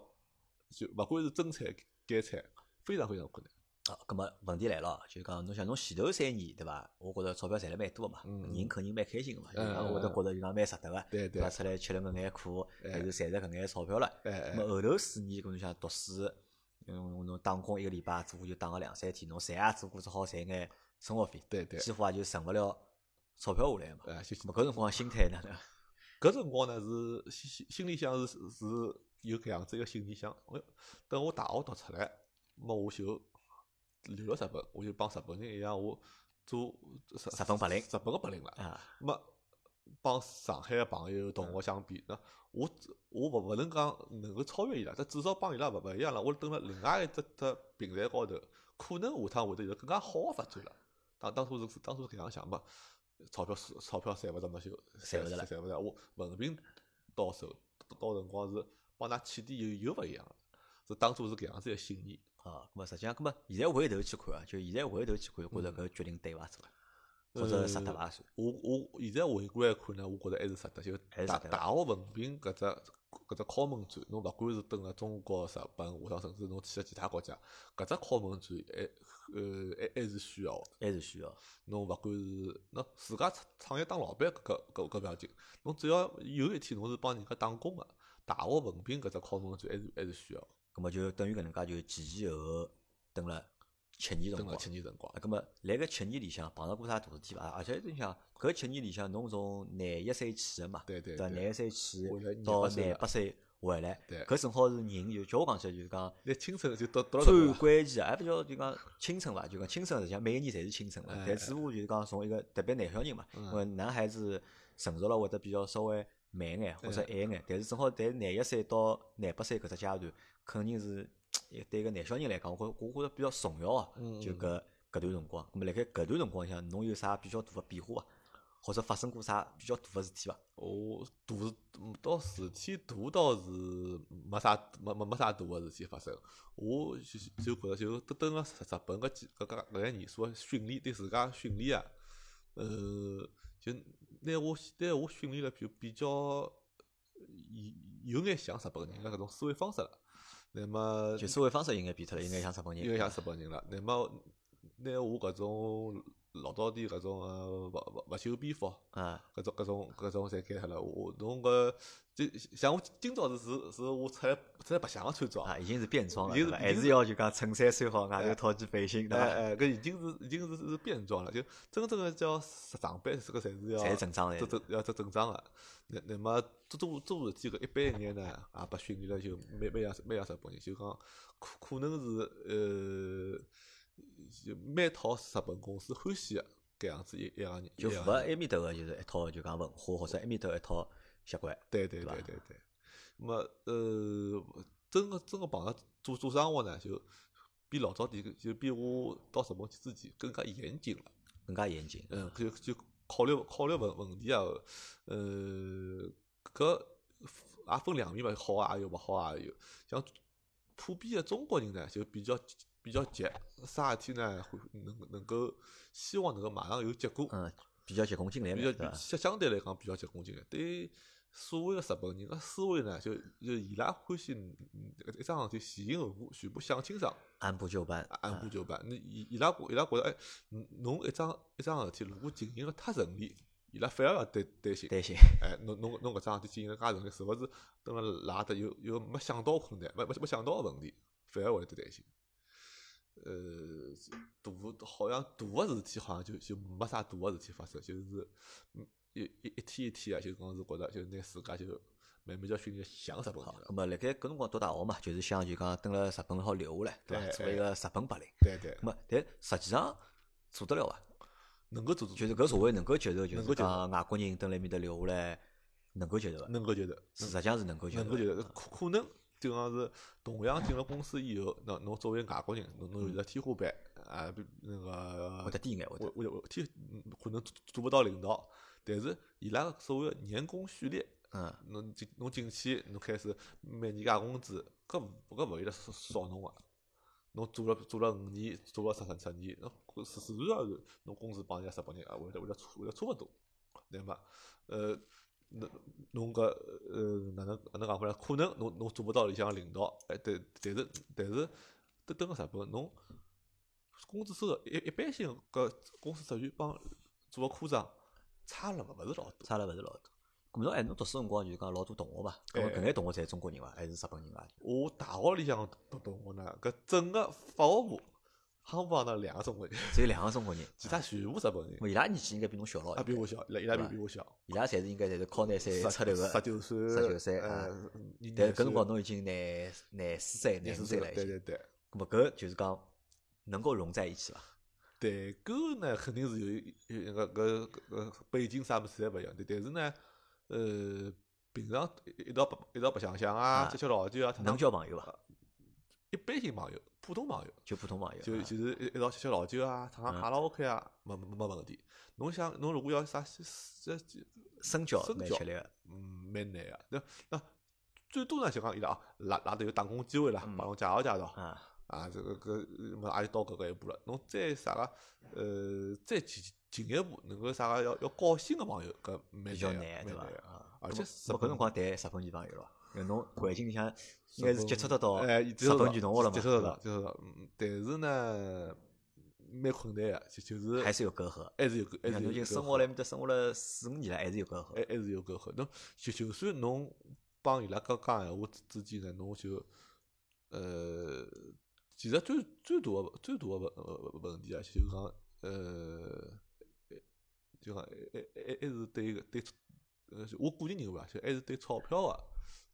Speaker 2: 就勿管是增产减产，非常非常困难。
Speaker 1: 啊，咁么问题来了，就是讲侬想侬前头三年对伐？我觉着钞票赚了蛮多个嘛，
Speaker 2: 嗯
Speaker 1: 人肯定蛮开心个嘛，就
Speaker 2: 嗯
Speaker 1: 讲我都
Speaker 2: 嗯
Speaker 1: 觉着就讲蛮值得个，
Speaker 2: 对
Speaker 1: 伐？出来吃了搿眼苦，还
Speaker 2: 哎
Speaker 1: 是赚着搿眼钞票了。
Speaker 2: 哎
Speaker 1: 咁
Speaker 2: 哎
Speaker 1: 么后头四年，搿侬想读书，侬侬打工一个礼拜，做就打个两三天，侬赚也做过，只好赚眼生活费，
Speaker 2: 对对，
Speaker 1: 几乎也就存勿了钞票下来嘛。
Speaker 2: 哎，就
Speaker 1: 咁么搿辰光心态哪能？
Speaker 2: 啊搿辰光呢是心心心里向是是有搿样子一个心里想，我等我大学读出来，么我就留了日本，我就帮日本人一样，我做日
Speaker 1: 日本白领
Speaker 2: 日本个白领了。
Speaker 1: 啊，
Speaker 2: 么帮上海个朋友同学相比，那我只我勿勿能讲能够超越伊拉，但至少帮伊拉勿勿一样了。我蹲辣另外一只只平台高头，可能下趟会得有更加好个发展了。当当初是当初是搿样想嘛，钞票是钞票赚勿着嘛就
Speaker 1: 赚勿着了
Speaker 2: 赚勿着。我文凭到手到辰光是帮㑚起点又又勿一样了，是当初是搿样子一个信念。
Speaker 1: 啊，咁么实际上，咁么现在回头去看啊，就现在回头去看，觉着
Speaker 2: 嗯
Speaker 1: 搿决定对伐？做的，或
Speaker 2: 呃
Speaker 1: 者值得伐？算
Speaker 2: 我我现在回过来看呢，我觉着还是值得，就
Speaker 1: 还是
Speaker 2: 大
Speaker 1: 值得的
Speaker 2: 大学文凭搿只搿只敲门砖，侬勿管是蹲辣中国、日本，或者甚至侬去了其他国家，搿只敲门砖还呃还还是需要的。
Speaker 1: 还是需要。
Speaker 2: 侬勿管是侬自家创创业当老板搿搿搿搿勿要紧，侬只要有一天侬是帮人家打工个，大学文凭搿只敲门砖还是还是需要的。
Speaker 1: 咁么就等于搿能介就前前后后等了七年辰
Speaker 2: 蹲辣
Speaker 1: 光。
Speaker 2: 七年辰光
Speaker 1: 啊，，咁么辣搿七年里向碰到过啥大事体伐？啊而且你想，搿七年里向侬从廿一岁起个嘛，
Speaker 2: 对
Speaker 1: 对
Speaker 2: 对
Speaker 1: 伐？
Speaker 2: 对
Speaker 1: 廿一岁起
Speaker 2: 回来廿
Speaker 1: 到
Speaker 2: 八岁
Speaker 1: 廿
Speaker 2: 了
Speaker 1: 八岁回来，
Speaker 2: 对
Speaker 1: 搿正好是人就叫我讲起来就是讲
Speaker 2: 拿青春就到到了
Speaker 1: 最
Speaker 2: 搿个
Speaker 1: 关键啊，还不叫就讲青春伐？就讲青春，实际上每一年侪是青春嘛
Speaker 2: 哎。
Speaker 1: 但只不过就是讲从一个特别男小人嘛，
Speaker 2: 嗯
Speaker 1: 因为男孩子成熟了会得比较稍微慢眼或者晚眼，但是正好在廿一岁到廿八岁搿只阶段，肯定是对一个男小人来讲，我觉我觉着比较重要啊
Speaker 2: 嗯。
Speaker 1: 就搿搿段辰光，咁么辣盖搿段辰光里向，侬有啥比较大的变化伐？啊或者发生过啥比较大的事体伐？
Speaker 2: 我大事嗯倒事体大倒是没啥没没没啥大个事体发生。我就就觉着就得等个日本个几搿搿搿些年数个训练对自家训练啊，呃，就拿我拿我训练了比比较有有眼像日本人个搿种思维方式了。那么
Speaker 1: 就思维方式应该变脱了，应该像日本人。
Speaker 2: 因为像日本人了。那么拿我搿种老早点搿种呃勿勿勿修边幅。
Speaker 1: 啊，
Speaker 2: 搿种搿种搿种侪改脱了。我侬搿就像我今朝是是是我出来出来白相个穿着，
Speaker 1: 啊，已经是变装了，
Speaker 2: 已经
Speaker 1: 对
Speaker 2: 是
Speaker 1: 伐
Speaker 2: 已
Speaker 1: 还
Speaker 2: 经
Speaker 1: 是
Speaker 2: 是
Speaker 1: 要就讲衬衫穿好，外头套件背心，对
Speaker 2: 哎
Speaker 1: 伐？
Speaker 2: 哎，搿已经是已经是是变装了，就真正个叫上班是搿侪是要
Speaker 1: 才是正常的
Speaker 2: 这正要这正常个。那那么做做做事体搿一般一眼呢，也被训练了就蛮蛮像蛮像日本人，就讲可可能是呃就蛮讨日本公司欢喜个搿样子一一样人，
Speaker 1: 就
Speaker 2: 一
Speaker 1: 符
Speaker 2: 样
Speaker 1: 合
Speaker 2: 人
Speaker 1: 埃面头个就是一套就讲文化或者埃面头一套习惯。
Speaker 2: 对对
Speaker 1: 对吧
Speaker 2: 对对对。那么呃，真个真个碰着做做生活呢，就比老早点就比我到日本去之前更加严谨了。
Speaker 1: 更加严谨。
Speaker 2: 嗯，就就考虑考虑问问题啊，呃，搿也分两面嘛，好啊也有，勿好啊也有。像普遍的中国人呢，就比较比较急，啥事体呢，会能能够希望能够马上有结果，
Speaker 1: 嗯，比较急功近利嘛，
Speaker 2: 比
Speaker 1: 对
Speaker 2: 较
Speaker 1: 伐？
Speaker 2: 相相对来讲比较急功近利。对所谓的日本人个思维呢，就就伊拉欢喜嗯一桩事体前因后果全部想清爽。
Speaker 1: 按部就班，嗯
Speaker 2: 按部就班。你伊伊拉觉伊拉觉着，哎，嗯侬一桩一桩事体，如果进行了太顺利，伊拉反而要担担心。
Speaker 1: 担心。
Speaker 2: 哎，侬侬侬搿桩事体进行了介顺利，是勿是等了拉得有有没想到困难，没没没想到个问题，反而会得担心。呃，大好像大个事体好像就就没啥大个事体发生，就是嗯一一一天一天啊，就讲是觉着就拿自家就慢慢叫训练像日本人
Speaker 1: 好，
Speaker 2: 了
Speaker 1: 那。么辣盖搿辰光读大学嘛，就是想就讲蹲辣日本好留下来，对伐？
Speaker 2: 对哎
Speaker 1: 做一个日本白领。
Speaker 2: 对对，
Speaker 1: 咁啊，但实际上做得了伐？
Speaker 2: 能够做做
Speaker 1: 就是搿社会能够接受，就
Speaker 2: 能
Speaker 1: 是
Speaker 2: 够接受
Speaker 1: 讲外国人蹲辣埃面搭留下来，能够接受伐？
Speaker 2: 能够接受。
Speaker 1: 是实际上是能够接受
Speaker 2: 能够
Speaker 1: 的。
Speaker 2: 觉得可可能就讲是同样进了公司以后，那侬作为外国人，侬侬有了天花板啊，比那个
Speaker 1: 会得低眼，会
Speaker 2: 我
Speaker 1: 得。
Speaker 2: 我我天嗯可能做做不到领导，但是伊拉所谓的年功序列，
Speaker 1: 嗯，
Speaker 2: 侬进侬进去，侬开始每年加工资，搿勿搿勿会得少少侬个。侬做了做了五年，做了十十十年，侬自自然而然侬工资帮人家日本人啊，会得会得差会得差勿多，对伐？呃，侬侬搿呃哪能哪能讲法呢？可能侬侬做勿到里向领导，哎，但但是但是，等等个日本侬工资收入一一般性搿公司职员帮做个科长差了勿勿是老多。
Speaker 1: 差了勿是老多。咁侬哎，侬读书辰光就是讲老多同学嘛，咁么
Speaker 2: 哎
Speaker 1: 搿眼同学侪中国人伐？还是日本人啊伐？
Speaker 2: 我大学里向读同学呢，搿整个法学部，夯不啷当两个中国人，
Speaker 1: 只有两个中 国人，
Speaker 2: 其他全部日本人
Speaker 1: 咁，伊拉年纪应该比侬小咯
Speaker 2: 啊也，比我小，伊拉伊拉
Speaker 1: 对
Speaker 2: 比
Speaker 1: 吧
Speaker 2: 比我小，
Speaker 1: 伊拉侪是应该侪是靠廿岁
Speaker 2: 十
Speaker 1: 出头个。
Speaker 2: 十九岁，
Speaker 1: 十九岁啊
Speaker 2: 呃，廿
Speaker 1: 但是搿
Speaker 2: 岁
Speaker 1: 辰光侬已经廿廿四岁、廿
Speaker 2: 廿
Speaker 1: 五
Speaker 2: 四
Speaker 1: 岁
Speaker 2: 岁
Speaker 1: 了
Speaker 2: 了，
Speaker 1: 已
Speaker 2: 对
Speaker 1: 经。
Speaker 2: 对对。
Speaker 1: 咁么搿就是讲能够融在一起伐？
Speaker 2: 代购呢，肯定是有一有一个搿搿搿背景啥物事侪勿一样，但但是呢，呃，平常一一道白一道白相相啊，
Speaker 1: 啊
Speaker 2: 吃吃老酒啊，
Speaker 1: 能
Speaker 2: 交
Speaker 1: 交朋友伐？
Speaker 2: 一般性朋友，普通朋友，
Speaker 1: 就普通朋友。
Speaker 2: 就
Speaker 1: 啊
Speaker 2: 就是一一道吃吃老酒啊，唱
Speaker 1: 嗯
Speaker 2: 唱卡拉 OK 啊，没没没问题。侬想，侬如果要啥西这这，
Speaker 1: 深交
Speaker 2: 深
Speaker 1: 蛮
Speaker 2: 交
Speaker 1: 吃力个。
Speaker 2: 嗯，蛮难啊。那那最多呢，就讲伊拉啊，哪哪头有打工机会啦，
Speaker 1: 嗯
Speaker 2: 帮侬介绍介绍。
Speaker 1: 啊，
Speaker 2: 啊，这个搿么也就到搿个一步了。侬再啥个，呃，再进进一步，能够啥个要要交新个朋友，搿蛮
Speaker 1: 比较
Speaker 2: 难
Speaker 1: 难
Speaker 2: 个，
Speaker 1: 对
Speaker 2: 蛮
Speaker 1: 伐
Speaker 2: 难个。？
Speaker 1: 啊
Speaker 2: 而
Speaker 1: 咁么
Speaker 2: 且日
Speaker 1: 搿
Speaker 2: 本
Speaker 1: 辰光谈日本女朋友咯，因为侬环境里向应该是接触得到
Speaker 2: 哎，
Speaker 1: 日
Speaker 2: 接触
Speaker 1: 本女同学了嘛，
Speaker 2: 接触得到，
Speaker 1: 吧？
Speaker 2: 接触得到。嗯，但是呢，蛮困难个，就就是
Speaker 1: 还是有隔阂。
Speaker 2: 还是有个，还是
Speaker 1: 侬
Speaker 2: 有
Speaker 1: 已经
Speaker 2: 个
Speaker 1: 生
Speaker 2: 隔
Speaker 1: 活
Speaker 2: 阂哎
Speaker 1: 辣埃面搭生活了四五年了，还是有隔
Speaker 2: 还
Speaker 1: 阂。
Speaker 2: 还是有隔阂。侬就就算侬帮伊拉讲讲闲话之之间呢，侬就呃，其实最最大个最大个问问问题啊，就是讲呃，就讲还还还是对个对，呃，我个人认为啊，就还是对钞票啊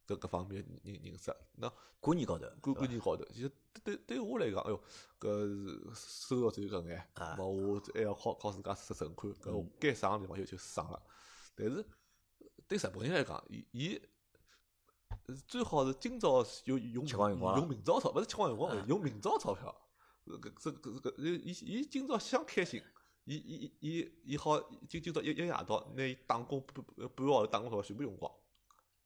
Speaker 2: 搿搿方面认认识。那
Speaker 1: 观念高头，对
Speaker 2: 观
Speaker 1: 吧
Speaker 2: 观念高头，其实对对对我来讲，哎哟，搿是收入只有搿眼
Speaker 1: 啊，
Speaker 2: 冇我还要靠靠自家存存款，搿我
Speaker 1: 嗯
Speaker 2: 该省个地方就就省了。但是对日本人来讲，伊伊呃最好是今朝有用
Speaker 1: 吃光用光
Speaker 2: 用明朝钞，勿是吃光用光
Speaker 1: 啊，
Speaker 2: 用明朝钞票。搿搿搿搿搿，伊伊今朝想开心，伊伊伊伊伊好今今朝一一夜到，拿伊打工半半半个号头打工钞票全部用光。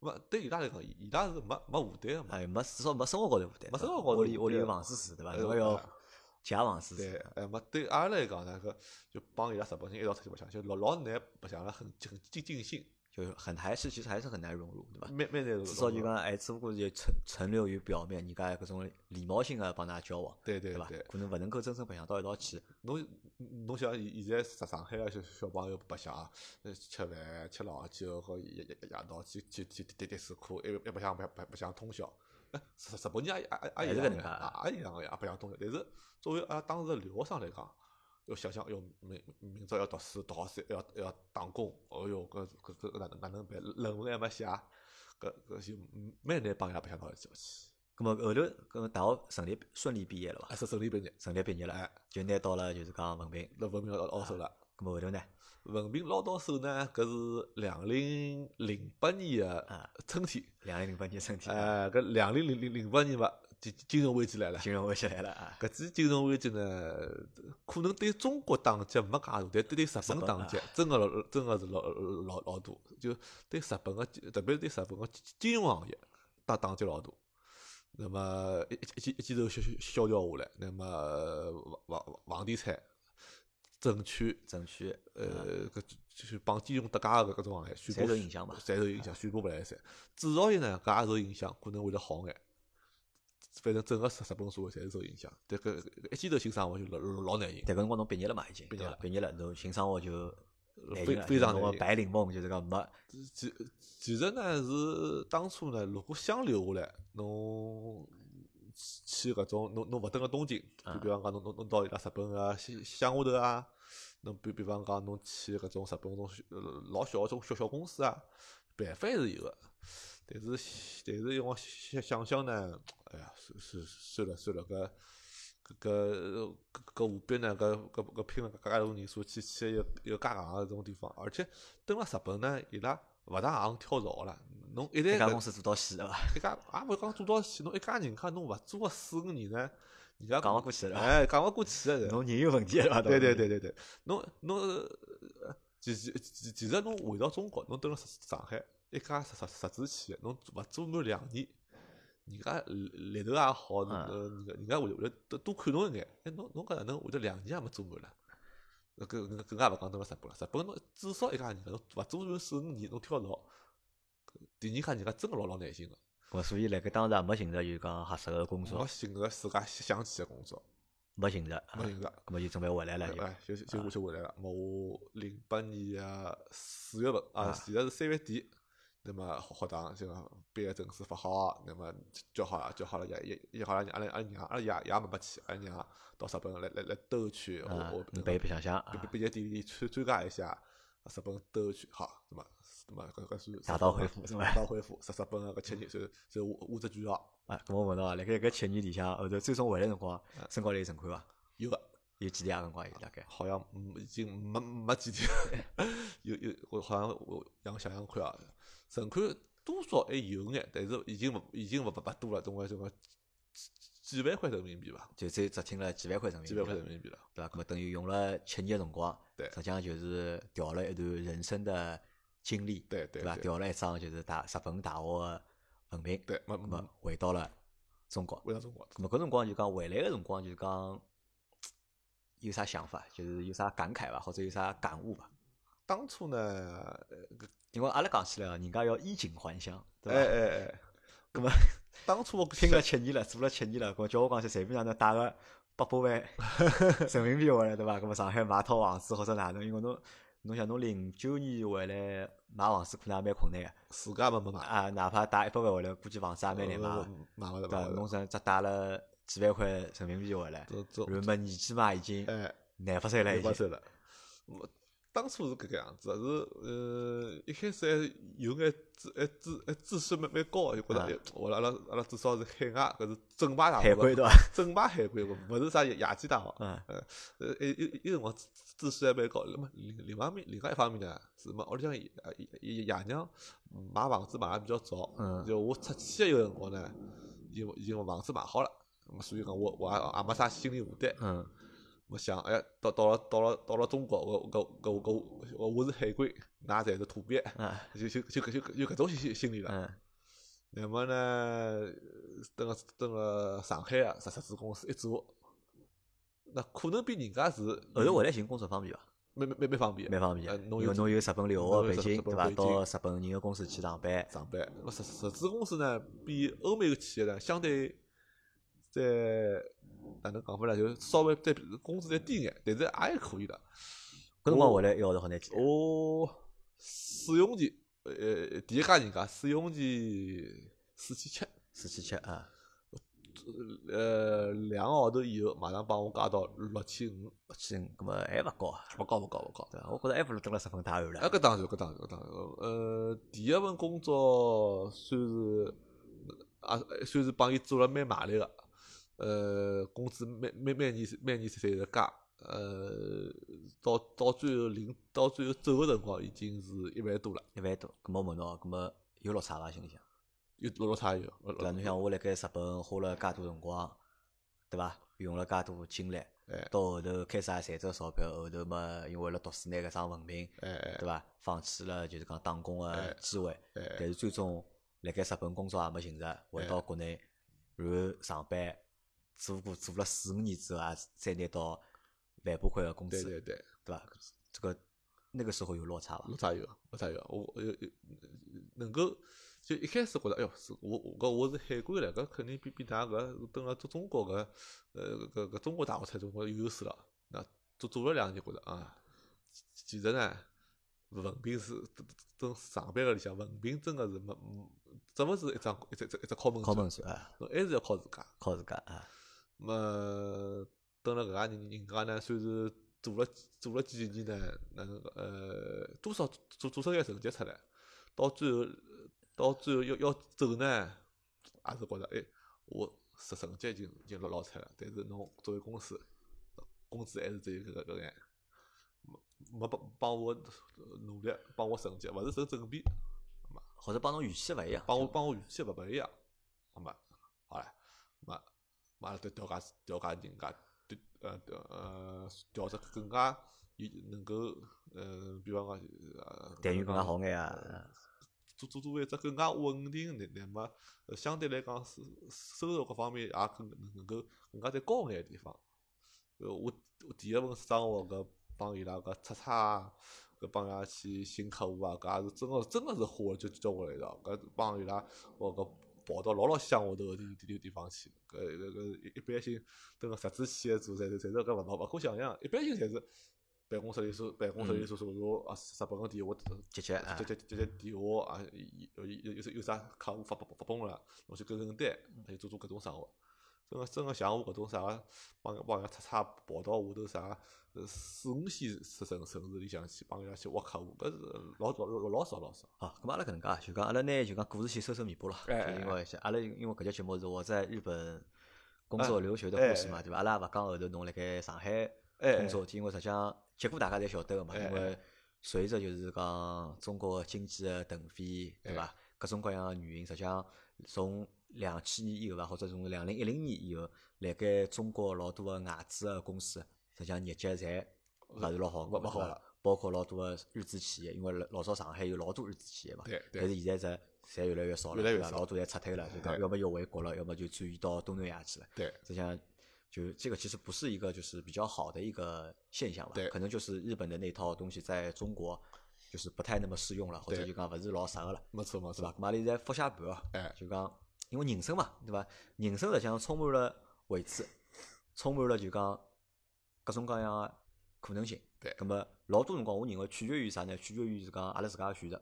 Speaker 2: 咹？对伊拉来讲，伊伊拉是没没负担个嘛。
Speaker 1: 哎，没至少没生活高头负担，
Speaker 2: 没
Speaker 1: 对
Speaker 2: 生活
Speaker 1: 吧
Speaker 2: 高头
Speaker 1: 屋里
Speaker 2: 负
Speaker 1: 屋里有
Speaker 2: 担
Speaker 1: 房子住，对伐？
Speaker 2: 哎
Speaker 1: 侬还
Speaker 2: 对
Speaker 1: 要
Speaker 2: 啊
Speaker 1: 借房子
Speaker 2: 对
Speaker 1: 住，，
Speaker 2: 哎嘛，对阿拉来讲呢，搿就帮伊拉日本人一道出去白相，就老老难白相了，很很尽尽兴，
Speaker 1: 就是很还是其实还是很难融入，对伐？
Speaker 2: 蛮蛮难的。
Speaker 1: 至少就讲，哎，只不过就存存留于表面，人家搿种礼貌性个帮㑚交往，
Speaker 2: 对对
Speaker 1: 伐
Speaker 2: 对？
Speaker 1: 可能勿能够真正白相到一道去，
Speaker 2: 侬侬想现现在上上海个小小朋友白相啊，呃吃饭吃老酒，和夜夜夜夜到去去去去点点水库，一一白相白白白相通宵。哎，日日本人也也也也
Speaker 1: 还是搿能介啊
Speaker 2: 一样个，也也一样个呀，白相通宵。但是作为阿拉当时个留学生来讲，要想想，哎哟，明明朝要读书，读好书还要还要打工，哎哟，搿搿搿哪能哪能办？论文还没写，搿搿就蛮难帮伊拉白相到一道去。
Speaker 1: 咁么后头，咁么大学顺利顺利毕业了
Speaker 2: 还
Speaker 1: 伐？
Speaker 2: 是顺利毕业，
Speaker 1: 顺利毕业了
Speaker 2: 哎，
Speaker 1: 就拿到了就是讲文凭，
Speaker 2: 那文凭要到手了。
Speaker 1: 咁么后头呢？
Speaker 2: 文凭捞到手呢，搿是两零零八年
Speaker 1: 啊
Speaker 2: 的春天，
Speaker 1: 两零零八年春天，
Speaker 2: 哎，搿两零零零零八年伐，金金融危机来了。
Speaker 1: 金融危机来了啊！
Speaker 2: 搿次金融危机呢，可能对中国打击没介大，但对对日本打击真个老真个是老老老大，就对日本个特别是对日本个金融行业打打击老大。那么一一记一记头萧萧条下来，那么房房房地产、证券
Speaker 1: 证券
Speaker 2: 呃，搿就就是帮金融搭界个搿种行业，全
Speaker 1: 侪
Speaker 2: 部
Speaker 1: 受影响嘛
Speaker 2: 侪受影响，全部勿来三。制造业呢，搿也受影响，可能会得好眼。反正整个日日本社会侪是受影响，但搿搿一记头寻生活就老老老难寻，
Speaker 1: 但搿辰光侬毕业了嘛，已经
Speaker 2: 毕业
Speaker 1: 对伐
Speaker 2: 了
Speaker 1: 毕业了，侬寻生活就难
Speaker 2: 非
Speaker 1: 寻了，
Speaker 2: 非常
Speaker 1: 就是侬
Speaker 2: 难寻
Speaker 1: 个白领梦就是讲没
Speaker 2: 其其实呢是当初呢，如果想留下来，侬去搿种侬侬勿蹲个东京，
Speaker 1: 啊
Speaker 2: 比比方讲侬侬侬到伊拉日本个乡乡下头啊，侬比比方讲侬去搿种日本种小呃老小个种小小公司啊，办法是有个，但是但是我想想想呢，哎呀，算算算了算了搿。搿搿搿何必呢？搿搿搿拼了介大多人数去去一个一个介硬个种地方，而且蹲辣日本呢，伊拉勿大行跳槽了。侬一旦
Speaker 1: 一家
Speaker 2: 搿
Speaker 1: 公司做到死对伐？
Speaker 2: 一家也勿讲做到死，侬一家人家侬勿做个四五年呢，人家
Speaker 1: 讲勿过去了
Speaker 2: 哎，讲勿过去 个。
Speaker 1: 侬人有问题对伐？
Speaker 2: 啊对对对对对，侬侬呃其其其其实侬回到中国，侬蹲辣上上海一家实实实体企业，侬勿做满两年，人家来头也好，
Speaker 1: 啊
Speaker 2: 呃人家人家会会多多看侬一眼，哎侬侬搿哪能会得两年也没做满了？搿搿搿搿也勿讲蹲辣日本了，日本侬至少一家人家侬勿做满四五年，侬跳槽，第二家人家真个老老耐心个。
Speaker 1: 我所以辣盖当时也没寻着就讲合适个工
Speaker 2: 没
Speaker 1: 作，
Speaker 2: 寻着自家想去个工作，
Speaker 1: 没寻着，啊
Speaker 2: 没寻着，
Speaker 1: 咁么就准备回来了就。
Speaker 2: 哎，就就
Speaker 1: 啊
Speaker 2: 我就回来了。么我零八年个四月份啊，其实是三月底，那么啊学堂就讲毕业证书发啊好，那么叫好了，叫好了，也也也好了，阿拉阿拉娘阿拉爷爷没没去，阿拉娘到日本来来来兜一圈，我
Speaker 1: 啊
Speaker 2: 哎我，
Speaker 1: 你白白相相，啊
Speaker 2: 毕毕业典礼参参加一下，日本兜一圈，好，那么那么搿搿是
Speaker 1: 打道回府是吧
Speaker 2: 打道回府，日日本啊个七年就就我我只句号
Speaker 1: 啊，咁我问侬啊，辣盖搿七年里向后头最终回来辰光，
Speaker 2: 啊
Speaker 1: 身高头有存款伐？
Speaker 2: 有个。
Speaker 1: 有几钿啊？辰光有大概？
Speaker 2: 好像嗯已经没没几 天，有有我好像我想想想看啊，存款多少还有眼，但是已经勿已经勿勿勿多了，总归总归几几万块人民币吧，
Speaker 1: 就只有只听了几万块人民币，
Speaker 2: 几万块人民币了。
Speaker 1: 对伐？咁么等于用了七年的辰光，
Speaker 2: 对
Speaker 1: 实际上就是调了一段人生的经历，
Speaker 2: 对对
Speaker 1: 伐？
Speaker 2: 对
Speaker 1: 调了一张就是大日本大学个文凭，
Speaker 2: 对，没
Speaker 1: 咁
Speaker 2: 没
Speaker 1: 么回到了中国，
Speaker 2: 回到中国，
Speaker 1: 咁么搿辰光就讲回来个辰光就讲有啥想法，就是有啥感慨伐，或者有啥感悟伐？
Speaker 2: 当初呢，呃
Speaker 1: 因为阿拉讲起来啊，人家要衣锦还乡，对
Speaker 2: 哎
Speaker 1: 伐？
Speaker 2: 哎哎，
Speaker 1: 咁 么
Speaker 2: 当初我
Speaker 1: 拼了七年了，做了七年了，搿叫我讲是随便哪能打个八百万 人民币回来，对伐？搿么上海买套房子或者哪能？因为侬侬想侬零九年回来买房子可能也蛮困难个
Speaker 2: 自家嘛没买，
Speaker 1: 啊，哪怕打一百万回来，估计房子也蛮难买
Speaker 2: 呃
Speaker 1: 个，
Speaker 2: 买勿
Speaker 1: 对伐？
Speaker 2: 着
Speaker 1: 侬
Speaker 2: 买，
Speaker 1: 只只打了几万块人民币回来，
Speaker 2: 这这
Speaker 1: 然后么年纪嘛已经
Speaker 2: 哎。
Speaker 1: 廿八岁了，已
Speaker 2: 六八
Speaker 1: 经
Speaker 2: 岁了。我当初是搿个样子，啊是呃一开始还有眼知还知还知识蛮蛮高的，就觉着
Speaker 1: 啊
Speaker 2: 哎，我阿拉阿拉至少是海外搿是正牌大
Speaker 1: 海
Speaker 2: 学
Speaker 1: 归
Speaker 2: 吧，
Speaker 1: 对伐？
Speaker 2: 正牌海归，勿勿是啥野野鸡大学。
Speaker 1: 嗯
Speaker 2: 呃，呃，一一一辰光知识还蛮高，那么另另外面另外一方面呢，是么屋里向爷爷爷娘买房子买得比较早，
Speaker 1: 嗯
Speaker 2: 就我出去的一个辰光呢，已经已经房子买好了，那么所以讲我我也也没啥心理负担，
Speaker 1: 嗯，
Speaker 2: 我想，哎，到到了到了到了中国，我我我我我我是海归，㑚侪是土鳖，
Speaker 1: 啊，
Speaker 2: 就就就就就搿种心心理了。
Speaker 1: 嗯，
Speaker 2: 那么呢，等个等个上海啊，实实子公司一做，那可能比人家是
Speaker 1: 后头回来寻工作方便伐？
Speaker 2: 蛮蛮蛮蛮方便，
Speaker 1: 蛮方便
Speaker 2: 呃
Speaker 1: 的，因
Speaker 2: 侬有
Speaker 1: 为侬有日本留学
Speaker 2: 侬有
Speaker 1: 的
Speaker 2: 日
Speaker 1: 背景，对
Speaker 2: 本
Speaker 1: 伐？
Speaker 2: 背景
Speaker 1: 到日本人个公司去上班，
Speaker 2: 上班。那么实实体公司呢，比欧美个企业呢，相对在哪能讲法呢，就稍微再工资再低眼，但是也还可以的。
Speaker 1: 搿辰光回来一个号头好难几
Speaker 2: 哦
Speaker 1: 钿？
Speaker 2: 我试用期，呃，第一家人家试用期四千七，
Speaker 1: 四千七啊，
Speaker 2: 呃，两个号头以后马上帮我加到六千五，
Speaker 1: 六千五，搿么还勿高啊，
Speaker 2: 勿高勿高勿高。
Speaker 1: 对伐？我觉着还不如蹲辣十分打完
Speaker 2: 啊，
Speaker 1: 了。
Speaker 2: 搿当然，搿当然，搿当然。呃，第一份工作算是啊，算呃是帮伊做了蛮卖力个，呃，工资每每每年每年侪在加，呃，到到最后临到最后走个辰光，已经是一万多了，
Speaker 1: 一万多，咁么问侬，咁么有落差伐？心里向，
Speaker 2: 有落落差有。落
Speaker 1: 对伐？侬
Speaker 2: 落
Speaker 1: 想我辣盖日本花了介多辰光，对伐？用了介多精力，
Speaker 2: 哎
Speaker 1: 到后头开始也赚着钞票，后头嘛，因为了读书拿搿张文凭，
Speaker 2: 哎哎
Speaker 1: 对伐？放弃了就是讲打工
Speaker 2: 哎
Speaker 1: 个机会，但
Speaker 2: 哎，
Speaker 1: 是最终辣盖日本工作也没寻着，回到国内，然后上班做过做了四五年之后，也才拿到万把块个工
Speaker 2: 对
Speaker 1: 资，
Speaker 2: 对对，
Speaker 1: 对伐？这个那个时候有落差伐？
Speaker 2: 落差有，落差有。我有有能够就一开始觉着，哎哟，是我我搿我是海归了，搿肯定比比㑚搿蹲辣中中国搿呃搿搿中国大学出来中国有优势了。那做做了两年，觉着啊，其实呢，文凭是蹲上班个里向，文凭真个是没，嗯只勿是一张一只一只一只敲门
Speaker 1: 靠
Speaker 2: 砖
Speaker 1: 门，算啊，
Speaker 2: 侬还是要靠自家。
Speaker 1: 靠自家啊，
Speaker 2: 么蹲了搿家人人家呢，虽然做了做了几年呢，那呃多少做做出眼成绩出来，到最后到最后要要走呢，也是觉着哎，我成成绩已经已经老老出来了，但是侬作为公司，工资还是只有搿个搿眼，没没帮帮我努力，帮我成绩，勿是成正比。
Speaker 1: 或者帮侬预期勿一样，
Speaker 2: 帮我帮我预期勿勿一样，好嘛，好唻，嘛，嘛再调家调家人家，对呃调呃调只更加有能够呃，比方讲呃，
Speaker 1: 待遇更加好眼
Speaker 2: 呃
Speaker 1: 啊，
Speaker 2: 做做做一只更加稳定的，那么呃相对来讲是收入各方面也更能能够更加再高眼的地方。呃，我我第一份生活搿帮伊拉搿出差啊，搿帮伊拉去寻客户啊，搿也是真个真个是花了交交关一道，搿帮伊拉我搿跑到老老乡下头个地地地方去，搿搿搿一一般性蹲个十几企业做，侪是侪是搿勿勿勿可想象，一般性侪是办公室里说办公室里说说说啊日本个电话。
Speaker 1: 姐姐啊
Speaker 2: 接，接接接电话啊，有有有有啥客户发发发崩了，侬去跟跟单，
Speaker 1: 嗯
Speaker 2: 还有做做搿种生活。真个真个像我搿种啥个帮帮人家出差跑到下头啥呃四五线城城城市里向去帮人家去挖客户，搿是老早老老少老少。
Speaker 1: 好，咁阿拉搿能介啊，就讲阿拉呢，就讲故事先收收尾巴
Speaker 2: 哎哎
Speaker 1: 了，就因
Speaker 2: 哎
Speaker 1: 为像阿拉因为搿节节目是我在日本工作
Speaker 2: 哎
Speaker 1: 留学的
Speaker 2: 哎
Speaker 1: 故事嘛，
Speaker 2: 哎
Speaker 1: 对伐？阿拉也勿讲后头侬辣盖上海
Speaker 2: 哎
Speaker 1: 工
Speaker 2: 哎
Speaker 1: 作事体，因为实际上结果大家侪晓得个嘛，
Speaker 2: 哎
Speaker 1: 因
Speaker 2: 哎
Speaker 1: 为随着就是讲中国个经济个腾飞，对伐？
Speaker 2: 哎
Speaker 1: 各种各样个原因，实际上从两千年以后啊，或者从两零一零年以后，辣盖中国老多个外资个公司，实际上业绩侪勿是老好
Speaker 2: 勿
Speaker 1: 过
Speaker 2: 勿
Speaker 1: 对伐
Speaker 2: 好呃了
Speaker 1: 包括老多个日资企业，因为老老早上海有老多日资企业嘛，
Speaker 2: 对
Speaker 1: 但
Speaker 2: 对
Speaker 1: 是现在侪侪越来越少了，
Speaker 2: 越来越
Speaker 1: 对伐
Speaker 2: 少哎
Speaker 1: 老多侪撤退了，就讲
Speaker 2: 对
Speaker 1: 要么就回国了，要么就转移到东南亚去了。
Speaker 2: 对
Speaker 1: 实际上，就这个其实不是一个就是比较好的一个现象吧
Speaker 2: 对，
Speaker 1: 可能就是日本的那套东西在中国就是不太那么适用了，或者
Speaker 2: 对
Speaker 1: 就讲勿是老适合了，
Speaker 2: 没错没
Speaker 1: 是吧
Speaker 2: 错？。
Speaker 1: 咁阿拉现在复下盘哦，
Speaker 2: 哎
Speaker 1: 就讲因为人生嘛，对伐？人生实际上充满了未知，充满了就讲各种各样的可能性。
Speaker 2: 对
Speaker 1: 咁么老多辰光，我认为取决于啥呢？取决于是讲阿拉自家个选择，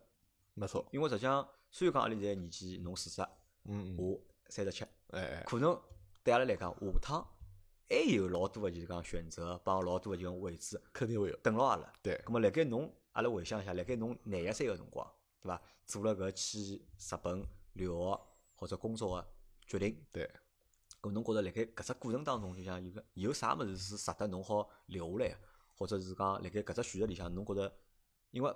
Speaker 2: 没错。
Speaker 1: 因为实际上虽然讲阿拉现在年纪侬四十，
Speaker 2: 嗯嗯。
Speaker 1: 我三十七。
Speaker 2: 哎哎。
Speaker 1: 可能对阿拉来讲，下趟还有老多个就是讲选择帮老多个就讲位置
Speaker 2: 肯定会有。
Speaker 1: 等牢阿拉。
Speaker 2: 对
Speaker 1: 咁么辣盖侬，阿拉回想一下，辣盖侬廿一岁个辰光，对伐？做了搿去日本留学或者工作个决定，
Speaker 2: 对
Speaker 1: 咁侬觉着辣盖搿只过程当中，就像有个有啥物事是值得侬好留下来的，或者是讲辣盖搿只选择里向，侬觉着因为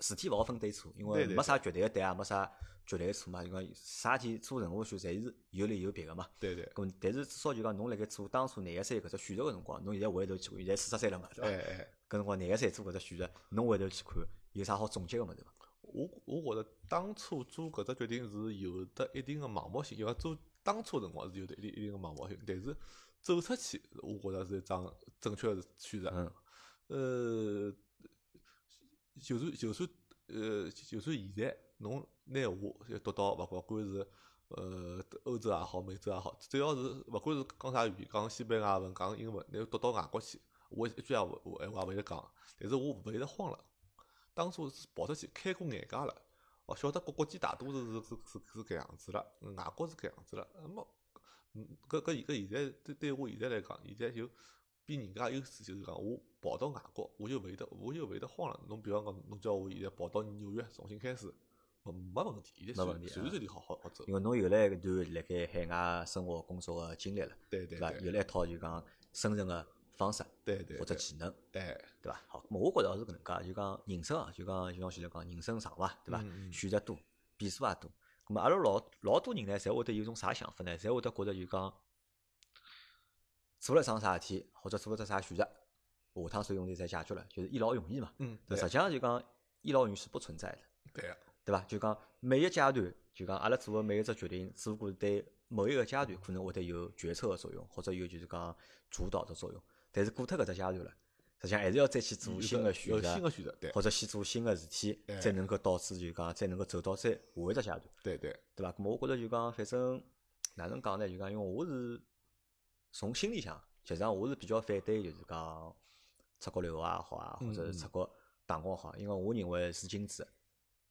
Speaker 1: 事体勿好分对错，因为
Speaker 2: 对对
Speaker 1: 没啥绝对个对，也没啥绝对个错嘛，就讲啥事体做任何选，侪是有利有弊个嘛。
Speaker 2: 对对。
Speaker 1: 咁但是至少就讲侬辣盖做当初廿一岁搿只选择个辰光，侬现在回头去看，现在四十岁了嘛，对伐？
Speaker 2: 哎
Speaker 1: 搿
Speaker 2: 哎。
Speaker 1: 辰光廿一岁做搿只选择，侬回头去看有啥好总结个物事伐？
Speaker 2: 我我觉着当初做搿只决定是有得一定个盲目性，因为做当初的辰光是有得一定一定个盲目性，但是走出去，我觉着是一桩正确个选择。
Speaker 1: 嗯，
Speaker 2: 呃，就算就算呃，就算现在侬拿我要读到，勿勿管是呃欧洲也好，美洲也好，只要是勿管是讲啥语言，讲西班牙文，讲英文，拿我读到外国去，我一句也勿我也勿会得讲，但是我勿会得慌了。当初是跑出去开过眼界了，哦，晓得国国际大都市是是是是搿样子了，外国是搿样子了，那么，嗯，搿搿搿现在对对我现在来讲，现在就比人家优势就是讲，我跑到外国，我就勿会得，我就勿会得慌了。侬比方讲，侬叫我现在跑到纽约重新开始，没没问题，现
Speaker 1: 没
Speaker 2: 在随
Speaker 1: 问题
Speaker 2: 随
Speaker 1: 啊
Speaker 2: 时随地好好好走
Speaker 1: 因。为侬有了一段辣盖海外生活工作个经历了，
Speaker 2: 对对
Speaker 1: 伐？有
Speaker 2: 对，
Speaker 1: 了一套就讲深圳个方式
Speaker 2: 对对
Speaker 1: 或者
Speaker 2: 对
Speaker 1: 技能，
Speaker 2: 哎，
Speaker 1: 对伐？好，咾么我觉着是搿能介，就讲人生啊，就讲就像前头讲，人生长伐，对伐？
Speaker 2: 嗯嗯
Speaker 1: 选择多，变数也多。咾么阿拉老老多人呢，侪会得有种啥想法呢？侪会得觉着就讲做了桩啥事体，或者做了只啥选择，下趟所有问题侪解决了，就是一劳永逸嘛。
Speaker 2: 嗯，
Speaker 1: 但
Speaker 2: 对
Speaker 1: 实际上就讲一劳永逸是不存在的。
Speaker 2: 对啊，
Speaker 1: 对伐？就讲每一阶段，就讲阿拉做个每一只决定，只不过是对某一个阶段可能会得有决策个作用，或者有就是讲主导的作用。但是过脱搿只阶段了，实际上还是要再去做
Speaker 2: 嗯有
Speaker 1: 新
Speaker 2: 个
Speaker 1: 的选
Speaker 2: 有新
Speaker 1: 择
Speaker 2: 的，选择，对
Speaker 1: 或者去做新的事体，
Speaker 2: 对
Speaker 1: 才能够导致就讲才能够走到再下一只阶段，
Speaker 2: 对对，
Speaker 1: 对伐？咾么我觉着就讲，反正哪能讲呢？就讲因为我是从心里向，实际上我是比较反对就是讲出国留学也好啊，或者
Speaker 2: 嗯
Speaker 1: 是
Speaker 2: 嗯
Speaker 1: 出国打工也好，因为我认为是金子，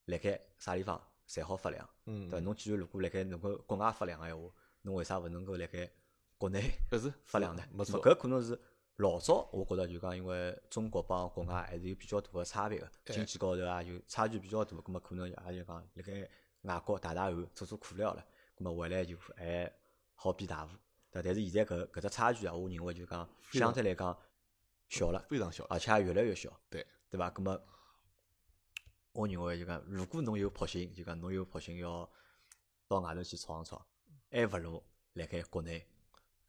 Speaker 1: 辣盖啥地方侪好发亮。
Speaker 2: 嗯，
Speaker 1: 对伐？侬既然如果辣盖能够国外发亮个闲话，侬为啥勿能够辣盖国内
Speaker 2: 搿是
Speaker 1: 发亮呢？
Speaker 2: 没
Speaker 1: 咾
Speaker 2: 错，
Speaker 1: 搿可能是老早我觉着就讲，因为中国帮国外还是有比较大个差别个，
Speaker 2: 嗯对
Speaker 1: 经济高头啊有差距比较大，葛末可能也就讲辣盖外国汏汏汗、做做苦力好了，葛末回来就还好比大户。对伐，但是现在搿搿只差距啊，我认为就讲
Speaker 2: 非常
Speaker 1: 相对来讲小了，
Speaker 2: 非常小，
Speaker 1: 而且也越来越小。
Speaker 2: 对
Speaker 1: 对伐？咁么，我认为就讲，如果侬有魄心，就讲侬有魄心要到外头去闯一闯，还勿如辣盖国内，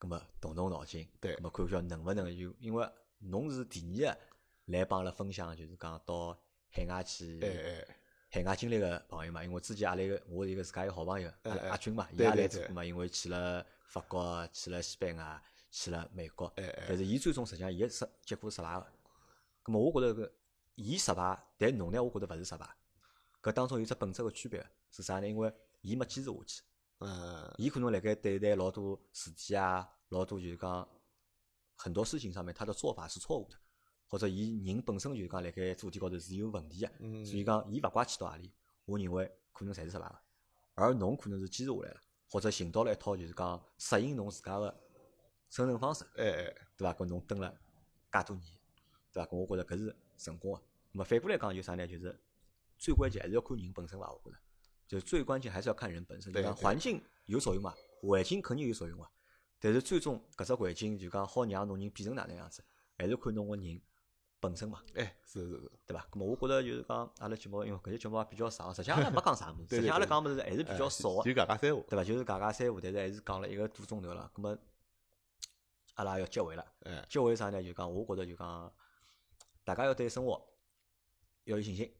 Speaker 1: 咁么动动脑筋，
Speaker 2: 对
Speaker 1: 咁么看看能勿能有，因为侬是第二个来帮阿拉分享，就是讲到海外去。
Speaker 2: 哎哎，
Speaker 1: 海外经历个朋友嘛，因为之前阿拉一个我有一个自家一个好朋友，阿
Speaker 2: 哎哎
Speaker 1: 拉阿军嘛，伊
Speaker 2: 对
Speaker 1: 也
Speaker 2: 对
Speaker 1: 来做
Speaker 2: 对
Speaker 1: 过嘛，因为去了法国，去了西班牙，去了美国，
Speaker 2: 哎哎
Speaker 1: 但是伊最终实际上伊也失结果失败个。咁么我觉着搿伊失败，但侬呢，我觉着勿是失败。搿当中有只本质个区别是啥呢？因为伊没坚持下去，
Speaker 2: 嗯，
Speaker 1: 伊可能辣盖对待老多事体啊，老多就是讲很多事情上面，他的做法是错误的，或者伊人本身就是讲辣盖做事体高头是有问题个。
Speaker 2: 嗯
Speaker 1: 所以讲，伊勿怪去到阿里，我认为可能侪是失败个。而侬可能是坚持下来了，或者寻到了一套就是讲适应侬自家个生存方式，
Speaker 2: 哎哎，
Speaker 1: 对伐？搿侬蹲了介多年，对伐？搿我觉着搿是成功个。那么反过来讲，就啥呢？就是最关键还是要看人本身伐？我觉着，就是最关键还是要看人本身。就
Speaker 2: 对
Speaker 1: 讲
Speaker 2: 对
Speaker 1: 环境有作用嘛，环境肯定有作用啊。但是最终搿只环境就讲好让侬人变成哪能样子，还是看侬个人本身嘛。
Speaker 2: 哎，是是是，
Speaker 1: 对伐？咁么我觉着就是讲，阿拉节目因为搿些节目也比较长，实际上阿拉没讲啥 物事，实
Speaker 2: 对对
Speaker 1: 际上阿拉
Speaker 2: 对
Speaker 1: 讲物事还是比较
Speaker 2: 哎
Speaker 1: 少啊个，
Speaker 2: 就搿家三胡，
Speaker 1: 对伐？就是尬尬三胡，但是还是讲了一个多钟头了。咁么阿拉也要结尾了，
Speaker 2: 哎，
Speaker 1: 结尾是啥呢？就讲我觉着就讲，大家要对生活要有信心，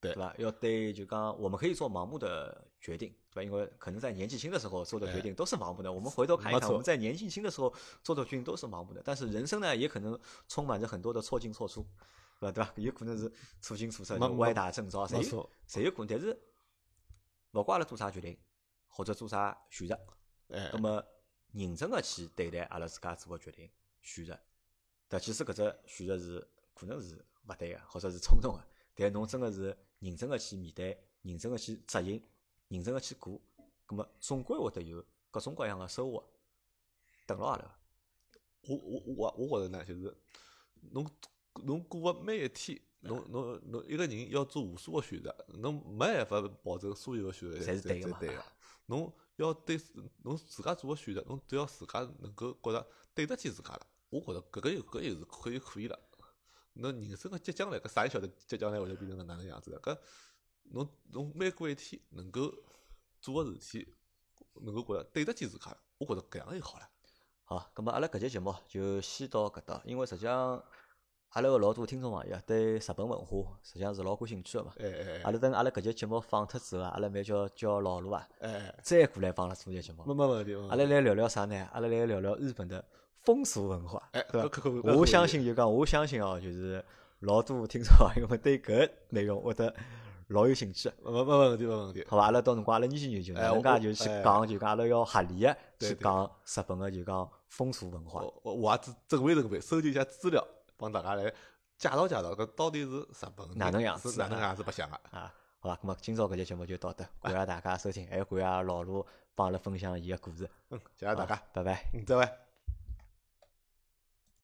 Speaker 2: 对
Speaker 1: 伐？要对就讲，我们可以做盲目的决定，对伐？因为可能在年纪轻的时候做的决定都是盲目的。我们回头看一
Speaker 2: 没
Speaker 1: 看，
Speaker 2: 错
Speaker 1: 我们在年纪轻的时候做的决定都是盲目的，但是人生呢，也可能充满着很多的错进错出，对伐？对伐？也可能是错进错出，
Speaker 2: 没
Speaker 1: 就歪打正着，侪有
Speaker 2: 没错
Speaker 1: 侪有可能。但是勿管阿拉做啥决定，或者做啥选择，
Speaker 2: 哎
Speaker 1: 那，么认真个去对待阿拉自家做个决定、选择。但即使搿只选择是可能是勿对个，或者是冲动个，但侬真个是认真个去面对、认真个去执行、认真个去过，葛么总归会得有各种各样个收获等牢阿拉个。
Speaker 2: 我我我我觉着呢，就是侬侬过个每一天，侬侬侬一个人要做无数个选择，侬没办法保证所有个选择
Speaker 1: 侪是对
Speaker 2: 对
Speaker 1: 个嘛
Speaker 2: 对个。侬要对侬自家做个选择，侬都要自家能够觉着对得起自家了。我觉着搿个又搿个又是可以可以了。侬人生个结将来，搿啥人晓得结将来会得变成搿哪能样子的？搿侬侬每过一天能够做个事体，能够觉着对得起自家了，我觉着搿样就好了。
Speaker 1: 好，咁么阿拉搿节节目就先到搿搭，因为实际上阿拉个老多听众朋友啊对日本文化实际上是老感兴趣个嘛。
Speaker 2: 哎哎
Speaker 1: 阿
Speaker 2: 哎
Speaker 1: 拉等阿拉搿节节目放脱之后啊，阿拉蛮叫叫老卢啊，
Speaker 2: 哎哎，
Speaker 1: 再过来帮阿拉做一节节目。
Speaker 2: 没没问题。没问题
Speaker 1: 阿拉来聊聊啥呢？阿拉来聊聊日本的风俗文化，
Speaker 2: 哎
Speaker 1: 对
Speaker 2: 搿
Speaker 1: 伐
Speaker 2: 可可？可
Speaker 1: 我
Speaker 2: 可
Speaker 1: 相
Speaker 2: 以
Speaker 1: 信就讲，我相信哦，就是老多听众朋友们对搿内容会得老有兴趣。
Speaker 2: 没没没问题，没问题。
Speaker 1: 好伐？阿拉到辰光阿拉研究研究，
Speaker 2: 哎
Speaker 1: 哪能
Speaker 2: 我
Speaker 1: 介就去
Speaker 2: 哎
Speaker 1: 讲，就讲阿拉要合理个
Speaker 2: 对哦
Speaker 1: 去
Speaker 2: 对
Speaker 1: 讲日本个就讲风俗文化。
Speaker 2: 我我我也准准备准备，收集一下资料，帮大家来介绍介绍，搿到底是日本
Speaker 1: 哪能样子
Speaker 2: 是哪能
Speaker 1: 啊
Speaker 2: 样子白相个？
Speaker 1: 啊，好吧，咁么今朝搿节节目就到这，感谢大家收听，还有感谢老卢帮阿拉分享伊个故事，
Speaker 2: 嗯，谢谢
Speaker 1: 好
Speaker 2: 大家，
Speaker 1: 拜拜。
Speaker 2: 嗯，再会。